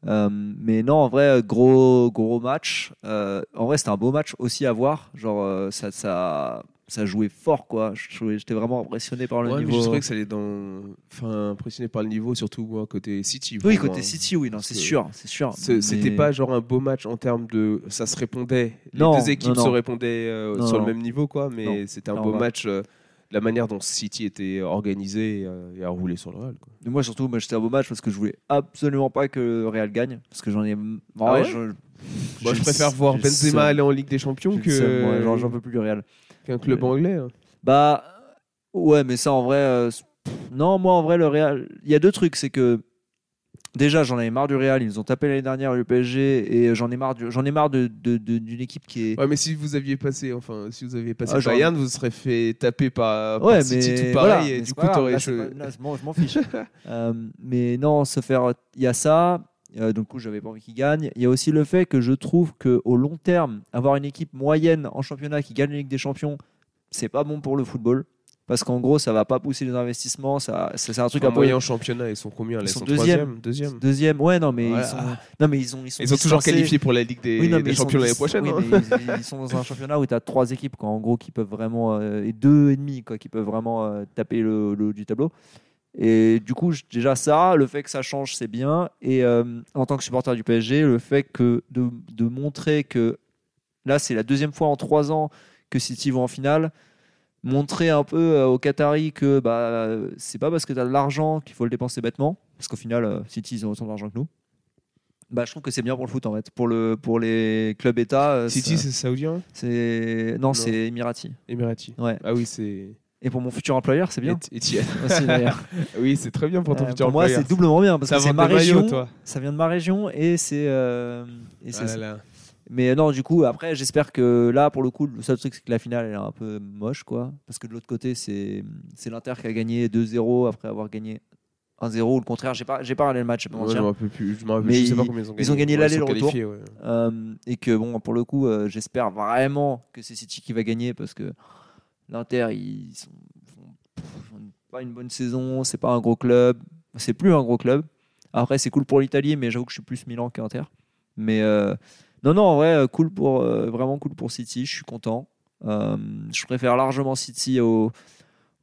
Speaker 2: Euh, mais non, en vrai, gros, gros match. Euh, en vrai, c'était un beau match aussi à voir. Genre, euh, ça, ça, ça jouait fort, quoi. Je trouvais- J'étais vraiment impressionné par le
Speaker 1: Ouais, mais
Speaker 2: niveau.
Speaker 1: je trouvais que ça allait dans. Enfin, impressionné par le niveau, surtout moi, côté City.
Speaker 2: Oui,
Speaker 1: vraiment.
Speaker 2: côté City, oui, non, c'est
Speaker 1: hein. que-
Speaker 2: sûr, c'est sûr.
Speaker 1: Ce- C'était
Speaker 2: Mais-
Speaker 1: pas genre un beau match en termes de. Ça se répondait. Les
Speaker 2: Non,
Speaker 1: deux équipes
Speaker 2: non, non.
Speaker 1: se répondaient euh,
Speaker 2: Non,
Speaker 1: sur
Speaker 2: non.
Speaker 1: le même niveau, quoi. Mais
Speaker 2: Non.
Speaker 1: c'était un
Speaker 2: Non,
Speaker 1: beau
Speaker 2: bah.
Speaker 1: match. euh, la manière dont City était organisé euh, et a roulé sur le Real. quoi.
Speaker 2: Mais moi surtout, moi j'étais à beau match parce que je voulais absolument pas que le Real gagne parce que j'en ai. en
Speaker 1: Ah
Speaker 2: vrai,
Speaker 1: ouais
Speaker 2: je,
Speaker 1: Moi,
Speaker 2: j'ai
Speaker 1: je
Speaker 2: le
Speaker 1: préfère
Speaker 2: seum,
Speaker 1: voir
Speaker 2: j'ai le
Speaker 1: Benzema
Speaker 2: seum,
Speaker 1: aller en Ligue des Champions
Speaker 2: j'ai le seum, moi,
Speaker 1: que-
Speaker 2: genre, j'en peux plus du Real.
Speaker 1: qu'un club anglais. hein.
Speaker 2: Bah ouais, mais ça en vrai, euh, c'est- pff, non, moi en vrai le Real, il y a deux trucs, c'est que déjà j'en avais marre du Real, ils nous ont tapé l'année dernière le PSG et j'en ai marre, du- j'en ai marre de, de- de- d'une équipe qui est.
Speaker 1: Ouais, mais si vous aviez passé, enfin, si vous aviez passé
Speaker 2: Ah,
Speaker 1: le
Speaker 2: genre-
Speaker 1: Bayern, vous serez fait taper par, par
Speaker 2: Ouais,
Speaker 1: City tout pareil,
Speaker 2: voilà,
Speaker 1: et
Speaker 2: mais
Speaker 1: du
Speaker 2: c'est
Speaker 1: coup,
Speaker 2: pas grave,
Speaker 1: t'aurais.
Speaker 2: là, c'est
Speaker 1: je-
Speaker 2: pas- là, je m'en- je m'en fiche. Euh, mais non, se faire, il y a ça. euh, donc, du coup, j'avais pas envie qu'il gagne. Il y a aussi le fait que je trouve que au long terme, avoir une équipe moyenne en championnat qui gagne la Ligue des Champions, c'est pas bon pour le football. Parce qu'en gros, ça va pas pousser les investissements. Ça, ça- c'est un truc
Speaker 1: En
Speaker 2: un peu.
Speaker 1: moyen en championnat, ils sont combien là
Speaker 2: Ils sont
Speaker 1: troisième, deuxième.
Speaker 2: Deuxième, ouais, non, mais
Speaker 1: Voilà.
Speaker 2: ils sont, non, mais ils ont, ils sont,
Speaker 1: Ils sont toujours
Speaker 2: distancés.
Speaker 1: qualifiés pour la Ligue des,
Speaker 2: Oui, non,
Speaker 1: des
Speaker 2: mais ils sont
Speaker 1: Champions l'année
Speaker 2: dis-
Speaker 1: prochaine.
Speaker 2: oui,
Speaker 1: hein.
Speaker 2: mais ils, ils sont dans un championnat où tu as trois équipes, quoi, en gros, qui peuvent vraiment. euh, et deux et demi, quoi, qui peuvent vraiment euh, taper le, le haut du tableau. Et du coup, j- déjà ça, le fait que ça change, c'est bien. Et euh, en tant que supporter du PSG, le fait que de, de montrer que là, c'est la deuxième fois en trois ans que City vont en finale. Montrer un peu euh, aux Qataris que bah, euh, c'est pas parce que tu as de l'argent qu'il faut le dépenser bêtement, parce qu'au final, euh, City, ils ont autant d'argent que nous. Bah, je trouve que c'est bien pour le foot en fait. Pour, le, pour les clubs État, euh,
Speaker 1: City,
Speaker 2: ça-
Speaker 1: c'est saoudien,
Speaker 2: c'est. Non,
Speaker 1: Non.
Speaker 2: c'est Emirati.
Speaker 1: Emirati.
Speaker 2: Ouais.
Speaker 1: Ah oui, c'est.
Speaker 2: Et pour mon futur employeur, c'est bien.
Speaker 1: Et- Etienne.
Speaker 2: Aussi, d'ailleurs.
Speaker 1: oui, c'est très bien pour ton
Speaker 2: Euh,
Speaker 1: futur
Speaker 2: pour moi,
Speaker 1: employeur.
Speaker 2: c'est doublement bien parce
Speaker 1: Ça
Speaker 2: que c'est
Speaker 1: vend
Speaker 2: ma
Speaker 1: des maillots,
Speaker 2: région.
Speaker 1: toi.
Speaker 2: Ça vient de ma région et c'est. euh, et c'est
Speaker 1: Ah
Speaker 2: ça.
Speaker 1: là là.
Speaker 2: Mais euh, non, du coup, après, j'espère que là, pour le coup, le seul truc, c'est que la finale, elle est un peu moche, quoi. Parce que de l'autre côté, c'est c'est l'Inter qui a gagné 2-0 après avoir gagné 1-0 ou le contraire. J'ai pas, j'ai pas regardé le match, je vais pas
Speaker 1: Ouais,
Speaker 2: mentir.
Speaker 1: je me rappelle plus. Je, me rappelle-
Speaker 2: Mais
Speaker 1: je sais pas
Speaker 2: ils-
Speaker 1: combien ils ont gagné.
Speaker 2: ils ont gagné
Speaker 1: Ouais,
Speaker 2: l'aller,
Speaker 1: sont
Speaker 2: le retour.
Speaker 1: qualifiés, ouais.
Speaker 2: Euh, et que bon, pour le coup, euh, j'espère vraiment que c'est City qui va gagner parce que l'Inter, ils sont, font- font pas une bonne saison, c'est pas un gros club, c'est plus un gros club. Après, c'est cool pour l'Italie, mais j'avoue que je suis plus Milan qu'Inter. Mais euh, non, non, en vrai, euh, cool pour, euh, vraiment cool pour City, je suis content. Euh, je préfère largement City au,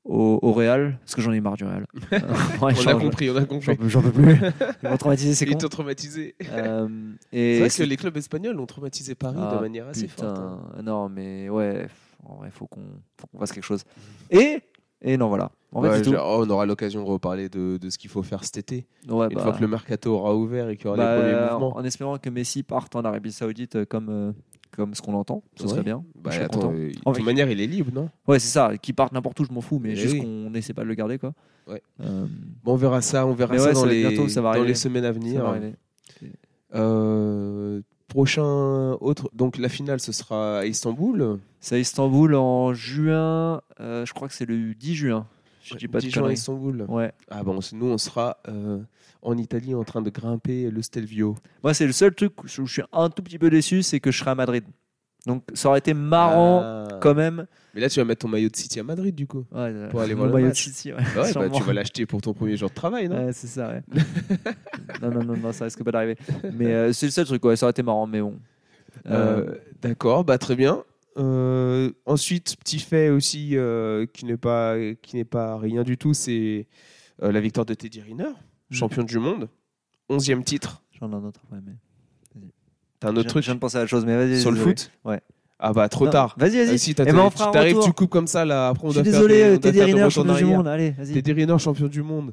Speaker 2: au, au Real parce que j'en ai marre du Real. Euh, ouais,
Speaker 1: On
Speaker 2: j'en-
Speaker 1: a compris, on a
Speaker 2: J'en
Speaker 1: compris.
Speaker 2: peux, j'en peux plus. Ils m'ont traumatisé, c'est
Speaker 1: Ils
Speaker 2: con.
Speaker 1: t'ont traumatisé.
Speaker 2: Euh,
Speaker 1: C'est
Speaker 2: et
Speaker 1: vrai que les clubs espagnols ont traumatisé Paris
Speaker 2: Ah,
Speaker 1: de manière assez
Speaker 2: Putain,
Speaker 1: forte. hein.
Speaker 2: non, mais ouais, f- en vrai, faut qu'on faut qu'on fasse quelque chose. Et, et non, voilà. En fait,
Speaker 1: Mm-hmm. Ouais,
Speaker 2: c'est tout.
Speaker 1: genre, oh, on aura l'occasion de reparler de, de ce qu'il faut faire cet été.
Speaker 2: Ouais,
Speaker 1: Une
Speaker 2: bah,
Speaker 1: fois que le mercato aura ouvert et qu'il y aura
Speaker 2: bah,
Speaker 1: les premiers mouvements.
Speaker 2: en espérant que Messi parte en Arabie Saoudite euh, comme, euh, comme ce qu'on entend, ce
Speaker 1: Ouais.
Speaker 2: serait bien.
Speaker 1: Bah,
Speaker 2: je suis
Speaker 1: attends,
Speaker 2: content.
Speaker 1: euh, de
Speaker 2: En
Speaker 1: toute
Speaker 2: vrai-
Speaker 1: manière, il est libre, non
Speaker 2: Ouais, c'est ça. Qu'il parte n'importe où, je m'en fous, mais
Speaker 1: Eh
Speaker 2: juste
Speaker 1: oui.
Speaker 2: qu'on n'essaie pas de le garder, quoi.
Speaker 1: Ouais.
Speaker 2: Euh,
Speaker 1: Bon, on verra ça, on verra
Speaker 2: Mais
Speaker 1: ça
Speaker 2: ouais,
Speaker 1: dans,
Speaker 2: ça va
Speaker 1: les,
Speaker 2: être bientôt, ça va
Speaker 1: dans
Speaker 2: arriver.
Speaker 1: les semaines à
Speaker 2: ça
Speaker 1: venir.
Speaker 2: va arriver.
Speaker 1: Euh, prochain autre, donc la finale ce sera à Istanbul.
Speaker 2: C'est à Istanbul en juin. euh, je crois que c'est le 10 juin. Je dis pas de
Speaker 1: Dijon à
Speaker 2: conneries.
Speaker 1: Istanbul.
Speaker 2: Ouais.
Speaker 1: Ah bon, c'est- nous on sera euh, en Italie en train de grimper le Stelvio.
Speaker 2: Moi, c'est le seul truc où je où je suis un tout petit peu déçu, c'est que je serai à Madrid. Donc ça aurait été marrant
Speaker 1: Ah.
Speaker 2: quand même.
Speaker 1: Mais là, tu vas mettre ton maillot de City à Madrid, du coup.
Speaker 2: Euh, Ouais,
Speaker 1: Pour aller
Speaker 2: mon
Speaker 1: voir le
Speaker 2: maillot de
Speaker 1: match.
Speaker 2: City, ouais,
Speaker 1: Bah ouais, bah,
Speaker 2: sûrement.
Speaker 1: tu vas l'acheter pour ton premier jour de travail, non
Speaker 2: Ouais, c'est ça, ouais. non, non, non, non, ça risque pas d'arriver. Mais euh, c'est le seul truc, ouais, ça aurait été marrant, mais bon. Euh,
Speaker 1: Euh, D'accord, bah très bien. Euh, ensuite, petit fait aussi euh, qui n'est pas qui n'est pas rien du tout, c'est euh, la victoire de Teddy Riner,
Speaker 2: Mm.
Speaker 1: champion du monde, 11e titre.
Speaker 2: J'en ai un autre, ouais, mais.
Speaker 1: T'as un
Speaker 2: Je-
Speaker 1: autre truc
Speaker 2: Je viens de penser à la chose, mais vas-y.
Speaker 1: sur le
Speaker 2: désolé.
Speaker 1: foot
Speaker 2: Ouais.
Speaker 1: Ah bah trop
Speaker 2: Non,
Speaker 1: tard.
Speaker 2: Vas-y,
Speaker 1: Euh,
Speaker 2: vas-y.
Speaker 1: si
Speaker 2: Eh ben, on
Speaker 1: t'attends-
Speaker 2: fera un
Speaker 1: t'arrives,
Speaker 2: retour.
Speaker 1: tu coupes comme ça là. Après on
Speaker 2: Je
Speaker 1: doit
Speaker 2: suis
Speaker 1: faire des- on
Speaker 2: désolé, euh,
Speaker 1: doit
Speaker 2: Teddy
Speaker 1: faire des
Speaker 2: Riner,
Speaker 1: retours
Speaker 2: champion
Speaker 1: en
Speaker 2: du
Speaker 1: arrière.
Speaker 2: monde. Allez, vas-y.
Speaker 1: Teddy Riner, champion du monde,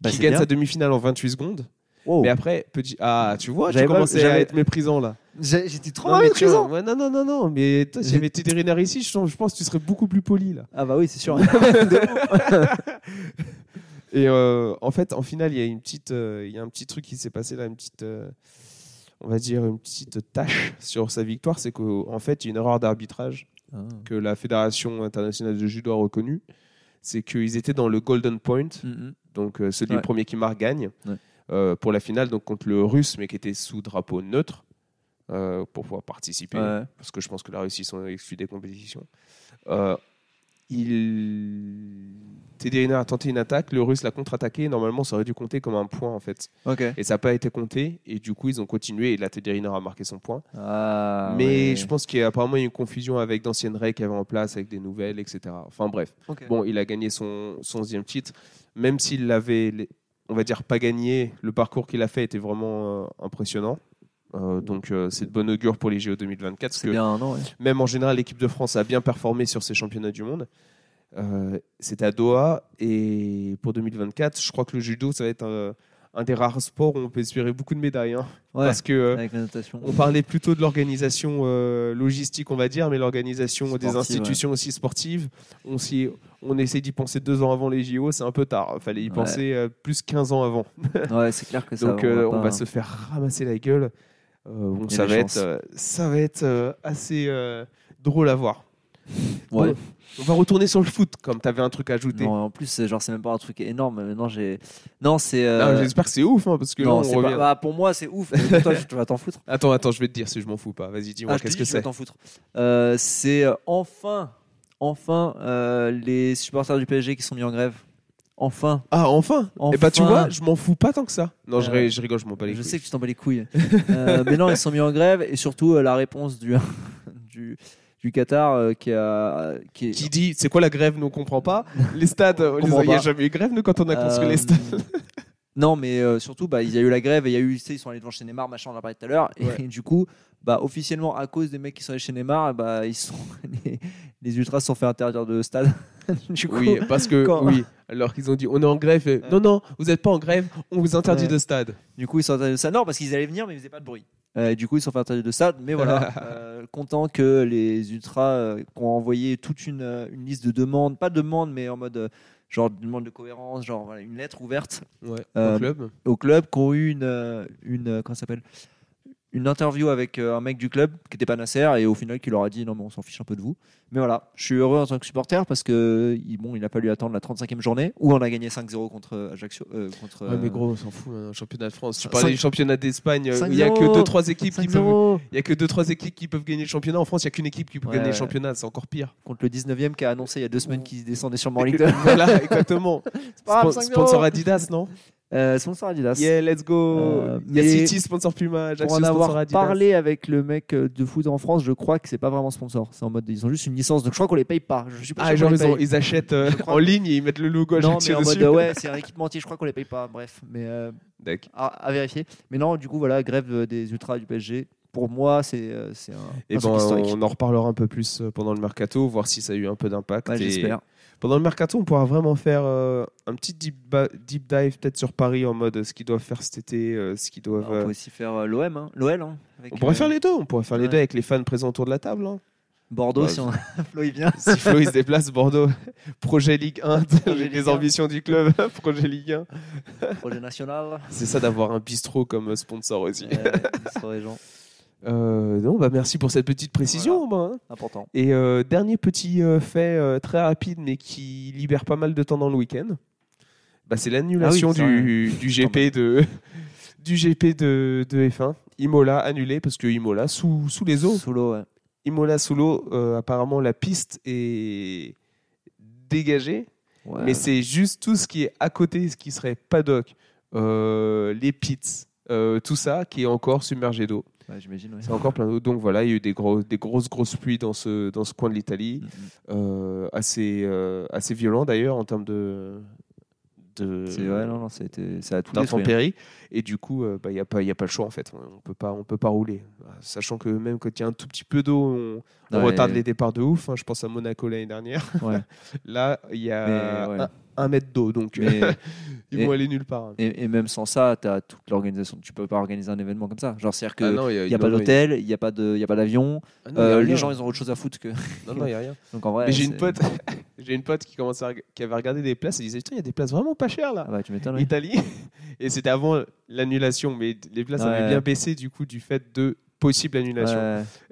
Speaker 2: Bah,
Speaker 1: qui
Speaker 2: c'est
Speaker 1: gagne
Speaker 2: bien.
Speaker 1: sa demi-finale en 28 secondes.
Speaker 2: Wow.
Speaker 1: Mais après, petit. Ah, tu vois, tu
Speaker 2: J'avais pas-
Speaker 1: commençais à
Speaker 2: j'avais-
Speaker 1: être méprisant là.
Speaker 2: J'ai- J'étais trop
Speaker 1: Non, mais tu vois,
Speaker 2: maîtrisant.
Speaker 1: ouais, non, non, non, non, mais toi, si
Speaker 2: J'ai-
Speaker 1: j'avais Teddy Riner ici, je je pense que tu serais beaucoup plus poli là.
Speaker 2: Ah bah oui, c'est sûr.
Speaker 1: Et euh, en fait, en finale, il y a une petite, euh, il y a un petit truc qui s'est passé là, une petite, euh, on va dire une petite tâche sur sa victoire, c'est qu'en fait, il y a une erreur d'arbitrage que la fédération internationale de judo a reconnue, c'est qu'ils étaient dans le golden point,
Speaker 2: Mhm.
Speaker 1: donc euh, celui
Speaker 2: Ouais.
Speaker 1: premier qui marque gagne
Speaker 2: Ouais.
Speaker 1: euh, pour la finale, donc contre le Russe, mais qui était sous drapeau neutre euh, pour pouvoir participer,
Speaker 2: Ouais.
Speaker 1: parce que je pense que la Russie sont exclus des compétitions. Euh, il... Teddy Riner a tenté une attaque, le Russe l'a contre-attaqué, normalement ça aurait dû compter comme un point en fait.
Speaker 2: Ok.
Speaker 1: Et ça n'a pas été compté, et du coup ils ont continué, et là Teddy Riner a marqué son point.
Speaker 2: Ah,
Speaker 1: Mais
Speaker 2: ouais.
Speaker 1: je pense qu'il y a apparemment une confusion avec d'anciennes règles qu'il y avait en place, avec des nouvelles, etc. Enfin bref,
Speaker 2: Ok.
Speaker 1: bon, il a gagné son, son 11e titre, même s'il l'avait, on va dire, pas gagné, le parcours qu'il a fait était vraiment euh, impressionnant. Euh, donc euh, c'est de bon augure pour les JO 2024. parce
Speaker 2: c'est
Speaker 1: que
Speaker 2: bien, non ouais.
Speaker 1: même en général, l'équipe de France a bien performé sur ces championnats du monde. Euh, C'était à Doha et pour 2024, je crois que le judo, ça va être un, un des rares sports où on peut espérer beaucoup de médailles. hein.
Speaker 2: Ouais,
Speaker 1: parce que euh,
Speaker 2: avec la notation.
Speaker 1: on parlait plutôt de l'organisation euh, logistique, on va dire, mais l'organisation des
Speaker 2: Sportive,
Speaker 1: institutions aussi sportives, on, s'y- on essaie d'y penser deux ans avant les JO, c'est un peu tard. Fallait y
Speaker 2: Ouais.
Speaker 1: penser euh, plus 15 ans avant.
Speaker 2: Ouais, c'est clair que ça.
Speaker 1: Donc euh, on, va
Speaker 2: pas-
Speaker 1: se faire ramasser la gueule. Euh, bon,
Speaker 2: Il y a
Speaker 1: ça,
Speaker 2: des
Speaker 1: va
Speaker 2: chances.
Speaker 1: être, euh, ça va être euh, assez euh, drôle à voir.
Speaker 2: Ouais.
Speaker 1: On va retourner sur le foot, comme tu avais un truc à ajouter.
Speaker 2: Non, en plus, c'est- genre, c'est même pas un truc énorme. Maintenant, j'ai. Non, c'est. euh,
Speaker 1: Ah, J'espère que c'est ouf, hein, parce que
Speaker 2: non,
Speaker 1: là,
Speaker 2: c'est
Speaker 1: on
Speaker 2: pas-
Speaker 1: revient.
Speaker 2: bah, pour moi, c'est ouf. mais pour toi, je- tu vas t'en foutre.
Speaker 1: Attends, attends, je vais te dire si je m'en fous pas. Vas-y, dis-moi,
Speaker 2: Ah, je te
Speaker 1: qu'est-ce
Speaker 2: dis,
Speaker 1: que
Speaker 2: tu vas
Speaker 1: c'est
Speaker 2: t'en foutre. Euh, c'est euh, enfin, enfin, euh, les supporters du PSG qui sont mis en grève. Enfin.
Speaker 1: Ah, enfin Et bah, tu
Speaker 2: Enfin.
Speaker 1: vois, je m'en fous pas tant que ça. Non, je,
Speaker 2: Euh,
Speaker 1: ré- je rigole, je m'en bats les
Speaker 2: Je
Speaker 1: couilles.
Speaker 2: sais que tu t'en bats les couilles. Euh, mais non, ils sont mis en grève et surtout euh, la réponse du, du, du Qatar euh, qui a. Qui, est-
Speaker 1: qui dit c'est quoi la grève nous on comprend pas les stades euh, les-
Speaker 2: comprend
Speaker 1: il n'y a
Speaker 2: pas.
Speaker 1: jamais eu grève nous quand on a construit les stades
Speaker 2: Euh, Non, mais euh, surtout, bah, il y a eu la grève et il y a eu, tu sais, ils sont allés devant chez Neymar, machin, on en a parlé tout à l'heure. Et,
Speaker 1: Ouais.
Speaker 2: du coup, bah, officiellement, à cause des mecs qui sont allés chez Neymar, bah, ils sont, les, les ultras se sont fait interdire de stade. du coup,
Speaker 1: oui parce que
Speaker 2: quand-
Speaker 1: oui alors qu'ils ont dit on est en grève et, non non vous n'êtes pas en grève on vous interdit
Speaker 2: Ouais.
Speaker 1: de stade
Speaker 2: Du coup, ils sont interdits de ça. Non, parce qu'ils allaient venir, mais ils faisaient pas de bruit. Euh, et du coup, ils sont fait interdire de ça. Mais voilà, euh, content que les ultras euh, qui ont envoyé toute une, euh, une liste de demandes, pas de demandes, mais en mode euh, genre demande de cohérence, genre voilà, une lettre ouverte
Speaker 1: ouais,
Speaker 2: Euh,
Speaker 1: au club
Speaker 2: au club, qui ont eu une, euh, une euh, comment ça s'appelle une interview avec euh, un mec du club qui était pas Nasser et au final qui leur a dit non mais on s'en fiche un peu de vous mais voilà je suis heureux en tant que supporter parce que il- bon il a fallu attendre la 35e journée où on a gagné 5-0 contre euh, Ajaccio euh, contre
Speaker 1: Ouais, mais
Speaker 2: euh,
Speaker 1: gros, on s'en fout, hein, championnat de France. Tu
Speaker 2: Cin-
Speaker 1: parlais du
Speaker 2: cinq-
Speaker 1: championnat d'Espagne, euh, il n'y a que
Speaker 2: 5-0.
Speaker 1: 2-3 équipes, qui peuvent-
Speaker 2: 5-0
Speaker 1: il y a que deux, trois équipes qui peuvent gagner le championnat. En France, il n'y a qu'une équipe qui peut
Speaker 2: Ouais,
Speaker 1: gagner le
Speaker 2: ouais.
Speaker 1: championnat, c'est encore pire.
Speaker 2: contre le 19e qui a annoncé il y a deux semaines qu'il descendait sûrement en Ligue 2.
Speaker 1: voilà, exactement.
Speaker 2: pas grave,
Speaker 1: Spon-
Speaker 2: 5-0.
Speaker 1: sponsor Adidas, non
Speaker 2: Euh, sponsor Adidas.
Speaker 1: Yeah, let's go.
Speaker 2: Euh,
Speaker 1: Il y a
Speaker 2: mais-
Speaker 1: City, sponsor Puma, Ajaccio,
Speaker 2: Pour en
Speaker 1: sponsor
Speaker 2: avoir
Speaker 1: Adidas.
Speaker 2: parlé avec le mec euh, de foot en France, je crois que c'est pas vraiment sponsor. C'est en mode ils ont juste une licence, donc je crois qu'on les paye pas. Je suis pas
Speaker 1: Ah,
Speaker 2: sûr
Speaker 1: genre,
Speaker 2: qu'on
Speaker 1: ils,
Speaker 2: les
Speaker 1: ont-
Speaker 2: paye.
Speaker 1: ils achètent euh,
Speaker 2: Je crois.
Speaker 1: en ligne et ils mettent le logo
Speaker 2: Non,
Speaker 1: Ajaccio
Speaker 2: mais en
Speaker 1: dessus.
Speaker 2: mode euh, ouais, c'est un équipementier. Je crois qu'on les paye pas. Bref, mais euh,
Speaker 1: D'accord.
Speaker 2: à, à vérifier. Mais non, du coup voilà, grève euh, des ultras du PSG. Pour moi, c'est euh, c'est un,
Speaker 1: Et
Speaker 2: un truc
Speaker 1: ben,
Speaker 2: historique.
Speaker 1: on en reparlera un peu plus euh, pendant le mercato, voir si ça a eu un peu d'impact.
Speaker 2: Ouais,
Speaker 1: Et
Speaker 2: J'espère.
Speaker 1: Pendant le mercato, on pourra vraiment faire euh, un petit deep, ba- deep dive peut-être sur Paris en mode euh, ce qu'ils doivent faire cet été, euh, ce qu'ils
Speaker 2: Bah,
Speaker 1: doivent.
Speaker 2: On
Speaker 1: euh,
Speaker 2: peut aussi faire euh, l'OM, hein, l'OL. hein, avec,
Speaker 1: On pourrait
Speaker 2: euh,
Speaker 1: faire les deux, on pourrait faire les
Speaker 2: ouais.
Speaker 1: deux avec les fans présents autour de la table. hein.
Speaker 2: Bordeaux
Speaker 1: Ouais.
Speaker 2: si on. Flo, il vient.
Speaker 1: Si Flo il se déplace, Bordeaux, projet Ligue 1,
Speaker 2: Projet Ligue
Speaker 1: les
Speaker 2: 1.
Speaker 1: ambitions du club, projet Ligue 1.
Speaker 2: Projet national.
Speaker 1: C'est ça d'avoir un bistrot comme sponsor aussi.
Speaker 2: Euh, sur les gens.
Speaker 1: Euh, non, bah merci pour cette petite précision. bah, hein.
Speaker 2: Important.
Speaker 1: Et euh, dernier petit euh, fait euh, très rapide, mais qui libère pas mal de temps dans le week-end, bah, c'est l'annulation
Speaker 2: Ah oui, ça,
Speaker 1: du, du GP de du GP de, de F1. Imola annulé parce que Imola sous, sous les eaux.
Speaker 2: Sous l'eau, ouais.
Speaker 1: Imola sous l'eau, euh, apparemment la piste est dégagée,
Speaker 2: Ouais.
Speaker 1: mais c'est juste tout ce qui est à côté, ce qui serait paddock, euh, les pits, euh, tout ça qui est encore submergé d'eau.
Speaker 2: Ouais, J'imagine, ouais.
Speaker 1: C'est encore plein d'eau. Donc voilà, il y a eu des, gros- des grosses, grosses pluies dans ce, dans ce coin de l'Italie,
Speaker 2: Mhm.
Speaker 1: euh, assez, euh, assez violent d'ailleurs en termes de. de
Speaker 2: C'est ouais, non, non, ça a, été- ça a tout détruit. hein.
Speaker 1: d'intempéries. Et du coup, euh, bah, il n'y a, pas- il y a pas le choix en fait. On peut pas, on peut pas rouler. Bah, Sachant que même quand il y a un tout petit peu d'eau, on, on
Speaker 2: Ouais,
Speaker 1: retarde les départs de ouf. hein. Je pense à Monaco l'année dernière.
Speaker 2: hein. Ouais.
Speaker 1: Là, il y a
Speaker 2: Mais, ouais.
Speaker 1: un, un mètre d'eau, donc euh,
Speaker 2: Mais-
Speaker 1: ils vont aller nulle part. hein.
Speaker 2: Et, et même sans ça, tu as toute l'organisation. Tu peux pas organiser un événement comme ça. Genre, c'est-à-dire
Speaker 1: Ah
Speaker 2: qu'il
Speaker 1: non,
Speaker 2: il
Speaker 1: il
Speaker 2: n'y a pas
Speaker 1: non, non,
Speaker 2: d'hôtel, il n'y a pas de- y a pas d'avion.
Speaker 1: Ah non, il y a
Speaker 2: Euh,
Speaker 1: rien.
Speaker 2: les gens, ils ont autre chose à foutre que.
Speaker 1: Non, non, il y a rien.
Speaker 2: Donc en vrai.
Speaker 1: Mais j'ai une
Speaker 2: c'est-
Speaker 1: pote, j'ai une pote qui commençait à reg- qui avait regardé des places. Elle disait putain, il y a des places vraiment pas chères là.
Speaker 2: Ah bah, tu m'étonnes. ouais.
Speaker 1: Italie. Et c'était avant l'annulation, mais les places
Speaker 2: Ouais.
Speaker 1: avaient bien baissé du coup du fait de possible annulation.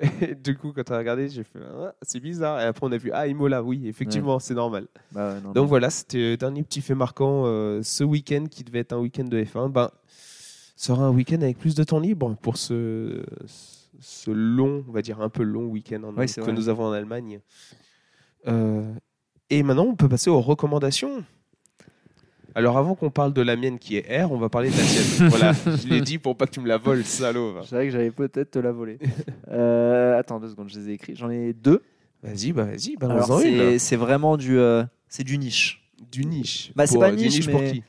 Speaker 2: Ouais.
Speaker 1: Et du coup, quand on a regardé, j'ai fait Ah, c'est bizarre. Et après, on a vu Ah, Imola, oui, effectivement, c'est normal.
Speaker 2: Bah, ouais, non,
Speaker 1: Donc
Speaker 2: non.
Speaker 1: voilà, c'était le dernier petit fait marquant. euh, ce week-end qui devait être un week-end de F1, ben, sera un week-end avec plus de temps libre pour ce, ce long, on va dire un peu long week-end en-
Speaker 2: Oui, c'est
Speaker 1: que
Speaker 2: vrai.
Speaker 1: nous avons en Allemagne. Euh, et maintenant, on peut passer aux recommandations. Alors, avant qu'on parle de la mienne qui est R, on va parler de la tienne. voilà, je l'ai dit pour pas que tu me la voles, salaud. va.
Speaker 2: Je savais que j'allais peut-être te la voler. Euh, attends deux secondes, je les ai écrits. J'en ai deux.
Speaker 1: Vas-y, bah, vas-y,
Speaker 2: Alors,
Speaker 1: balance-en une.
Speaker 2: c'est c'est vraiment du, euh, c'est du niche.
Speaker 1: Du niche.
Speaker 2: Bah, c'est
Speaker 1: Pour-
Speaker 2: pas
Speaker 1: du
Speaker 2: niche,
Speaker 1: pour
Speaker 2: mais-
Speaker 1: qui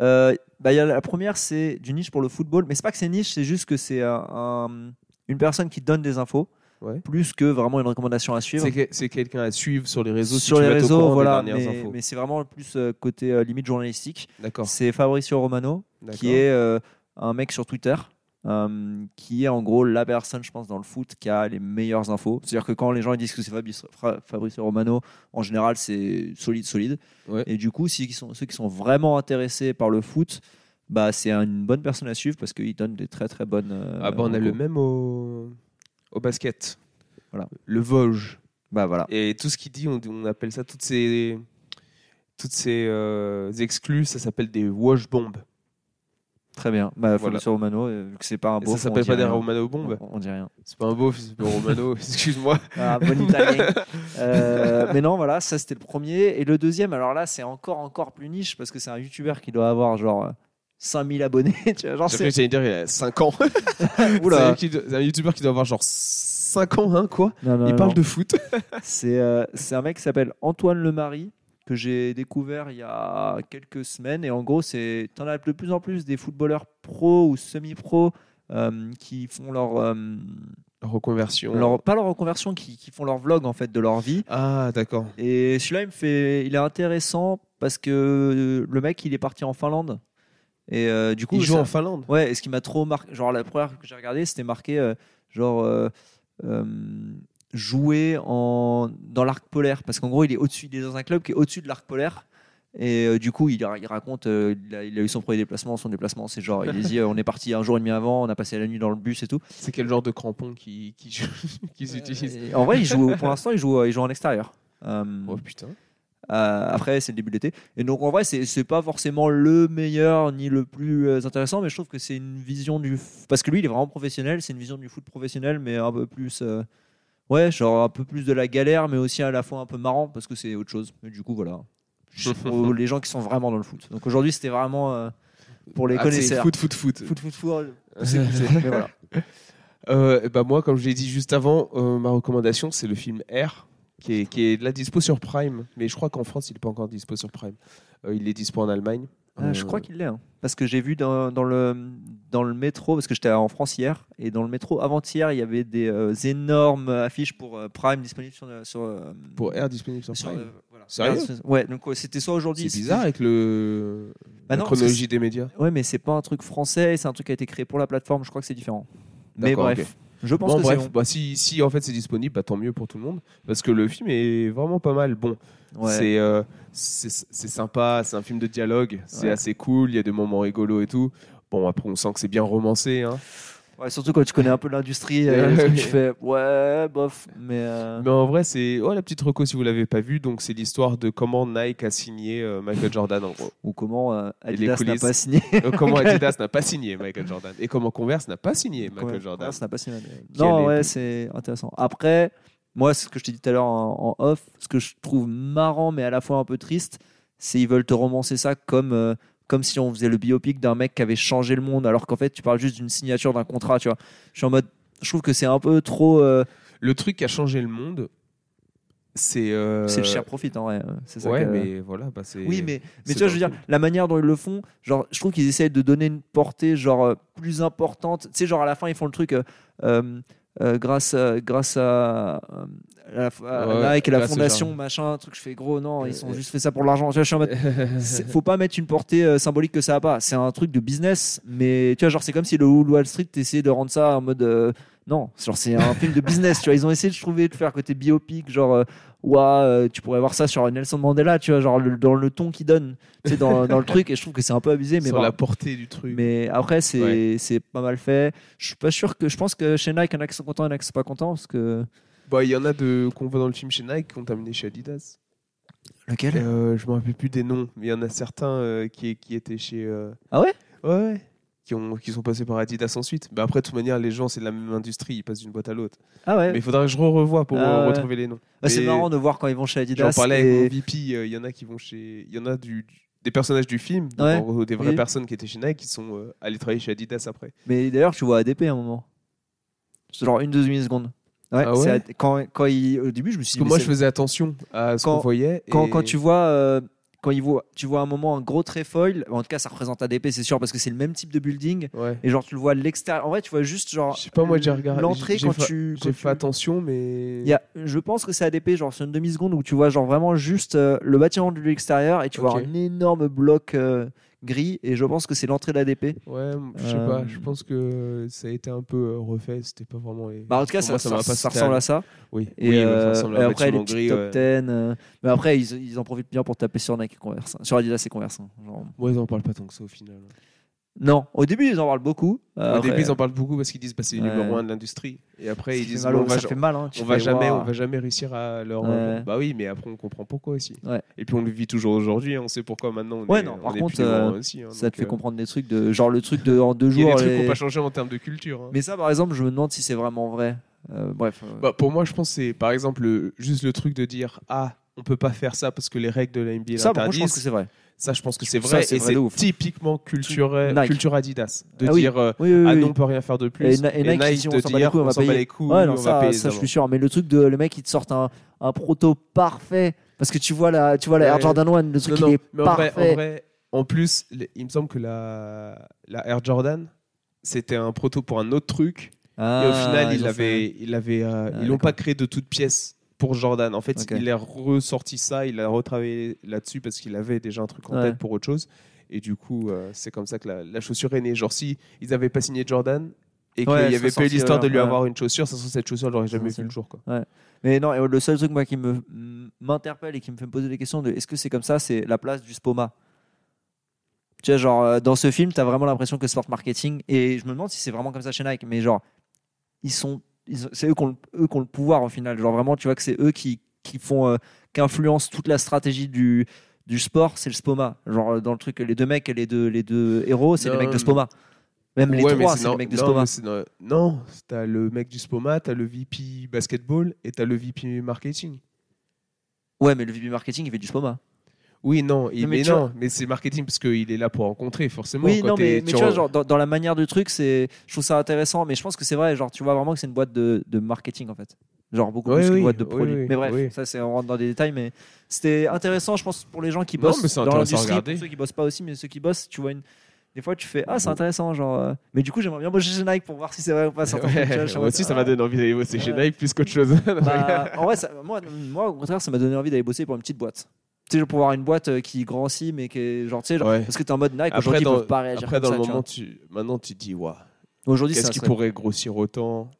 Speaker 2: Euh, bah, y a la première, c'est du niche pour le football, mais c'est pas que c'est niche, c'est juste que c'est un- un- une personne qui donne des infos,
Speaker 1: Ouais.
Speaker 2: plus que vraiment une recommandation à suivre.
Speaker 1: C'est que- C'est quelqu'un à suivre sur les réseaux. si
Speaker 2: Sur
Speaker 1: tu
Speaker 2: les
Speaker 1: veux être au
Speaker 2: réseaux,
Speaker 1: courant des
Speaker 2: voilà,
Speaker 1: dernières
Speaker 2: mais,
Speaker 1: infos.
Speaker 2: mais c'est vraiment plus euh, côté euh, limite journalistique.
Speaker 1: D'accord.
Speaker 2: C'est Fabricio Romano, qui
Speaker 1: d'accord.
Speaker 2: est euh, un mec sur Twitter, euh, qui est en gros la personne, je pense, dans le foot qui a les meilleures infos. C'est-à-dire que quand les gens ils disent que c'est Fabrice- Fra- Fabrice Romano, en général, c'est solide, solide.
Speaker 1: Ouais.
Speaker 2: Et du coup, si- qui sont- ceux qui sont vraiment intéressés par le foot, bah, c'est une bonne personne à suivre parce qu'il donne des très très bonnes. euh,
Speaker 1: Ah bah, on a
Speaker 2: recos.
Speaker 1: le même au, au basket.
Speaker 2: Voilà.
Speaker 1: Le Vosges.
Speaker 2: Bah voilà.
Speaker 1: Et tout ce qu'il dit, on, on appelle ça toutes ces toutes ces euh, exclus, ça s'appelle des wash bombs.
Speaker 2: Très bien. Bah, Fabrice Romano, euh, vu que c'est pas un
Speaker 1: Et
Speaker 2: beau.
Speaker 1: ça s'appelle pas des Romano bombes.
Speaker 2: On, on dit rien.
Speaker 1: C'est pas un beau, c'est pas un Romano. Excuse-moi.
Speaker 2: Ah, bon italien. Euh, mais non, voilà, ça c'était le premier. Et le deuxième, alors là, c'est encore encore plus niche parce que c'est un youtubeur qui doit avoir genre euh, 5000 abonnés. tu vois, genre,
Speaker 1: J'ai cru
Speaker 2: c'est...
Speaker 1: que j'allais dire il a 5 ans.
Speaker 2: Oula.
Speaker 1: C'est un qui doit- c'est un youtubeur qui doit avoir genre 5 ans, hein, quoi.
Speaker 2: Non, non,
Speaker 1: il
Speaker 2: non.
Speaker 1: parle de foot.
Speaker 2: C'est, euh, c'est un mec qui s'appelle Antoine Lemari que j'ai découvert il y a quelques semaines. Et en gros, c'est t'en as de plus en plus des footballeurs pro ou semi-pro euh, qui font leur, euh,
Speaker 1: Reconversion.
Speaker 2: leur- pas leur reconversion, qui, qui font leur vlog en fait de leur vie.
Speaker 1: Ah, d'accord.
Speaker 2: Et celui-là, il me fait, il est intéressant parce que euh, le mec, il est parti en Finlande. Et euh, du coup,
Speaker 1: Il joue
Speaker 2: ça-
Speaker 1: en Finlande.
Speaker 2: ouais. Et ce qui m'a trop marqué, genre la première que j'ai regardée, c'était marqué euh, genre euh, euh, jouer en dans l'arc polaire parce qu'en gros, il est au-dessus, il est dans un club qui est au-dessus de l'arc polaire. Et euh, du coup, il, ra- il raconte, euh, il, a, il a eu son premier déplacement, son déplacement, c'est genre, il dit, euh, on est parti un jour et demi avant, on a passé la nuit dans le bus et tout.
Speaker 1: C'est quel genre de crampon qui, qui, joue- qui s'utilise
Speaker 2: Et en vrai, il joue, pour l'instant, il joue, euh, il joue en extérieur. Euh,
Speaker 1: Oh putain.
Speaker 2: Euh, après, c'est le début de l'été. Et donc, en vrai, c'est c'est pas forcément le meilleur ni le plus euh, intéressant, mais je trouve que c'est une vision du. f- Parce que lui, il est vraiment professionnel, c'est une vision du foot professionnel, mais un peu plus. euh, Ouais, genre un peu plus de la galère, mais aussi à la fois un peu marrant, parce que c'est autre chose. Et du coup, voilà. Je- pour les gens qui sont vraiment dans le foot. Donc aujourd'hui, c'était vraiment euh, pour les
Speaker 1: Ah, c'est
Speaker 2: connaisseurs.
Speaker 1: Foot, foot, foot.
Speaker 2: foot, foot, foot, c'est- c'est- mais voilà.
Speaker 1: Euh, eh ben moi, comme je l'ai dit juste avant, euh, ma recommandation, c'est le film R, qui est, qui est là dispo sur Prime. Mais je crois qu'en France, il n'est pas encore dispo sur Prime. Euh, il est dispo en Allemagne.
Speaker 2: Ah, je
Speaker 1: Euh,
Speaker 2: crois qu'il l'est. hein. Parce que j'ai vu dans, dans le, dans le métro, parce que j'étais en France hier, et dans le métro avant-hier, il y avait des euh, énormes affiches pour euh, Prime disponibles sur. euh, sur, euh,
Speaker 1: Pour R, disponible sur
Speaker 2: sur,
Speaker 1: Prime.
Speaker 2: euh, voilà.
Speaker 1: Sérieux
Speaker 2: Ouais, donc ouais, c'était soit aujourd'hui.
Speaker 1: c'est
Speaker 2: c'était-
Speaker 1: bizarre avec le... la
Speaker 2: Bah non, parce que
Speaker 1: chronologie des médias.
Speaker 2: c'est- Ouais, mais c'est pas un truc français, c'est un truc qui a été créé pour la plateforme, je crois que c'est différent. Mais
Speaker 1: D'accord,
Speaker 2: bref,
Speaker 1: ok.
Speaker 2: je pense
Speaker 1: Bon,
Speaker 2: que
Speaker 1: bref,
Speaker 2: c'est
Speaker 1: bah, si, si en fait c'est disponible, bah, tant mieux pour tout le monde. Parce que le film est vraiment pas mal. Bon,
Speaker 2: bon. Ouais.
Speaker 1: c'est euh, c'est c'est sympa, c'est un film de dialogue, c'est
Speaker 2: Ouais.
Speaker 1: assez cool, il y a des moments rigolos et tout. Bon, après, on sent que c'est bien romancé. Hein.
Speaker 2: Ouais, surtout quand tu connais un peu l'industrie, euh,
Speaker 1: Ouais,
Speaker 2: parce que
Speaker 1: ouais.
Speaker 2: tu fais ouais, bof, mais. euh,
Speaker 1: Mais en vrai, c'est oh, la petite reco si vous l'avez pas vu. Donc, c'est l'histoire de comment Nike a signé euh, Michael Jordan, en gros.
Speaker 2: Ou comment euh,
Speaker 1: Et les
Speaker 2: Adidas n'a
Speaker 1: coulisses.
Speaker 2: pas signé.
Speaker 1: Euh, comment Adidas n'a pas signé Michael Jordan. Et comment Converse n'a pas signé Michael
Speaker 2: Ouais,
Speaker 1: Jordan.
Speaker 2: ouais, Ah, ça n'a pas signé, mais-
Speaker 1: Qui
Speaker 2: Non,
Speaker 1: allait-
Speaker 2: ouais, c'est intéressant. Après, moi, c'est ce que je t'ai dit tout à l'heure en, en off, ce que je trouve marrant, mais à la fois un peu triste, c'est ils veulent te romancer ça comme, euh, comme si on faisait le biopic d'un mec qui avait changé le monde, alors qu'en fait, tu parles juste d'une signature d'un contrat, tu vois. Je suis en mode, je trouve que c'est un peu trop. euh,
Speaker 1: Le truc qui a changé le monde, c'est. euh,
Speaker 2: C'est le cher profit, en vrai. euh, C'est ça
Speaker 1: Ouais,
Speaker 2: que-
Speaker 1: mais voilà. bah, c'est-
Speaker 2: Oui, mais, mais
Speaker 1: c'est
Speaker 2: tu vois,
Speaker 1: pas
Speaker 2: je veux dire,
Speaker 1: cool.
Speaker 2: la manière dont ils le font, genre, je trouve qu'ils essayent de donner une portée genre euh, plus importante. Tu sais, genre à la fin, ils font le truc euh, euh, euh, grâce, euh, grâce à, euh, à la, à
Speaker 1: Ouais,
Speaker 2: Nike et la
Speaker 1: là, c'est
Speaker 2: fondation,
Speaker 1: genre-
Speaker 2: machin, un truc. Je fais gros, non,
Speaker 1: Euh,
Speaker 2: ils ont
Speaker 1: euh.
Speaker 2: juste fait ça pour l'argent. Tu vois, je suis en mode, c'est- faut pas mettre une portée euh, symbolique que ça a pas. C'est un truc de business, mais tu vois, genre, c'est comme si le Wall Wall Street essayait de rendre ça en mode. euh, non, genre c'est un film de business, tu vois. Ils ont essayé de trouver, de faire côté biopic, genre, euh, ouah, euh, tu pourrais voir ça sur Nelson Mandela, tu vois, genre le- dans le ton qu'ils donnent, tu sais, dans, dans le truc. Et je trouve que c'est un peu abusé, mais
Speaker 1: Sur
Speaker 2: bon.
Speaker 1: la portée du truc.
Speaker 2: Mais après, c'est
Speaker 1: Ouais.
Speaker 2: c'est pas mal fait. Je suis pas sûr que. Je pense que chez Nike, il y en a qui sont contents, il y en a qui sont pas contents, parce que.
Speaker 1: Bah, il y en a de qu'on voit dans le film chez Nike, qui ont terminé chez Adidas.
Speaker 2: Lequel
Speaker 1: Euh, je me rappelle plus des noms, mais il y en a certains euh, qui, qui étaient chez. euh,
Speaker 2: Ah ouais
Speaker 1: Ouais, ouais. Qui, ont, qui sont passés par Adidas ensuite. Bah après, de toute manière, les gens, c'est de la même industrie, ils passent d'une boîte à l'autre.
Speaker 2: Ah ouais.
Speaker 1: Mais il faudrait que je re-revoie pour
Speaker 2: Ah
Speaker 1: euh,
Speaker 2: ouais.
Speaker 1: retrouver les noms.
Speaker 2: Ah, c'est
Speaker 1: mais-
Speaker 2: marrant de voir quand ils vont chez Adidas.
Speaker 1: J'en parlais
Speaker 2: et-
Speaker 1: avec mon VP, il y en a qui vont chez. Il y en a du, du- des personnages du film, donc
Speaker 2: Ouais.
Speaker 1: en gros, des vraies
Speaker 2: Oui.
Speaker 1: personnes qui étaient chez Nike, qui sont euh, allées travailler chez Adidas après.
Speaker 2: Mais d'ailleurs, tu vois ADP à un moment. C'est genre une demi-seconde. Ouais,
Speaker 1: Ah ouais
Speaker 2: c'est AD- quand, quand il- Au début, je me
Speaker 1: Parce
Speaker 2: suis dit.
Speaker 1: que
Speaker 2: mais
Speaker 1: moi,
Speaker 2: c'est-
Speaker 1: je faisais attention à ce
Speaker 2: Quand-
Speaker 1: qu'on voyait.
Speaker 2: quand,
Speaker 1: et-
Speaker 2: quand tu vois euh, quand il voit, tu vois un moment un gros trefoil en tout cas ça représente ADP c'est sûr parce que c'est le même type de building
Speaker 1: Ouais.
Speaker 2: et genre tu le vois de l'extérieur en vrai tu vois juste genre
Speaker 1: Je sais pas, moi, j'ai regardé-
Speaker 2: l'entrée
Speaker 1: j'ai
Speaker 2: quand
Speaker 1: fait-
Speaker 2: tu quand
Speaker 1: J'ai
Speaker 2: tu-
Speaker 1: fait attention, mais.
Speaker 2: il y a- je pense que c'est ADP genre sur une demi seconde où tu vois genre vraiment juste euh, le bâtiment de l'extérieur et tu vois
Speaker 1: Ok.
Speaker 2: un énorme bloc euh, gris et je pense que c'est l'entrée d'ADP
Speaker 1: Ouais, je sais
Speaker 2: Euh,
Speaker 1: pas, je pense que ça a été un peu euh, refait, c'était pas vraiment. les-
Speaker 2: bah en tout cas
Speaker 1: Pour
Speaker 2: ça,
Speaker 1: moi, ça m'a
Speaker 2: ça-
Speaker 1: pas
Speaker 2: ça
Speaker 1: cité à
Speaker 2: ressemble
Speaker 1: l'œil.
Speaker 2: à ça
Speaker 1: Oui,
Speaker 2: et,
Speaker 1: oui, mais ça
Speaker 2: euh,
Speaker 1: ressemble
Speaker 2: et
Speaker 1: à un
Speaker 2: après les
Speaker 1: bâtiment
Speaker 2: petits
Speaker 1: gris.
Speaker 2: top
Speaker 1: ouais.
Speaker 2: 10 euh, mais après ils, ils en profitent bien pour taper sur Nike et Converse hein. sur Adidas et Converse hein, genre.
Speaker 1: Ouais, ils en parlent pas tant que ça au final.
Speaker 2: non au début ils en parlent beaucoup
Speaker 1: Au
Speaker 2: Ah, Après,
Speaker 1: début, ils en parlent beaucoup parce qu'ils disent bah, c'est le
Speaker 2: Ouais.
Speaker 1: numéro un de l'industrie. Et après,
Speaker 2: Ça
Speaker 1: ils
Speaker 2: fait
Speaker 1: disent
Speaker 2: mal
Speaker 1: bon,
Speaker 2: au-
Speaker 1: on va,
Speaker 2: ça fait mal, hein, tu
Speaker 1: on va
Speaker 2: fais,
Speaker 1: jamais,
Speaker 2: waouh.
Speaker 1: on va jamais réussir à leur.
Speaker 2: Ouais.
Speaker 1: Bah oui, mais après, on comprend pourquoi aussi.
Speaker 2: Ouais.
Speaker 1: Et puis, on le vit toujours aujourd'hui. hein, On sait pourquoi maintenant. On
Speaker 2: Ouais,
Speaker 1: est,
Speaker 2: non,
Speaker 1: on
Speaker 2: par
Speaker 1: est
Speaker 2: contre,
Speaker 1: plus les
Speaker 2: euh,
Speaker 1: grands aussi, hein,
Speaker 2: Ça te
Speaker 1: donc,
Speaker 2: fait
Speaker 1: euh,
Speaker 2: comprendre des trucs de genre le truc de en deux
Speaker 1: Il y
Speaker 2: jours.
Speaker 1: a des trucs qui
Speaker 2: les-
Speaker 1: n'ont pas changé en termes de culture. hein.
Speaker 2: Mais ça, par exemple, je me demande si c'est vraiment vrai. Euh, bref. euh,
Speaker 1: Bah, pour moi, je pense que c'est par exemple le- juste le truc de dire ah, on peut pas faire ça parce que les règles de la NBA
Speaker 2: ça, par contre, je pense que
Speaker 1: l'interdisent.
Speaker 2: c'est vrai.
Speaker 1: Ça, je pense que c'est
Speaker 2: Ça,
Speaker 1: vrai.
Speaker 2: c'est
Speaker 1: et
Speaker 2: vrai de
Speaker 1: c'est
Speaker 2: ouf.
Speaker 1: typiquement culture, euh,
Speaker 2: Nike.
Speaker 1: culture Adidas. De
Speaker 2: Ah oui.
Speaker 1: dire euh,
Speaker 2: Oui, oui,
Speaker 1: ah
Speaker 2: oui.
Speaker 1: non, on peut rien faire de plus.
Speaker 2: Et Na- et Nike, ils disent, on
Speaker 1: de
Speaker 2: s'en bat les
Speaker 1: dire
Speaker 2: couilles, on va
Speaker 1: s'en bat
Speaker 2: payer.
Speaker 1: les couilles,
Speaker 2: Ouais, non,
Speaker 1: on va
Speaker 2: ça,
Speaker 1: payer
Speaker 2: ça, je
Speaker 1: les
Speaker 2: suis sûr. Mais le truc de le mec, il te sort un, un proto parfait. Parce que tu vois la, tu vois la Air
Speaker 1: Ouais.
Speaker 2: Jordan 1, le truc
Speaker 1: Non,
Speaker 2: il
Speaker 1: non,
Speaker 2: est
Speaker 1: mais en vrai,
Speaker 2: parfait.
Speaker 1: en vrai, en plus, les- il me semble que la, la Air Jordan, c'était un proto pour un autre truc. et au
Speaker 2: Ah,
Speaker 1: final, ils
Speaker 2: ils ont fait-
Speaker 1: l'avaient, ils l'avaient, euh,
Speaker 2: Ah,
Speaker 1: ils l'ont
Speaker 2: d'accord.
Speaker 1: pas créé de toute pièce pour Jordan. En fait,
Speaker 2: Ok.
Speaker 1: il a ressorti ça, il a retravaillé là-dessus parce qu'il avait déjà un truc en
Speaker 2: Ouais.
Speaker 1: tête pour autre chose. Et du coup, euh, c'est comme ça que la, la chaussure est née. Genre, si ils n'avaient pas signé Jordan et qu'il
Speaker 2: Ouais,
Speaker 1: n'y avait
Speaker 2: ça
Speaker 1: pas eu
Speaker 2: sortirait,
Speaker 1: l'histoire de lui
Speaker 2: ouais.
Speaker 1: avoir une chaussure, ça se trouve, cette chaussure, elle n'aurait jamais
Speaker 2: C'est
Speaker 1: vu le jour. Quoi.
Speaker 2: Mais non, et le seul truc moi qui me m'interpelle et qui me fait me poser des questions de est-ce que c'est comme ça, c'est la place du Spoma. Tu vois, genre euh, dans ce film, t'as vraiment l'impression que sport marketing et je me demande si c'est vraiment comme ça chez Nike, mais genre ils sont, ils ont- c'est eux qui ont, le- eux qui ont le pouvoir au final. Genre vraiment, tu vois que c'est eux qui qui font euh, qui influencent toute la stratégie du du sport, c'est le Spoma. Genre euh, dans le truc, les deux mecs, les deux les deux héros, c'est les
Speaker 1: Non,
Speaker 2: mecs de
Speaker 1: mais-
Speaker 2: Spoma. Même les
Speaker 1: Ouais, mais
Speaker 2: trois,
Speaker 1: c'est
Speaker 2: c'est les
Speaker 1: nor-
Speaker 2: mecs de
Speaker 1: non,
Speaker 2: Spoma.
Speaker 1: mais c'est nor- Non, t'as le mec du Spoma, t'as le VP basketball et t'as le VP marketing.
Speaker 2: Ouais, mais le VP marketing, il fait du Spoma.
Speaker 1: Oui, non, il-
Speaker 2: Non, mais
Speaker 1: mais,
Speaker 2: tu
Speaker 1: non, mais c'est marketing parce qu'il est là pour rencontrer, forcément.
Speaker 2: Oui,
Speaker 1: quand
Speaker 2: non,
Speaker 1: t'es-
Speaker 2: mais, mais tu vois, genre, dans, dans la manière du truc, c'est, je trouve ça intéressant, mais je pense que c'est vrai, genre, tu vois vraiment que c'est une boîte de, de marketing, en fait. Genre, beaucoup
Speaker 1: Oui,
Speaker 2: plus qu'une
Speaker 1: oui,
Speaker 2: boîte de
Speaker 1: oui,
Speaker 2: produits.
Speaker 1: oui,
Speaker 2: mais bref,
Speaker 1: oui.
Speaker 2: ça, c'est, on rentre dans des détails, mais c'était intéressant, je pense, pour les gens qui
Speaker 1: Non,
Speaker 2: bossent
Speaker 1: mais c'est
Speaker 2: dans
Speaker 1: intéressant à
Speaker 2: l'industrie,
Speaker 1: regarder.
Speaker 2: pour ceux qui bossent pas aussi, mais ceux qui bossent, tu vois, une... des fois, tu fais, ah, c'est intéressant, genre, euh, mais du coup, j'aimerais bien bosser chez Nike pour voir si c'est vrai ou pas. certains
Speaker 1: Ouais,
Speaker 2: trucs, tu vois, je suis en
Speaker 1: moi
Speaker 2: mode,
Speaker 1: aussi, ça
Speaker 2: ah.
Speaker 1: m'a donné envie d'aller bosser chez
Speaker 2: Ouais.
Speaker 1: Nike plus qu'autre chose.
Speaker 2: Bah, en vrai, ça- moi, moi, au contraire, ça m'a donné envie d'aller bosser pour une petite boîte. Tu sais, pour voir une boîte euh, qui grandit, mais qui est genre, tu sais, genre,
Speaker 1: Ouais.
Speaker 2: parce que t'es en mode Nike,
Speaker 1: Après,
Speaker 2: aujourd'hui, ils
Speaker 1: dans-
Speaker 2: peuvent pas réagir
Speaker 1: Après, dans
Speaker 2: comme ça,
Speaker 1: le
Speaker 2: tu
Speaker 1: moment, tu, maintenant, tu te dis, waouh,
Speaker 2: vois. Aujourd'hui,
Speaker 1: qu'est-ce
Speaker 2: ça
Speaker 1: qui
Speaker 2: serait-
Speaker 1: pourrait grossir autant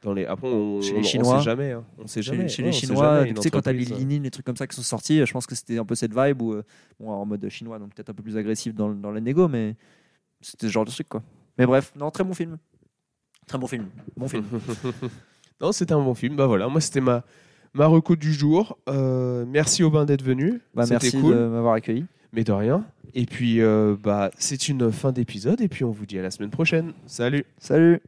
Speaker 1: dans les... Après, on
Speaker 2: Chez les
Speaker 1: on- on
Speaker 2: Chinois.
Speaker 1: sait jamais. hein. On sait
Speaker 2: Chez,
Speaker 1: jamais.
Speaker 2: chez
Speaker 1: Ouais,
Speaker 2: les
Speaker 1: on sait
Speaker 2: Chinois,
Speaker 1: jamais,
Speaker 2: tu
Speaker 1: une
Speaker 2: sais, quand t'as les
Speaker 1: entreprise, hein. euh.
Speaker 2: Linin, les trucs comme ça qui sont sortis, je pense que c'était un peu cette vibe où, euh, bon, en mode chinois, donc peut-être un peu plus agressif dans, le- dans les négo, mais c'était ce genre de truc, quoi. Mais bref, non, très bon film. Très bon film. Bon film.
Speaker 1: Non, c'était un bon film. Bah voilà, moi c'était ma, ma reco du jour. Euh, merci Aubin d'être venu.
Speaker 2: Bah,
Speaker 1: c'était
Speaker 2: merci
Speaker 1: cool.
Speaker 2: de m'avoir accueilli.
Speaker 1: Mais de rien. Et puis, euh, bah, c'est une fin d'épisode. Et puis, on vous dit à la semaine prochaine. Salut.
Speaker 2: Salut